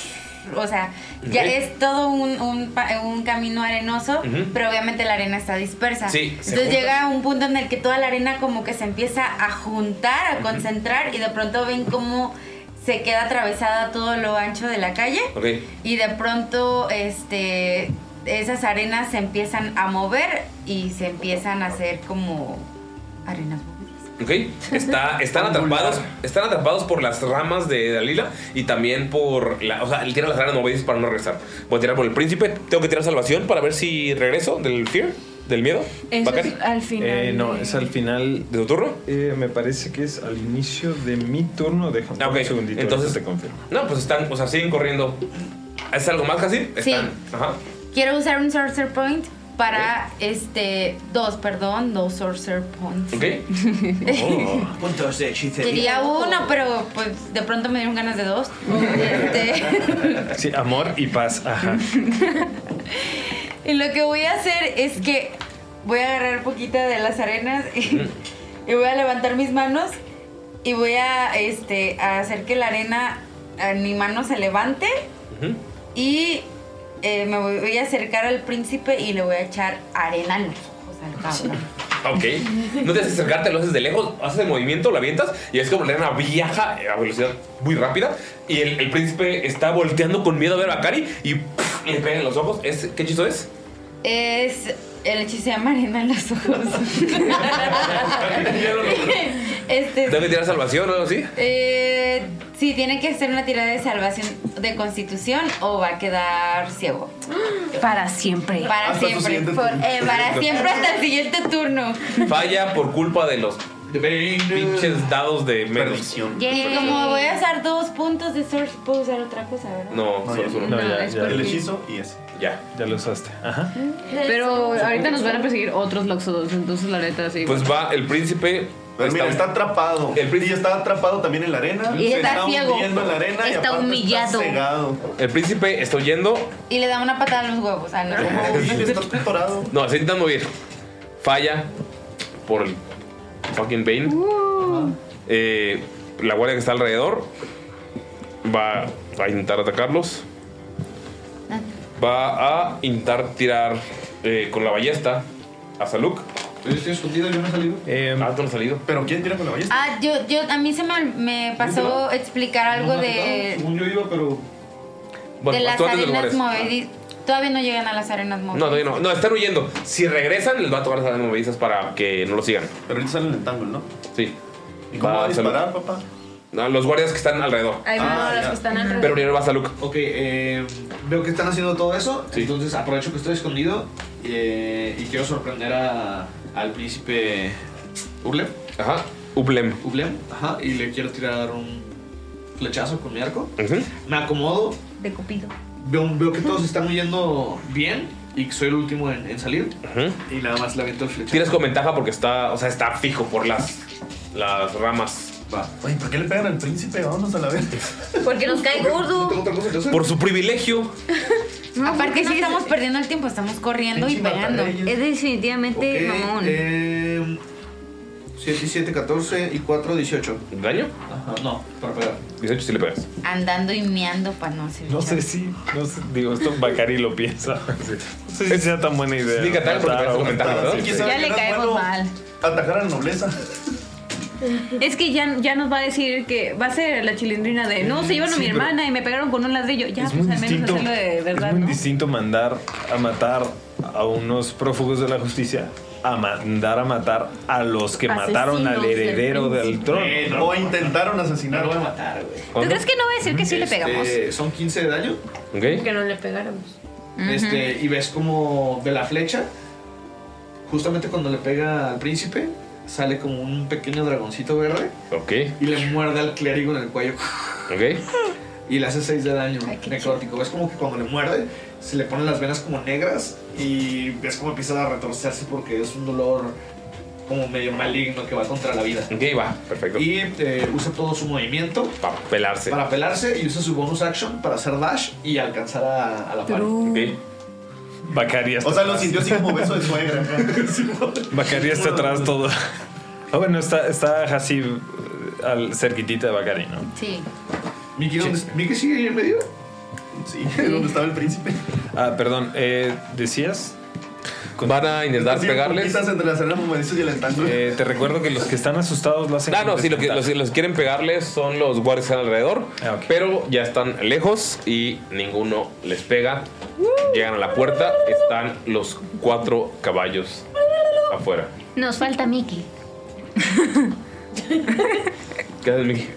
O sea, ya
Ok.
es todo un, un pa- un camino arenoso,
Ujú.
pero obviamente la arena está dispersa.
Sí, se
Entonces
junta.
llega un punto en el que toda la arena como que se empieza a juntar, a concentrar y de pronto ven cómo se queda atravesada todo lo ancho de la calle.
Ok.
Y de pronto, este, esas arenas se empiezan a mover y se empiezan a hacer como arenas movedizas.
Ok, está- están, atrapados, están atrapados por las ramas de Dalila y también por la. O sea, él tira las ramas movedizas para no regresar. Voy a tirar por el príncipe. Tengo que tirar salvación para ver si regreso del fear, del miedo.
Eso
Bacari.
es al final.
Eh, no,
de-
es al final.
¿De tu turno?
Eh, me parece que es al inicio de mi turno. Déjame
Ah, ok.
un segundito.
Entonces-
ahorita te confirmo.
No, pues están, o sea, siguen corriendo. ¿Es algo más, Hasib?
Sí.
Están. Ajá.
Quiero usar un Sorcerer Point para este. Dos, perdón, dos Sorcerer Points.
Ok.
Oh.
puntos de hechicería.
Quería uno, pero pues de pronto me dieron ganas de dos.
Oh.
Este,
Sí, amor y paz. Ajá.
Y lo que voy a hacer es que voy a agarrar poquita de las arenas y, y voy a levantar mis manos y voy a, este, a hacer que la arena en mi mano se levante y eh, me voy, voy a acercar al príncipe y le voy a echar arena en los ojos al cabrón.
Ok. No te haces acercarte, lo haces de lejos, haces el movimiento, la avientas y es como la arena viaja a velocidad muy rápida. Y el, el príncipe está volteando con miedo a ver a Bacari y ¡puf! le pega en los ojos. ¿Es, ¿Qué hechizo es?
Es el hechizo de arena en los ojos. este,
¿Tengo que tirar salvación o algo así?
Eh, sí, tiene que hacer una tirada de salvación de constitución o va a quedar ciego. Para siempre. Para
Hasta su
siempre.
siguiente
For-
turno.
eh, para siempre hasta el siguiente turno.
Falla por culpa de los pinches dados de menos.
Y como voy a usar dos puntos de source, puedo usar otra cosa, ¿verdad?
No, solo es uno.
No, ya, ya.
El hechizo y ese.
Ya.
Ya lo usaste. Ajá.
Pero ahorita nos van a perseguir otros Loxodos, entonces la neta sí.
Pues va el príncipe.
Pero mira, está atrapado. El príncipe está atrapado también en la arena.
Y
se
está ciego.
hundiendo en la arena y
Está
aparte
humillado.
Está cegado.
El príncipe está huyendo.
Y le da una patada en los huevos. Ah, no.
No, se intentando huir. Falla por el fucking Bane. Eh, la guardia que está alrededor va a intentar atacarlos. Va a intentar tirar eh, con la ballesta a Saluk. ¿Estoy escondido? ¿Yo no he salido? ah, tú no has salido.
¿Pero quién tira con la ballesta?
Ah, yo, yo, a mí se me, me pasó explicar algo de,
Según yo iba, pero.
de las
tú antes de los
arenas
lugares.
movedizas. Todavía no llegan a las arenas movedizas.
No, todavía no, no, están huyendo. Si regresan, les va a tocar las alas movedizas para que no lo sigan. Pero ahorita salen en tango, ¿no? Sí. ¿Y
cómo va a disparar, papá?
A Ah, los guardias que están alrededor.
Ahí van
Ah,
los que están alrededor.
Pero primero va Saluk.
Ok, eh, veo que están haciendo todo eso. Entonces aprovecho que estoy escondido eh, y quiero sorprender a, al príncipe Urlem.
Ajá. Uplem.
Ublem, ajá. Y le quiero tirar un flechazo con mi arco.
Ujú.
Me acomodo,
De Cupido.
veo, veo que todos están huyendo bien y que soy el último en, en salir. Y nada más le aviento el flechazo.
Tienes con ventaja porque está, o sea, está fijo por las, las ramas.
Oye, ¿por qué le pegan al príncipe? Vámonos a la vez.
Porque nos cae gordo.
Por su privilegio.
Aparte, sí estamos perdiendo el tiempo, estamos corriendo y pegando.
Es definitivamente
Ok,
mamón.
eh, 7 y 7, 14 y 4, 18.
¿Daño?
Ajá, no, para pegar.
18 si le pegas.
Andando y meando para no hacer
No sé si. No sé, digo, esto Bacari lo piensa. No sé si sea tan buena idea.
Ni que tal, porque te vas a comentar, ¿verdad?
Sí,
Quizá
Ya le
era
caemos
bueno
mal.
Atacar a la nobleza.
Es que ya, ya nos va a decir que va a ser la chilindrina de no, se llevan a
Sí,
mi
pero-
hermana y me pegaron con un ladrillo. Ya,
Es
pues
muy
al menos
distinto.
hacerlo de verdad,
es muy
¿no?
distinto mandar a matar a unos prófugos de la justicia a mandar a matar a los que mataron al
Asesinos del
heredero del trono.
Eh, no.
O intentaron asesinarlo.
Voy a matar, güey.
¿Tú crees que no va a decir que sí le
Este,
pegamos?
Son 15 de daño.
Ok.
Que no le pegáramos.
Este, y ves como de la flecha, justamente cuando le pega al príncipe, sale como un pequeño dragoncito verde
Ok.
y le muerde al clérigo en el cuello.
Ok.
Y le hace 6 de daño necrótico. Ves como que cuando le muerde, se le ponen las venas como negras y ves como empieza a retorcerse porque es un dolor como medio maligno que va contra la vida.
Ok, va, perfecto.
Y eh, usa todo su movimiento
para pelarse.
Para pelarse y usa su bonus action para hacer dash y alcanzar a, a la pared.
Bacari hasta
O sea, lo
atrás.
sintió así como beso de suegra.
Bacari está atrás todo. Ah, bueno, está, está así eh, al cerquitita de Bacari, ¿no?
Sí.
Miki, ¿dónde- Miki sigue ahí en medio?
Sí, ¿dónde estaba el príncipe?
Ah, perdón, eh, ¿decías?
Van a intentar
Sí,
pegarles.
poquitas entre las arenas movedizas y el entangro.
Eh, te recuerdo que los que están asustados lo hacen.
Ah,
con
no, sí, lo que, los,
desventaja.
los que quieren pegarles son los guardias que están alrededor. Pero ya están lejos y ninguno les pega. Llegan a la puerta, están los cuatro caballos afuera.
Nos falta Mickey.
¿Qué haces, Mickey?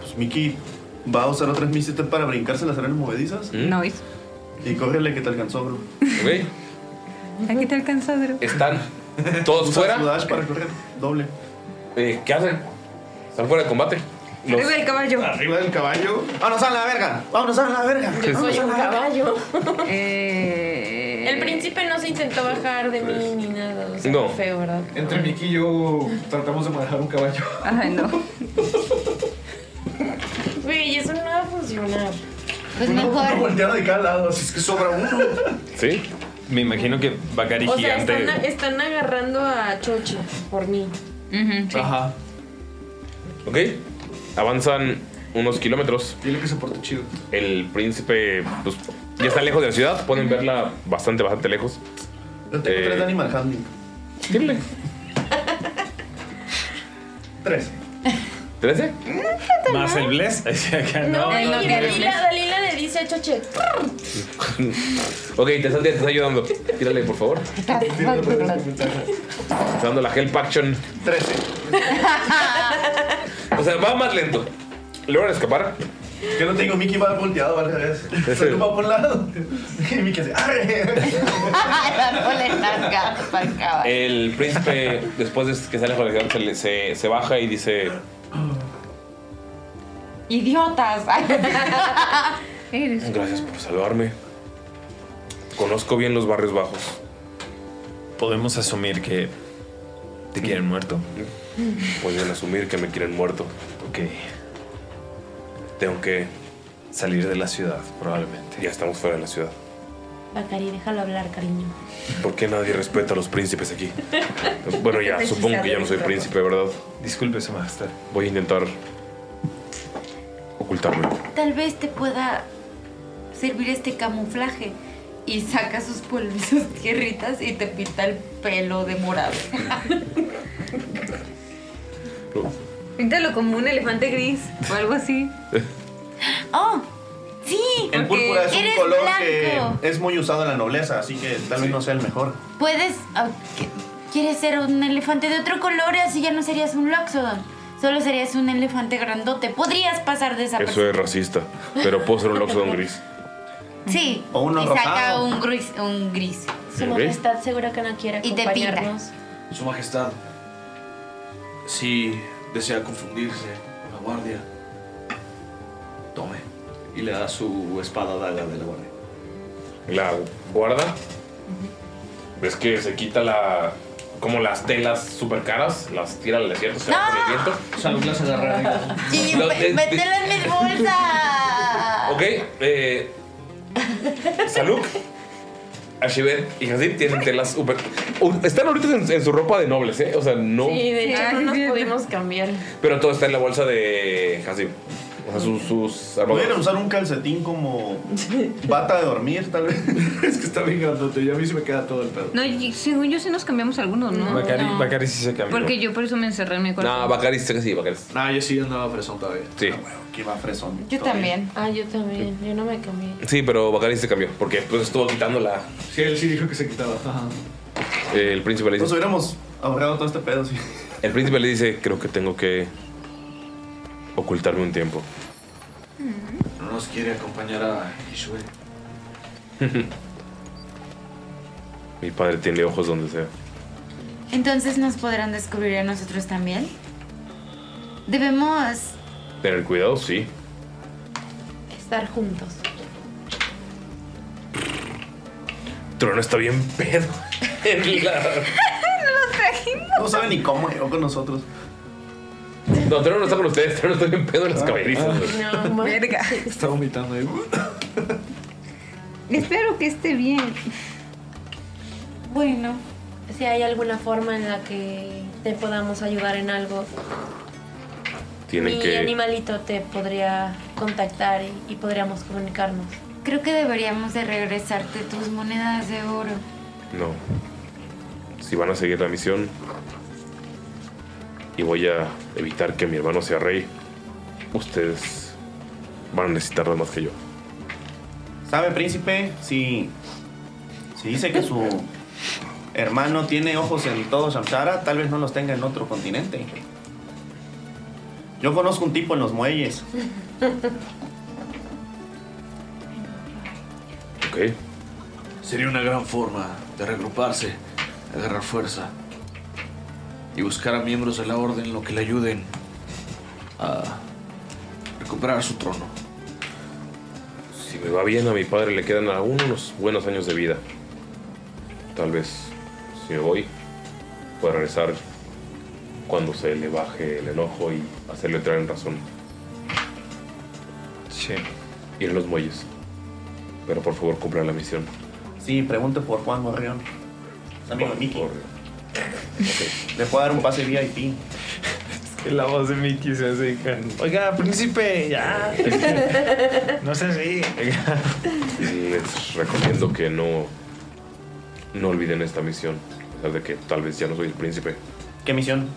Pues Mickey va a usar otras misis para brincarse las arenas movedizas.
No, es-
Y cógele que te alcanzó, bro.
Ok.
aquí te alcanza, pero.
Están todos fuera.
para correr doble.
Eh, ¿Qué hacen? Están fuera de combate. Los-
Arriba del caballo.
Arriba del caballo.
¡Vámonos a la verga! ¡Vámonos a la verga!
Yo soy un caballo.
Eh,
El príncipe no se intentó bajar de mí ni nada. O sea,
No.
Feo, ¿verdad?
Entre Miki y yo tratamos de manejar un caballo.
Ay, no.
Güey, eso no va a funcionar.
Pues
Uno volteado de cada lado, así es que sobra uno.
Sí. Me imagino que Bacari
O sea,
gigante.
están, están agarrando a Chochi por mí.
Ajá. Ok. Avanzan unos kilómetros. Dile que se porte chido. El príncipe, pues, ya está lejos de la ciudad. Pueden verla bastante, bastante lejos.
Yo tengo
Eh,
tres de Animal Handling.
Dile.
Tres.
¿13?
Más el bless.
No,
no,
y
no,
Dalila, Dalila le dice a Choche.
Ok, te estás, te está ayudando. Tírale, por favor. Está dando la help action. 13. O sea, va más lento. Logran escapar.
Que no tengo, Mickey va volteado, ¿vale?
Ese-
Se va por un lado. Y Mickey hace. "Arre".
Dándole las gafas al caballo.
El príncipe, después de que sale con la ciudad, se, le- se- se baja y dice:
Idiotas.
Eres.
Gracias por salvarme. Conozco bien los barrios bajos.
Podemos asumir que te quieren muerto.
Pueden asumir que me quieren muerto.
Ok.
Tengo que
salir de la ciudad, probablemente.
Ya estamos fuera de la ciudad.
Bacari, déjalo hablar, cariño.
¿Por qué nadie respeta a los príncipes aquí? Bueno, ya,
Está
supongo que ya no soy
hechizado.
príncipe, ¿verdad? Disculpe, su majestad. Voy a intentar ocultarme.
Tal vez te pueda servir este camuflaje. Y saca sus polvitos tierritas y te pinta el pelo de morado.
Uh,
Píntalo como un elefante gris o algo así.
¡Oh! ¡Sí!
El
porque
púrpura es un
eres
color
blanco.
que es muy usado en la nobleza, así que tal vez no sea el mejor.
Puedes. ah, ¿qué- ¿Quieres ser un elefante de otro color? Así ya no serías un Loxodon. Solo serías un elefante grandote. Podrías pasar de esa
Eso es racista, pero puedo ser un Loxodon gris.
Sí.
O uno
y saca
rosado.
un gris. Un gris.
Su
Ok.
majestad segura que no quiere
Y te pinta.
acompañarnos.
Su Majestad, si desea confundirse con la guardia, tome. Y le da su espada daga de la guardia.
La guarda. ¿Ves que se quita la. como las telas super caras? Las tira al desierto, se va con el viento.
Salud las agarra.
No, de- de-
¡Mételo en mis bolsas!
Ok, eh. Salud. Ashibet y Hasib tienen telas super. Uh, Están ahorita en, en su ropa de nobles, ¿eh? O sea, no.
Sí, de hecho
Ah,
no
sí,
nos
sí.
pudimos cambiar.
Pero todo está en la bolsa de Hasib. O sea, sus, sus armaduras.
Pudieran usar un calcetín como bata de dormir, tal vez. es que está bien grandote y a mí se me queda todo el pedo.
No, y- según yo sí nos cambiamos algunos, ¿no? No.
sí se
Porque yo por eso me encerré en mi cuarto.
No, Bacari sí que sí, Bacari.
No, yo sí andaba fresón todavía. Ah,
Sí.
¿Quién va fresón?
Ah, yo también. Yo no me cambié.
Sí, pero Bacari se cambió. Porque pues estuvo quitando la.
Sí, él sí dijo que se quitaba. Ajá.
eh, el príncipe le dice.
Nos hubiéramos ahorrado todo este pedo, sí.
El príncipe le dice, creo que tengo que ocultarme un tiempo.
No nos quiere acompañar a Ishue.
Mi padre tiene ojos donde sea.
Entonces nos podrán descubrir a nosotros también. Debemos.
Tener cuidado, sí.
Estar juntos.
Trono está bien pedo.
no
los trajimos.
No sabe ni cómo llegó con nosotros.
No, Trono no está con ustedes. Trono está bien pedo en las caballerizas. güey.
No,
verga.
Está vomitando ahí.
Espero que esté bien.
Bueno.
Si hay alguna forma en la que te podamos ayudar en algo,
Tienen
mi
que...
animalito te podría contactar y, y podríamos comunicarnos.
Creo que deberíamos de regresarte tus monedas de oro.
No. Si van a seguir la misión... Y voy a evitar que mi hermano sea rey. Ustedes van a necesitarlo más que yo.
¿Sabe, príncipe? Si, si dice que su Hermano, tiene ojos en todo Shamsara, tal vez no los tenga en otro continente. Yo conozco un tipo en los muelles.
Ok. Sería una gran forma de regruparse, agarrar fuerza y buscar a miembros de la orden lo que le ayuden a recuperar su trono.
Si me va bien, a mi padre le quedan aún unos buenos años de vida. Tal vez, si me voy, pueda regresar cuando se le baje el enojo y hacerle entrar en razón.
Sí.
Ir a los muelles. Pero por favor, cumpla la misión.
Sí, pregunte por Juan Gorrión. Es amigo de Mickey. Le puedo dar un pase VIP.
Que la voz de Mickey se hace can- Oiga, príncipe, ya. No sé si.
Les recomiendo que no, no olviden esta misión. A pesar de que tal vez ya no soy el príncipe.
¿Qué misión?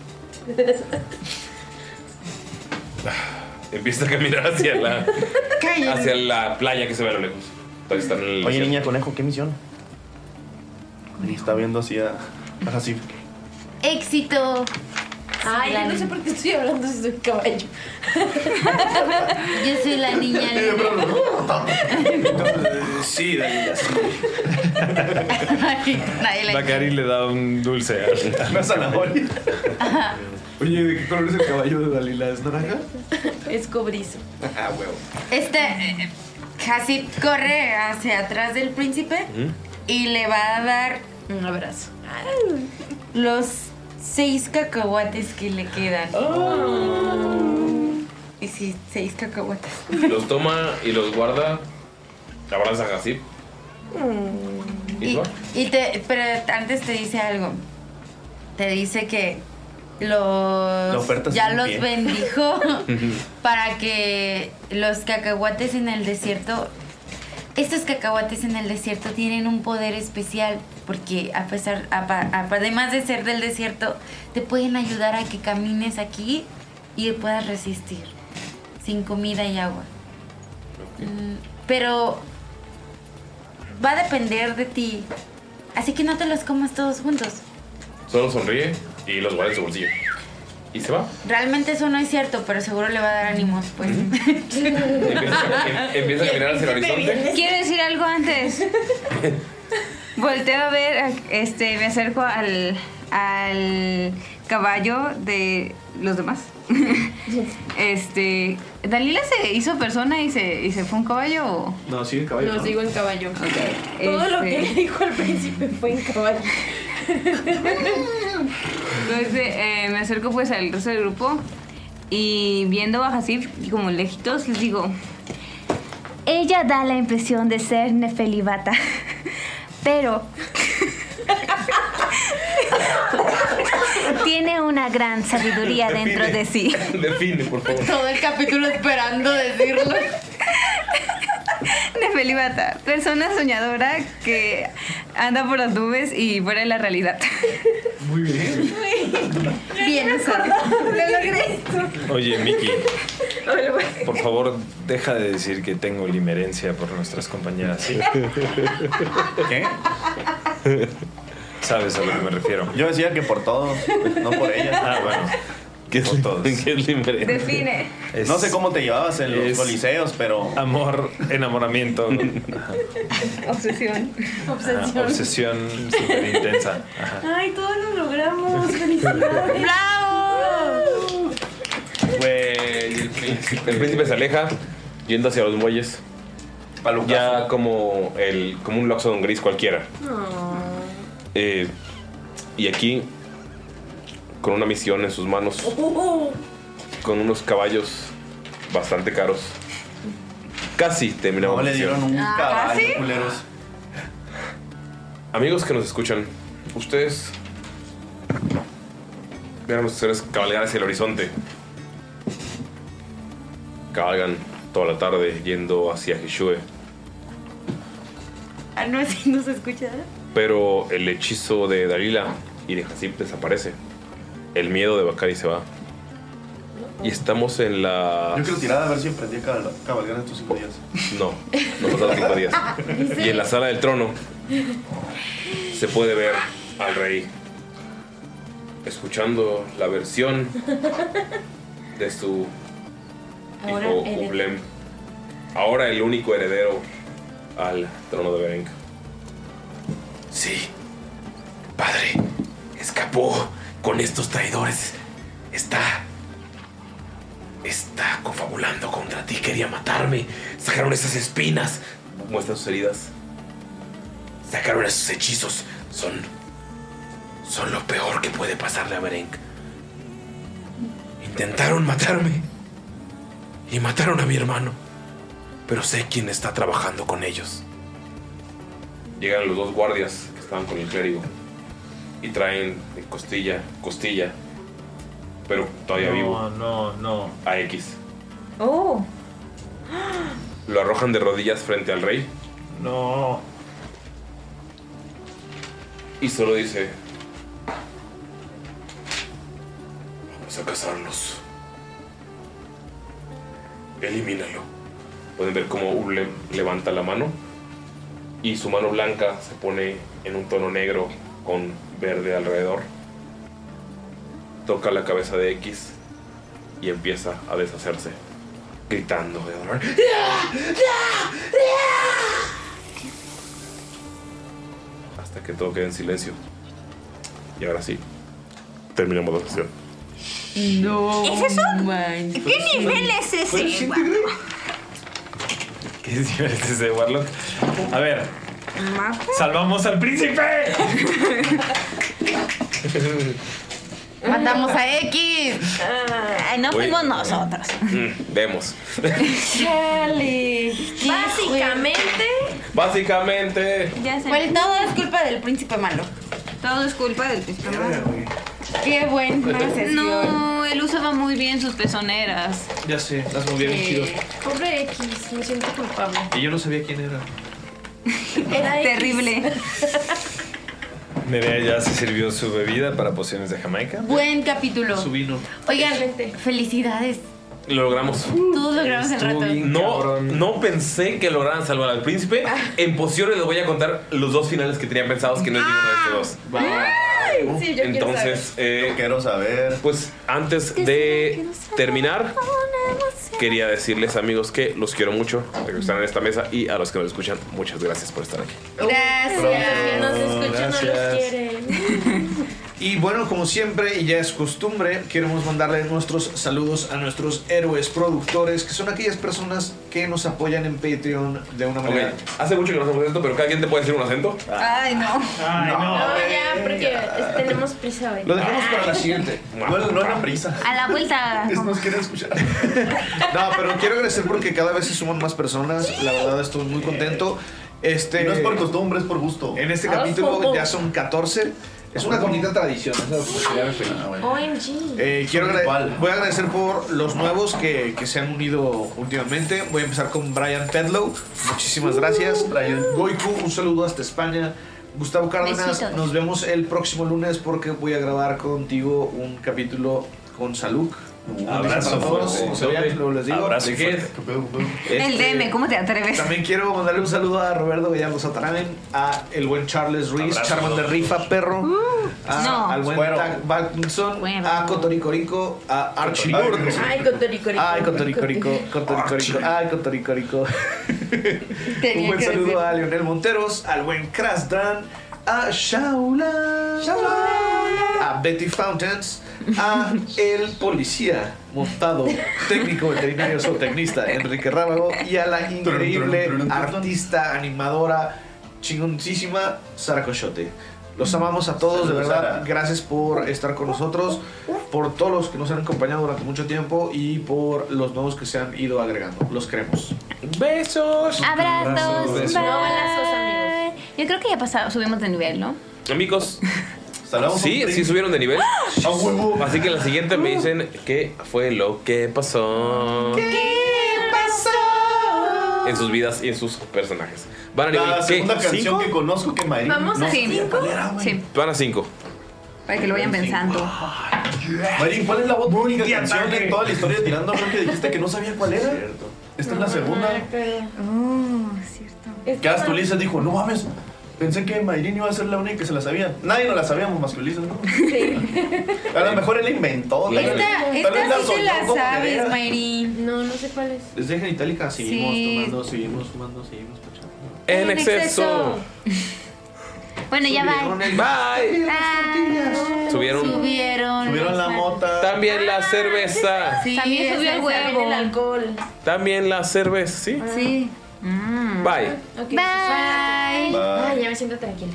Empieza a caminar hacia la, hacia la playa que se ve a lo lejos. Tal vez están en el
Oye,
desierto.
niña conejo, ¿qué misión? Está viendo así a, a Hasib.
Éxito.
Ay, yo no sé por qué estoy hablando si soy caballo.
Yo soy la niña.
Sí, Dalila, sí.
Nadie le
Bacari le da un dulce a
una zanahoria.
Oye, ¿de qué color es el caballo de Dalila? ¿Es naranja?
Es cobrizo.
Ah, huevo.
Este. eh, Hasib corre hacia atrás del príncipe y le va a dar un abrazo. Los seis cacahuates que le quedan.
Oh.
Y sí, seis cacahuates.
Los toma y los guarda. Abraza a Hasib. ¿Y
Y,
tú?
y te, pero antes te dice algo. Te dice que los
La oferta
ya
sin
los
pie.
bendijo para que los cacahuates en el desierto estos cacahuates en el desierto tienen un poder especial porque a pesar apa- apa- además de ser del desierto te pueden ayudar a que camines aquí y puedas resistir sin comida y agua. Mm, Pero va a depender de ti. Así que no te los comas todos juntos.
Solo sonríe y los guarda en su bolsillo. Y se va.
Realmente eso no es cierto, pero seguro le va a dar ánimos, pues.
Empieza, empieza a caminar hacia el horizonte.
Quiero decir algo antes. Volteo a ver, a- este, me acerco al, al caballo de los demás. Este, ¿Dalila se hizo persona y se, y se fue un caballo o?
No, sí, el caballo. ¿no? Este.
en caballo.
Todo lo que le
dijo al príncipe fue en caballo.
Entonces eh, me acerco pues al resto del grupo y viendo a Hasif como lejitos les digo,
Ella da la impresión de ser Nefelibata. Pero. tiene una gran sabiduría dentro de sí.
Define, por favor.
Todo el capítulo esperando decirlo.
Nefelibata, persona soñadora que anda por las nubes y fuera de la realidad.
Muy bien.
Bien, lo logré.
Oye, Mickey, por favor, deja de decir que tengo limerencia por nuestras compañeras.
¿Qué?
Sabes a lo que me refiero.
Yo decía que por todos, no por ella.
Ah, bueno.
¿Qué
por todos.
¿Qué es
Define.
No sé cómo te llevabas en los
es-
coliseos, pero.
Amor, enamoramiento. Ajá.
Obsesión.
Obsesión.
Ah, obsesión súper intensa. Ajá.
Ah,
Ay, todos lo logramos. Felicidades. ¡Bravo!
Güey, el príncipe, el príncipe se aleja yendo hacia los muelles. Ya como, el, como un Loxodon gris cualquiera. Eh, y aquí, con una misión en sus manos,
uh,
con unos caballos bastante caros. Casi terminamos.
No le
misión.
dieron un
Ah,
caballo,
¿sí?
culeros.
Amigos que nos escuchan, ustedes vean a los seres cabalgar hacia el horizonte. Cabalgan toda la tarde yendo hacia Hishue,
Ah, no, así no se escucha.
pero el hechizo de Dalila y de Hasib desaparece. El miedo de Bakari se va. Y estamos en la.
Yo quiero tirar a ver si aprendí a cabal- cabalgar estos cinco días.
No, no pasaron cinco días. Y en la sala del trono se puede ver al rey. Escuchando la versión de su
Ahora
hijo
eres-
Ublem. Ahora el único heredero al trono de Berenk.
Sí. Padre, escapó con estos traidores. Está. Está confabulando contra ti. Quería matarme. Sacaron esas espinas.
Muestra sus heridas.
Sacaron esos hechizos. Son. Son lo peor que puede pasarle a Berenk. Intentaron matarme. Y mataron a mi hermano. Pero sé quién está trabajando con ellos.
Llegan los dos guardias que estaban con el clérigo y traen de costilla, costilla, pero todavía
No,
vivo.
No, no.
A X.
Oh.
Lo arrojan de rodillas frente al rey
No.
y solo dice: Vamos a cazarlos. Elimínalo. Pueden ver cómo Urle levanta la mano y su mano blanca se pone en un tono negro con verde alrededor. Toca la cabeza de X y empieza a deshacerse, gritando de dolor. Hasta que todo quede en silencio. Y ahora sí, terminamos la sesión.
No.
¿Es eso?
manches.
¿Qué nivel es ese?
¿Qué nivel es ese, Warlock? A ver, salvamos al príncipe.
Matamos a X.
Ay, no
Güey.
fuimos nosotros.
Mm, vemos.
Básicamente.
Básicamente.
Ya
Pues todo es culpa del príncipe malo.
Todo es culpa del príncipe malo.
Qué buen
No, él usaba muy bien sus pezoneras. Eh,
Ya sé, las movía
Eh,
bien chido.
Pobre X, me siento culpable.
Y yo no sabía quién era.
Era X.
Terrible.
Nerea ya se sirvió su bebida para pociones de Jamaica.
Buen capítulo.
Su vino.
Oigan, felicidades.
Lo logramos.
Todos logramos el rato.
No, no pensé que lograran salvar al príncipe. En pociones les voy a contar los dos finales que tenía pensados que no es ninguno de estos dos.
sí, yo quiero
Entonces, eh, Ah, quiero saber. Pues antes de terminar, quería decirles amigos que los quiero mucho, a los que están en esta mesa y a los que nos escuchan, muchas gracias por estar aquí.
Gracias.
Nos escuchan, no los quieren.
Y bueno, como siempre y ya es costumbre, queremos mandarle nuestros saludos a nuestros héroes productores, que son aquellas personas que nos apoyan en Patreon de una
Ok,
manera.
hace mucho que no hacemos esto, pero cada quien te puede decir un acento.
Ay, no.
Ay,
No, ya, porque es- tenemos prisa hoy.
siguiente.
No, no era prisa.
A la vuelta.
Nos quieren escuchar.
No, pero quiero agradecer porque cada vez se suman más personas. La verdad estoy muy contento. Este, no es por
costumbre, es por gusto.
En este
Ah,
capítulo
ojo.
ya son 14. Es una bonita tradición.
Ah,
es algo que ya me feliz.
OMG.
Eh, quiero agrade- voy a agradecer por los nuevos que, que se han unido últimamente. Voy a empezar con Brian Pedlow. Muchísimas gracias. Brian Goiku, un saludo hasta España. Gustavo Cárdenas,
Besitos.
nos vemos el próximo lunes porque voy a grabar contigo un capítulo con Saluk. Un
Abrazo
beso para todos.
fuerte.
No se vayan, luego les digo.
Abrazo
¿De qué es? Este,
El DM, ¿cómo te atreves?
También quiero mandarle un saludo a Roberto Gallardo Sataramen, a el buen Charles Ruiz,
Abrazo.
Charman de Rifa, perro. A-
no.
Al buen
Bueno.
Tag Batson, a Cotoricorico, a Archie
Ay,
Lourdes.
Ay, cotoricorico.
Ay, Cotoricorico, Cotoricorico, ay, Cotoricorico. Un buen saludo a Leonel Monteros, al buen Krasdran, a Shaula, a Betty Fountains, a el policía montado, técnico veterinario zootecnista Enrique Rábago y a la increíble artista animadora chingoncísima Sara Cochote. Los amamos a todos, de
Saludos,
verdad. Gracias por estar con nosotros, por todos los que nos han acompañado durante mucho tiempo y por los nuevos que se han ido agregando. Los queremos.
Besos.
Abrazos.
Besos.
bye.
No
Yo creo que ya pasamos, subimos de nivel, ¿no?
Amigos,
Saludamos a
sí,
un príncipe.
sí subieron de nivel. Así que en la siguiente me dicen qué fue lo que pasó
pasó?
en sus vidas y en sus personajes. Van a nivel
La segunda
¿qué?
canción
¿Cinco?
que conozco que Mayrin no sabía cuál era.
Sí,
Van a cinco.
para que lo vayan pensando.
Mayrin, ¿cuál es la única canción en toda la historia de Tirando a Rock que dijiste que no sabía cuál era?
Ah,
Esta es la segunda.
Ay, pero-
Que hasta Ulises dijo, no mames, Pensé que Mayrin iba a ser la única que se la sabía. Nadie nos la sabíamos más que Ulises, ¿no? A lo mejor él la inventó. tal vez-
Esta,
tal vez
esta sí
soñó
te la
como
sabes,
era.
Mayrin.
No, no sé cuál es.
Les deja en itálica, seguimos
Sí.
tomando, seguimos fumando, seguimos escuchando.
En exceso.
Bueno, ya va.
Bye. Subieron.
Subieron.
mota. También la cerveza.
También
subió el huevo. El alcohol.
También la cerveza, ¿sí?
Sí.
Bye.
Bye. Mm. Bye.
Bye.
Ay, ya me siento tranquila.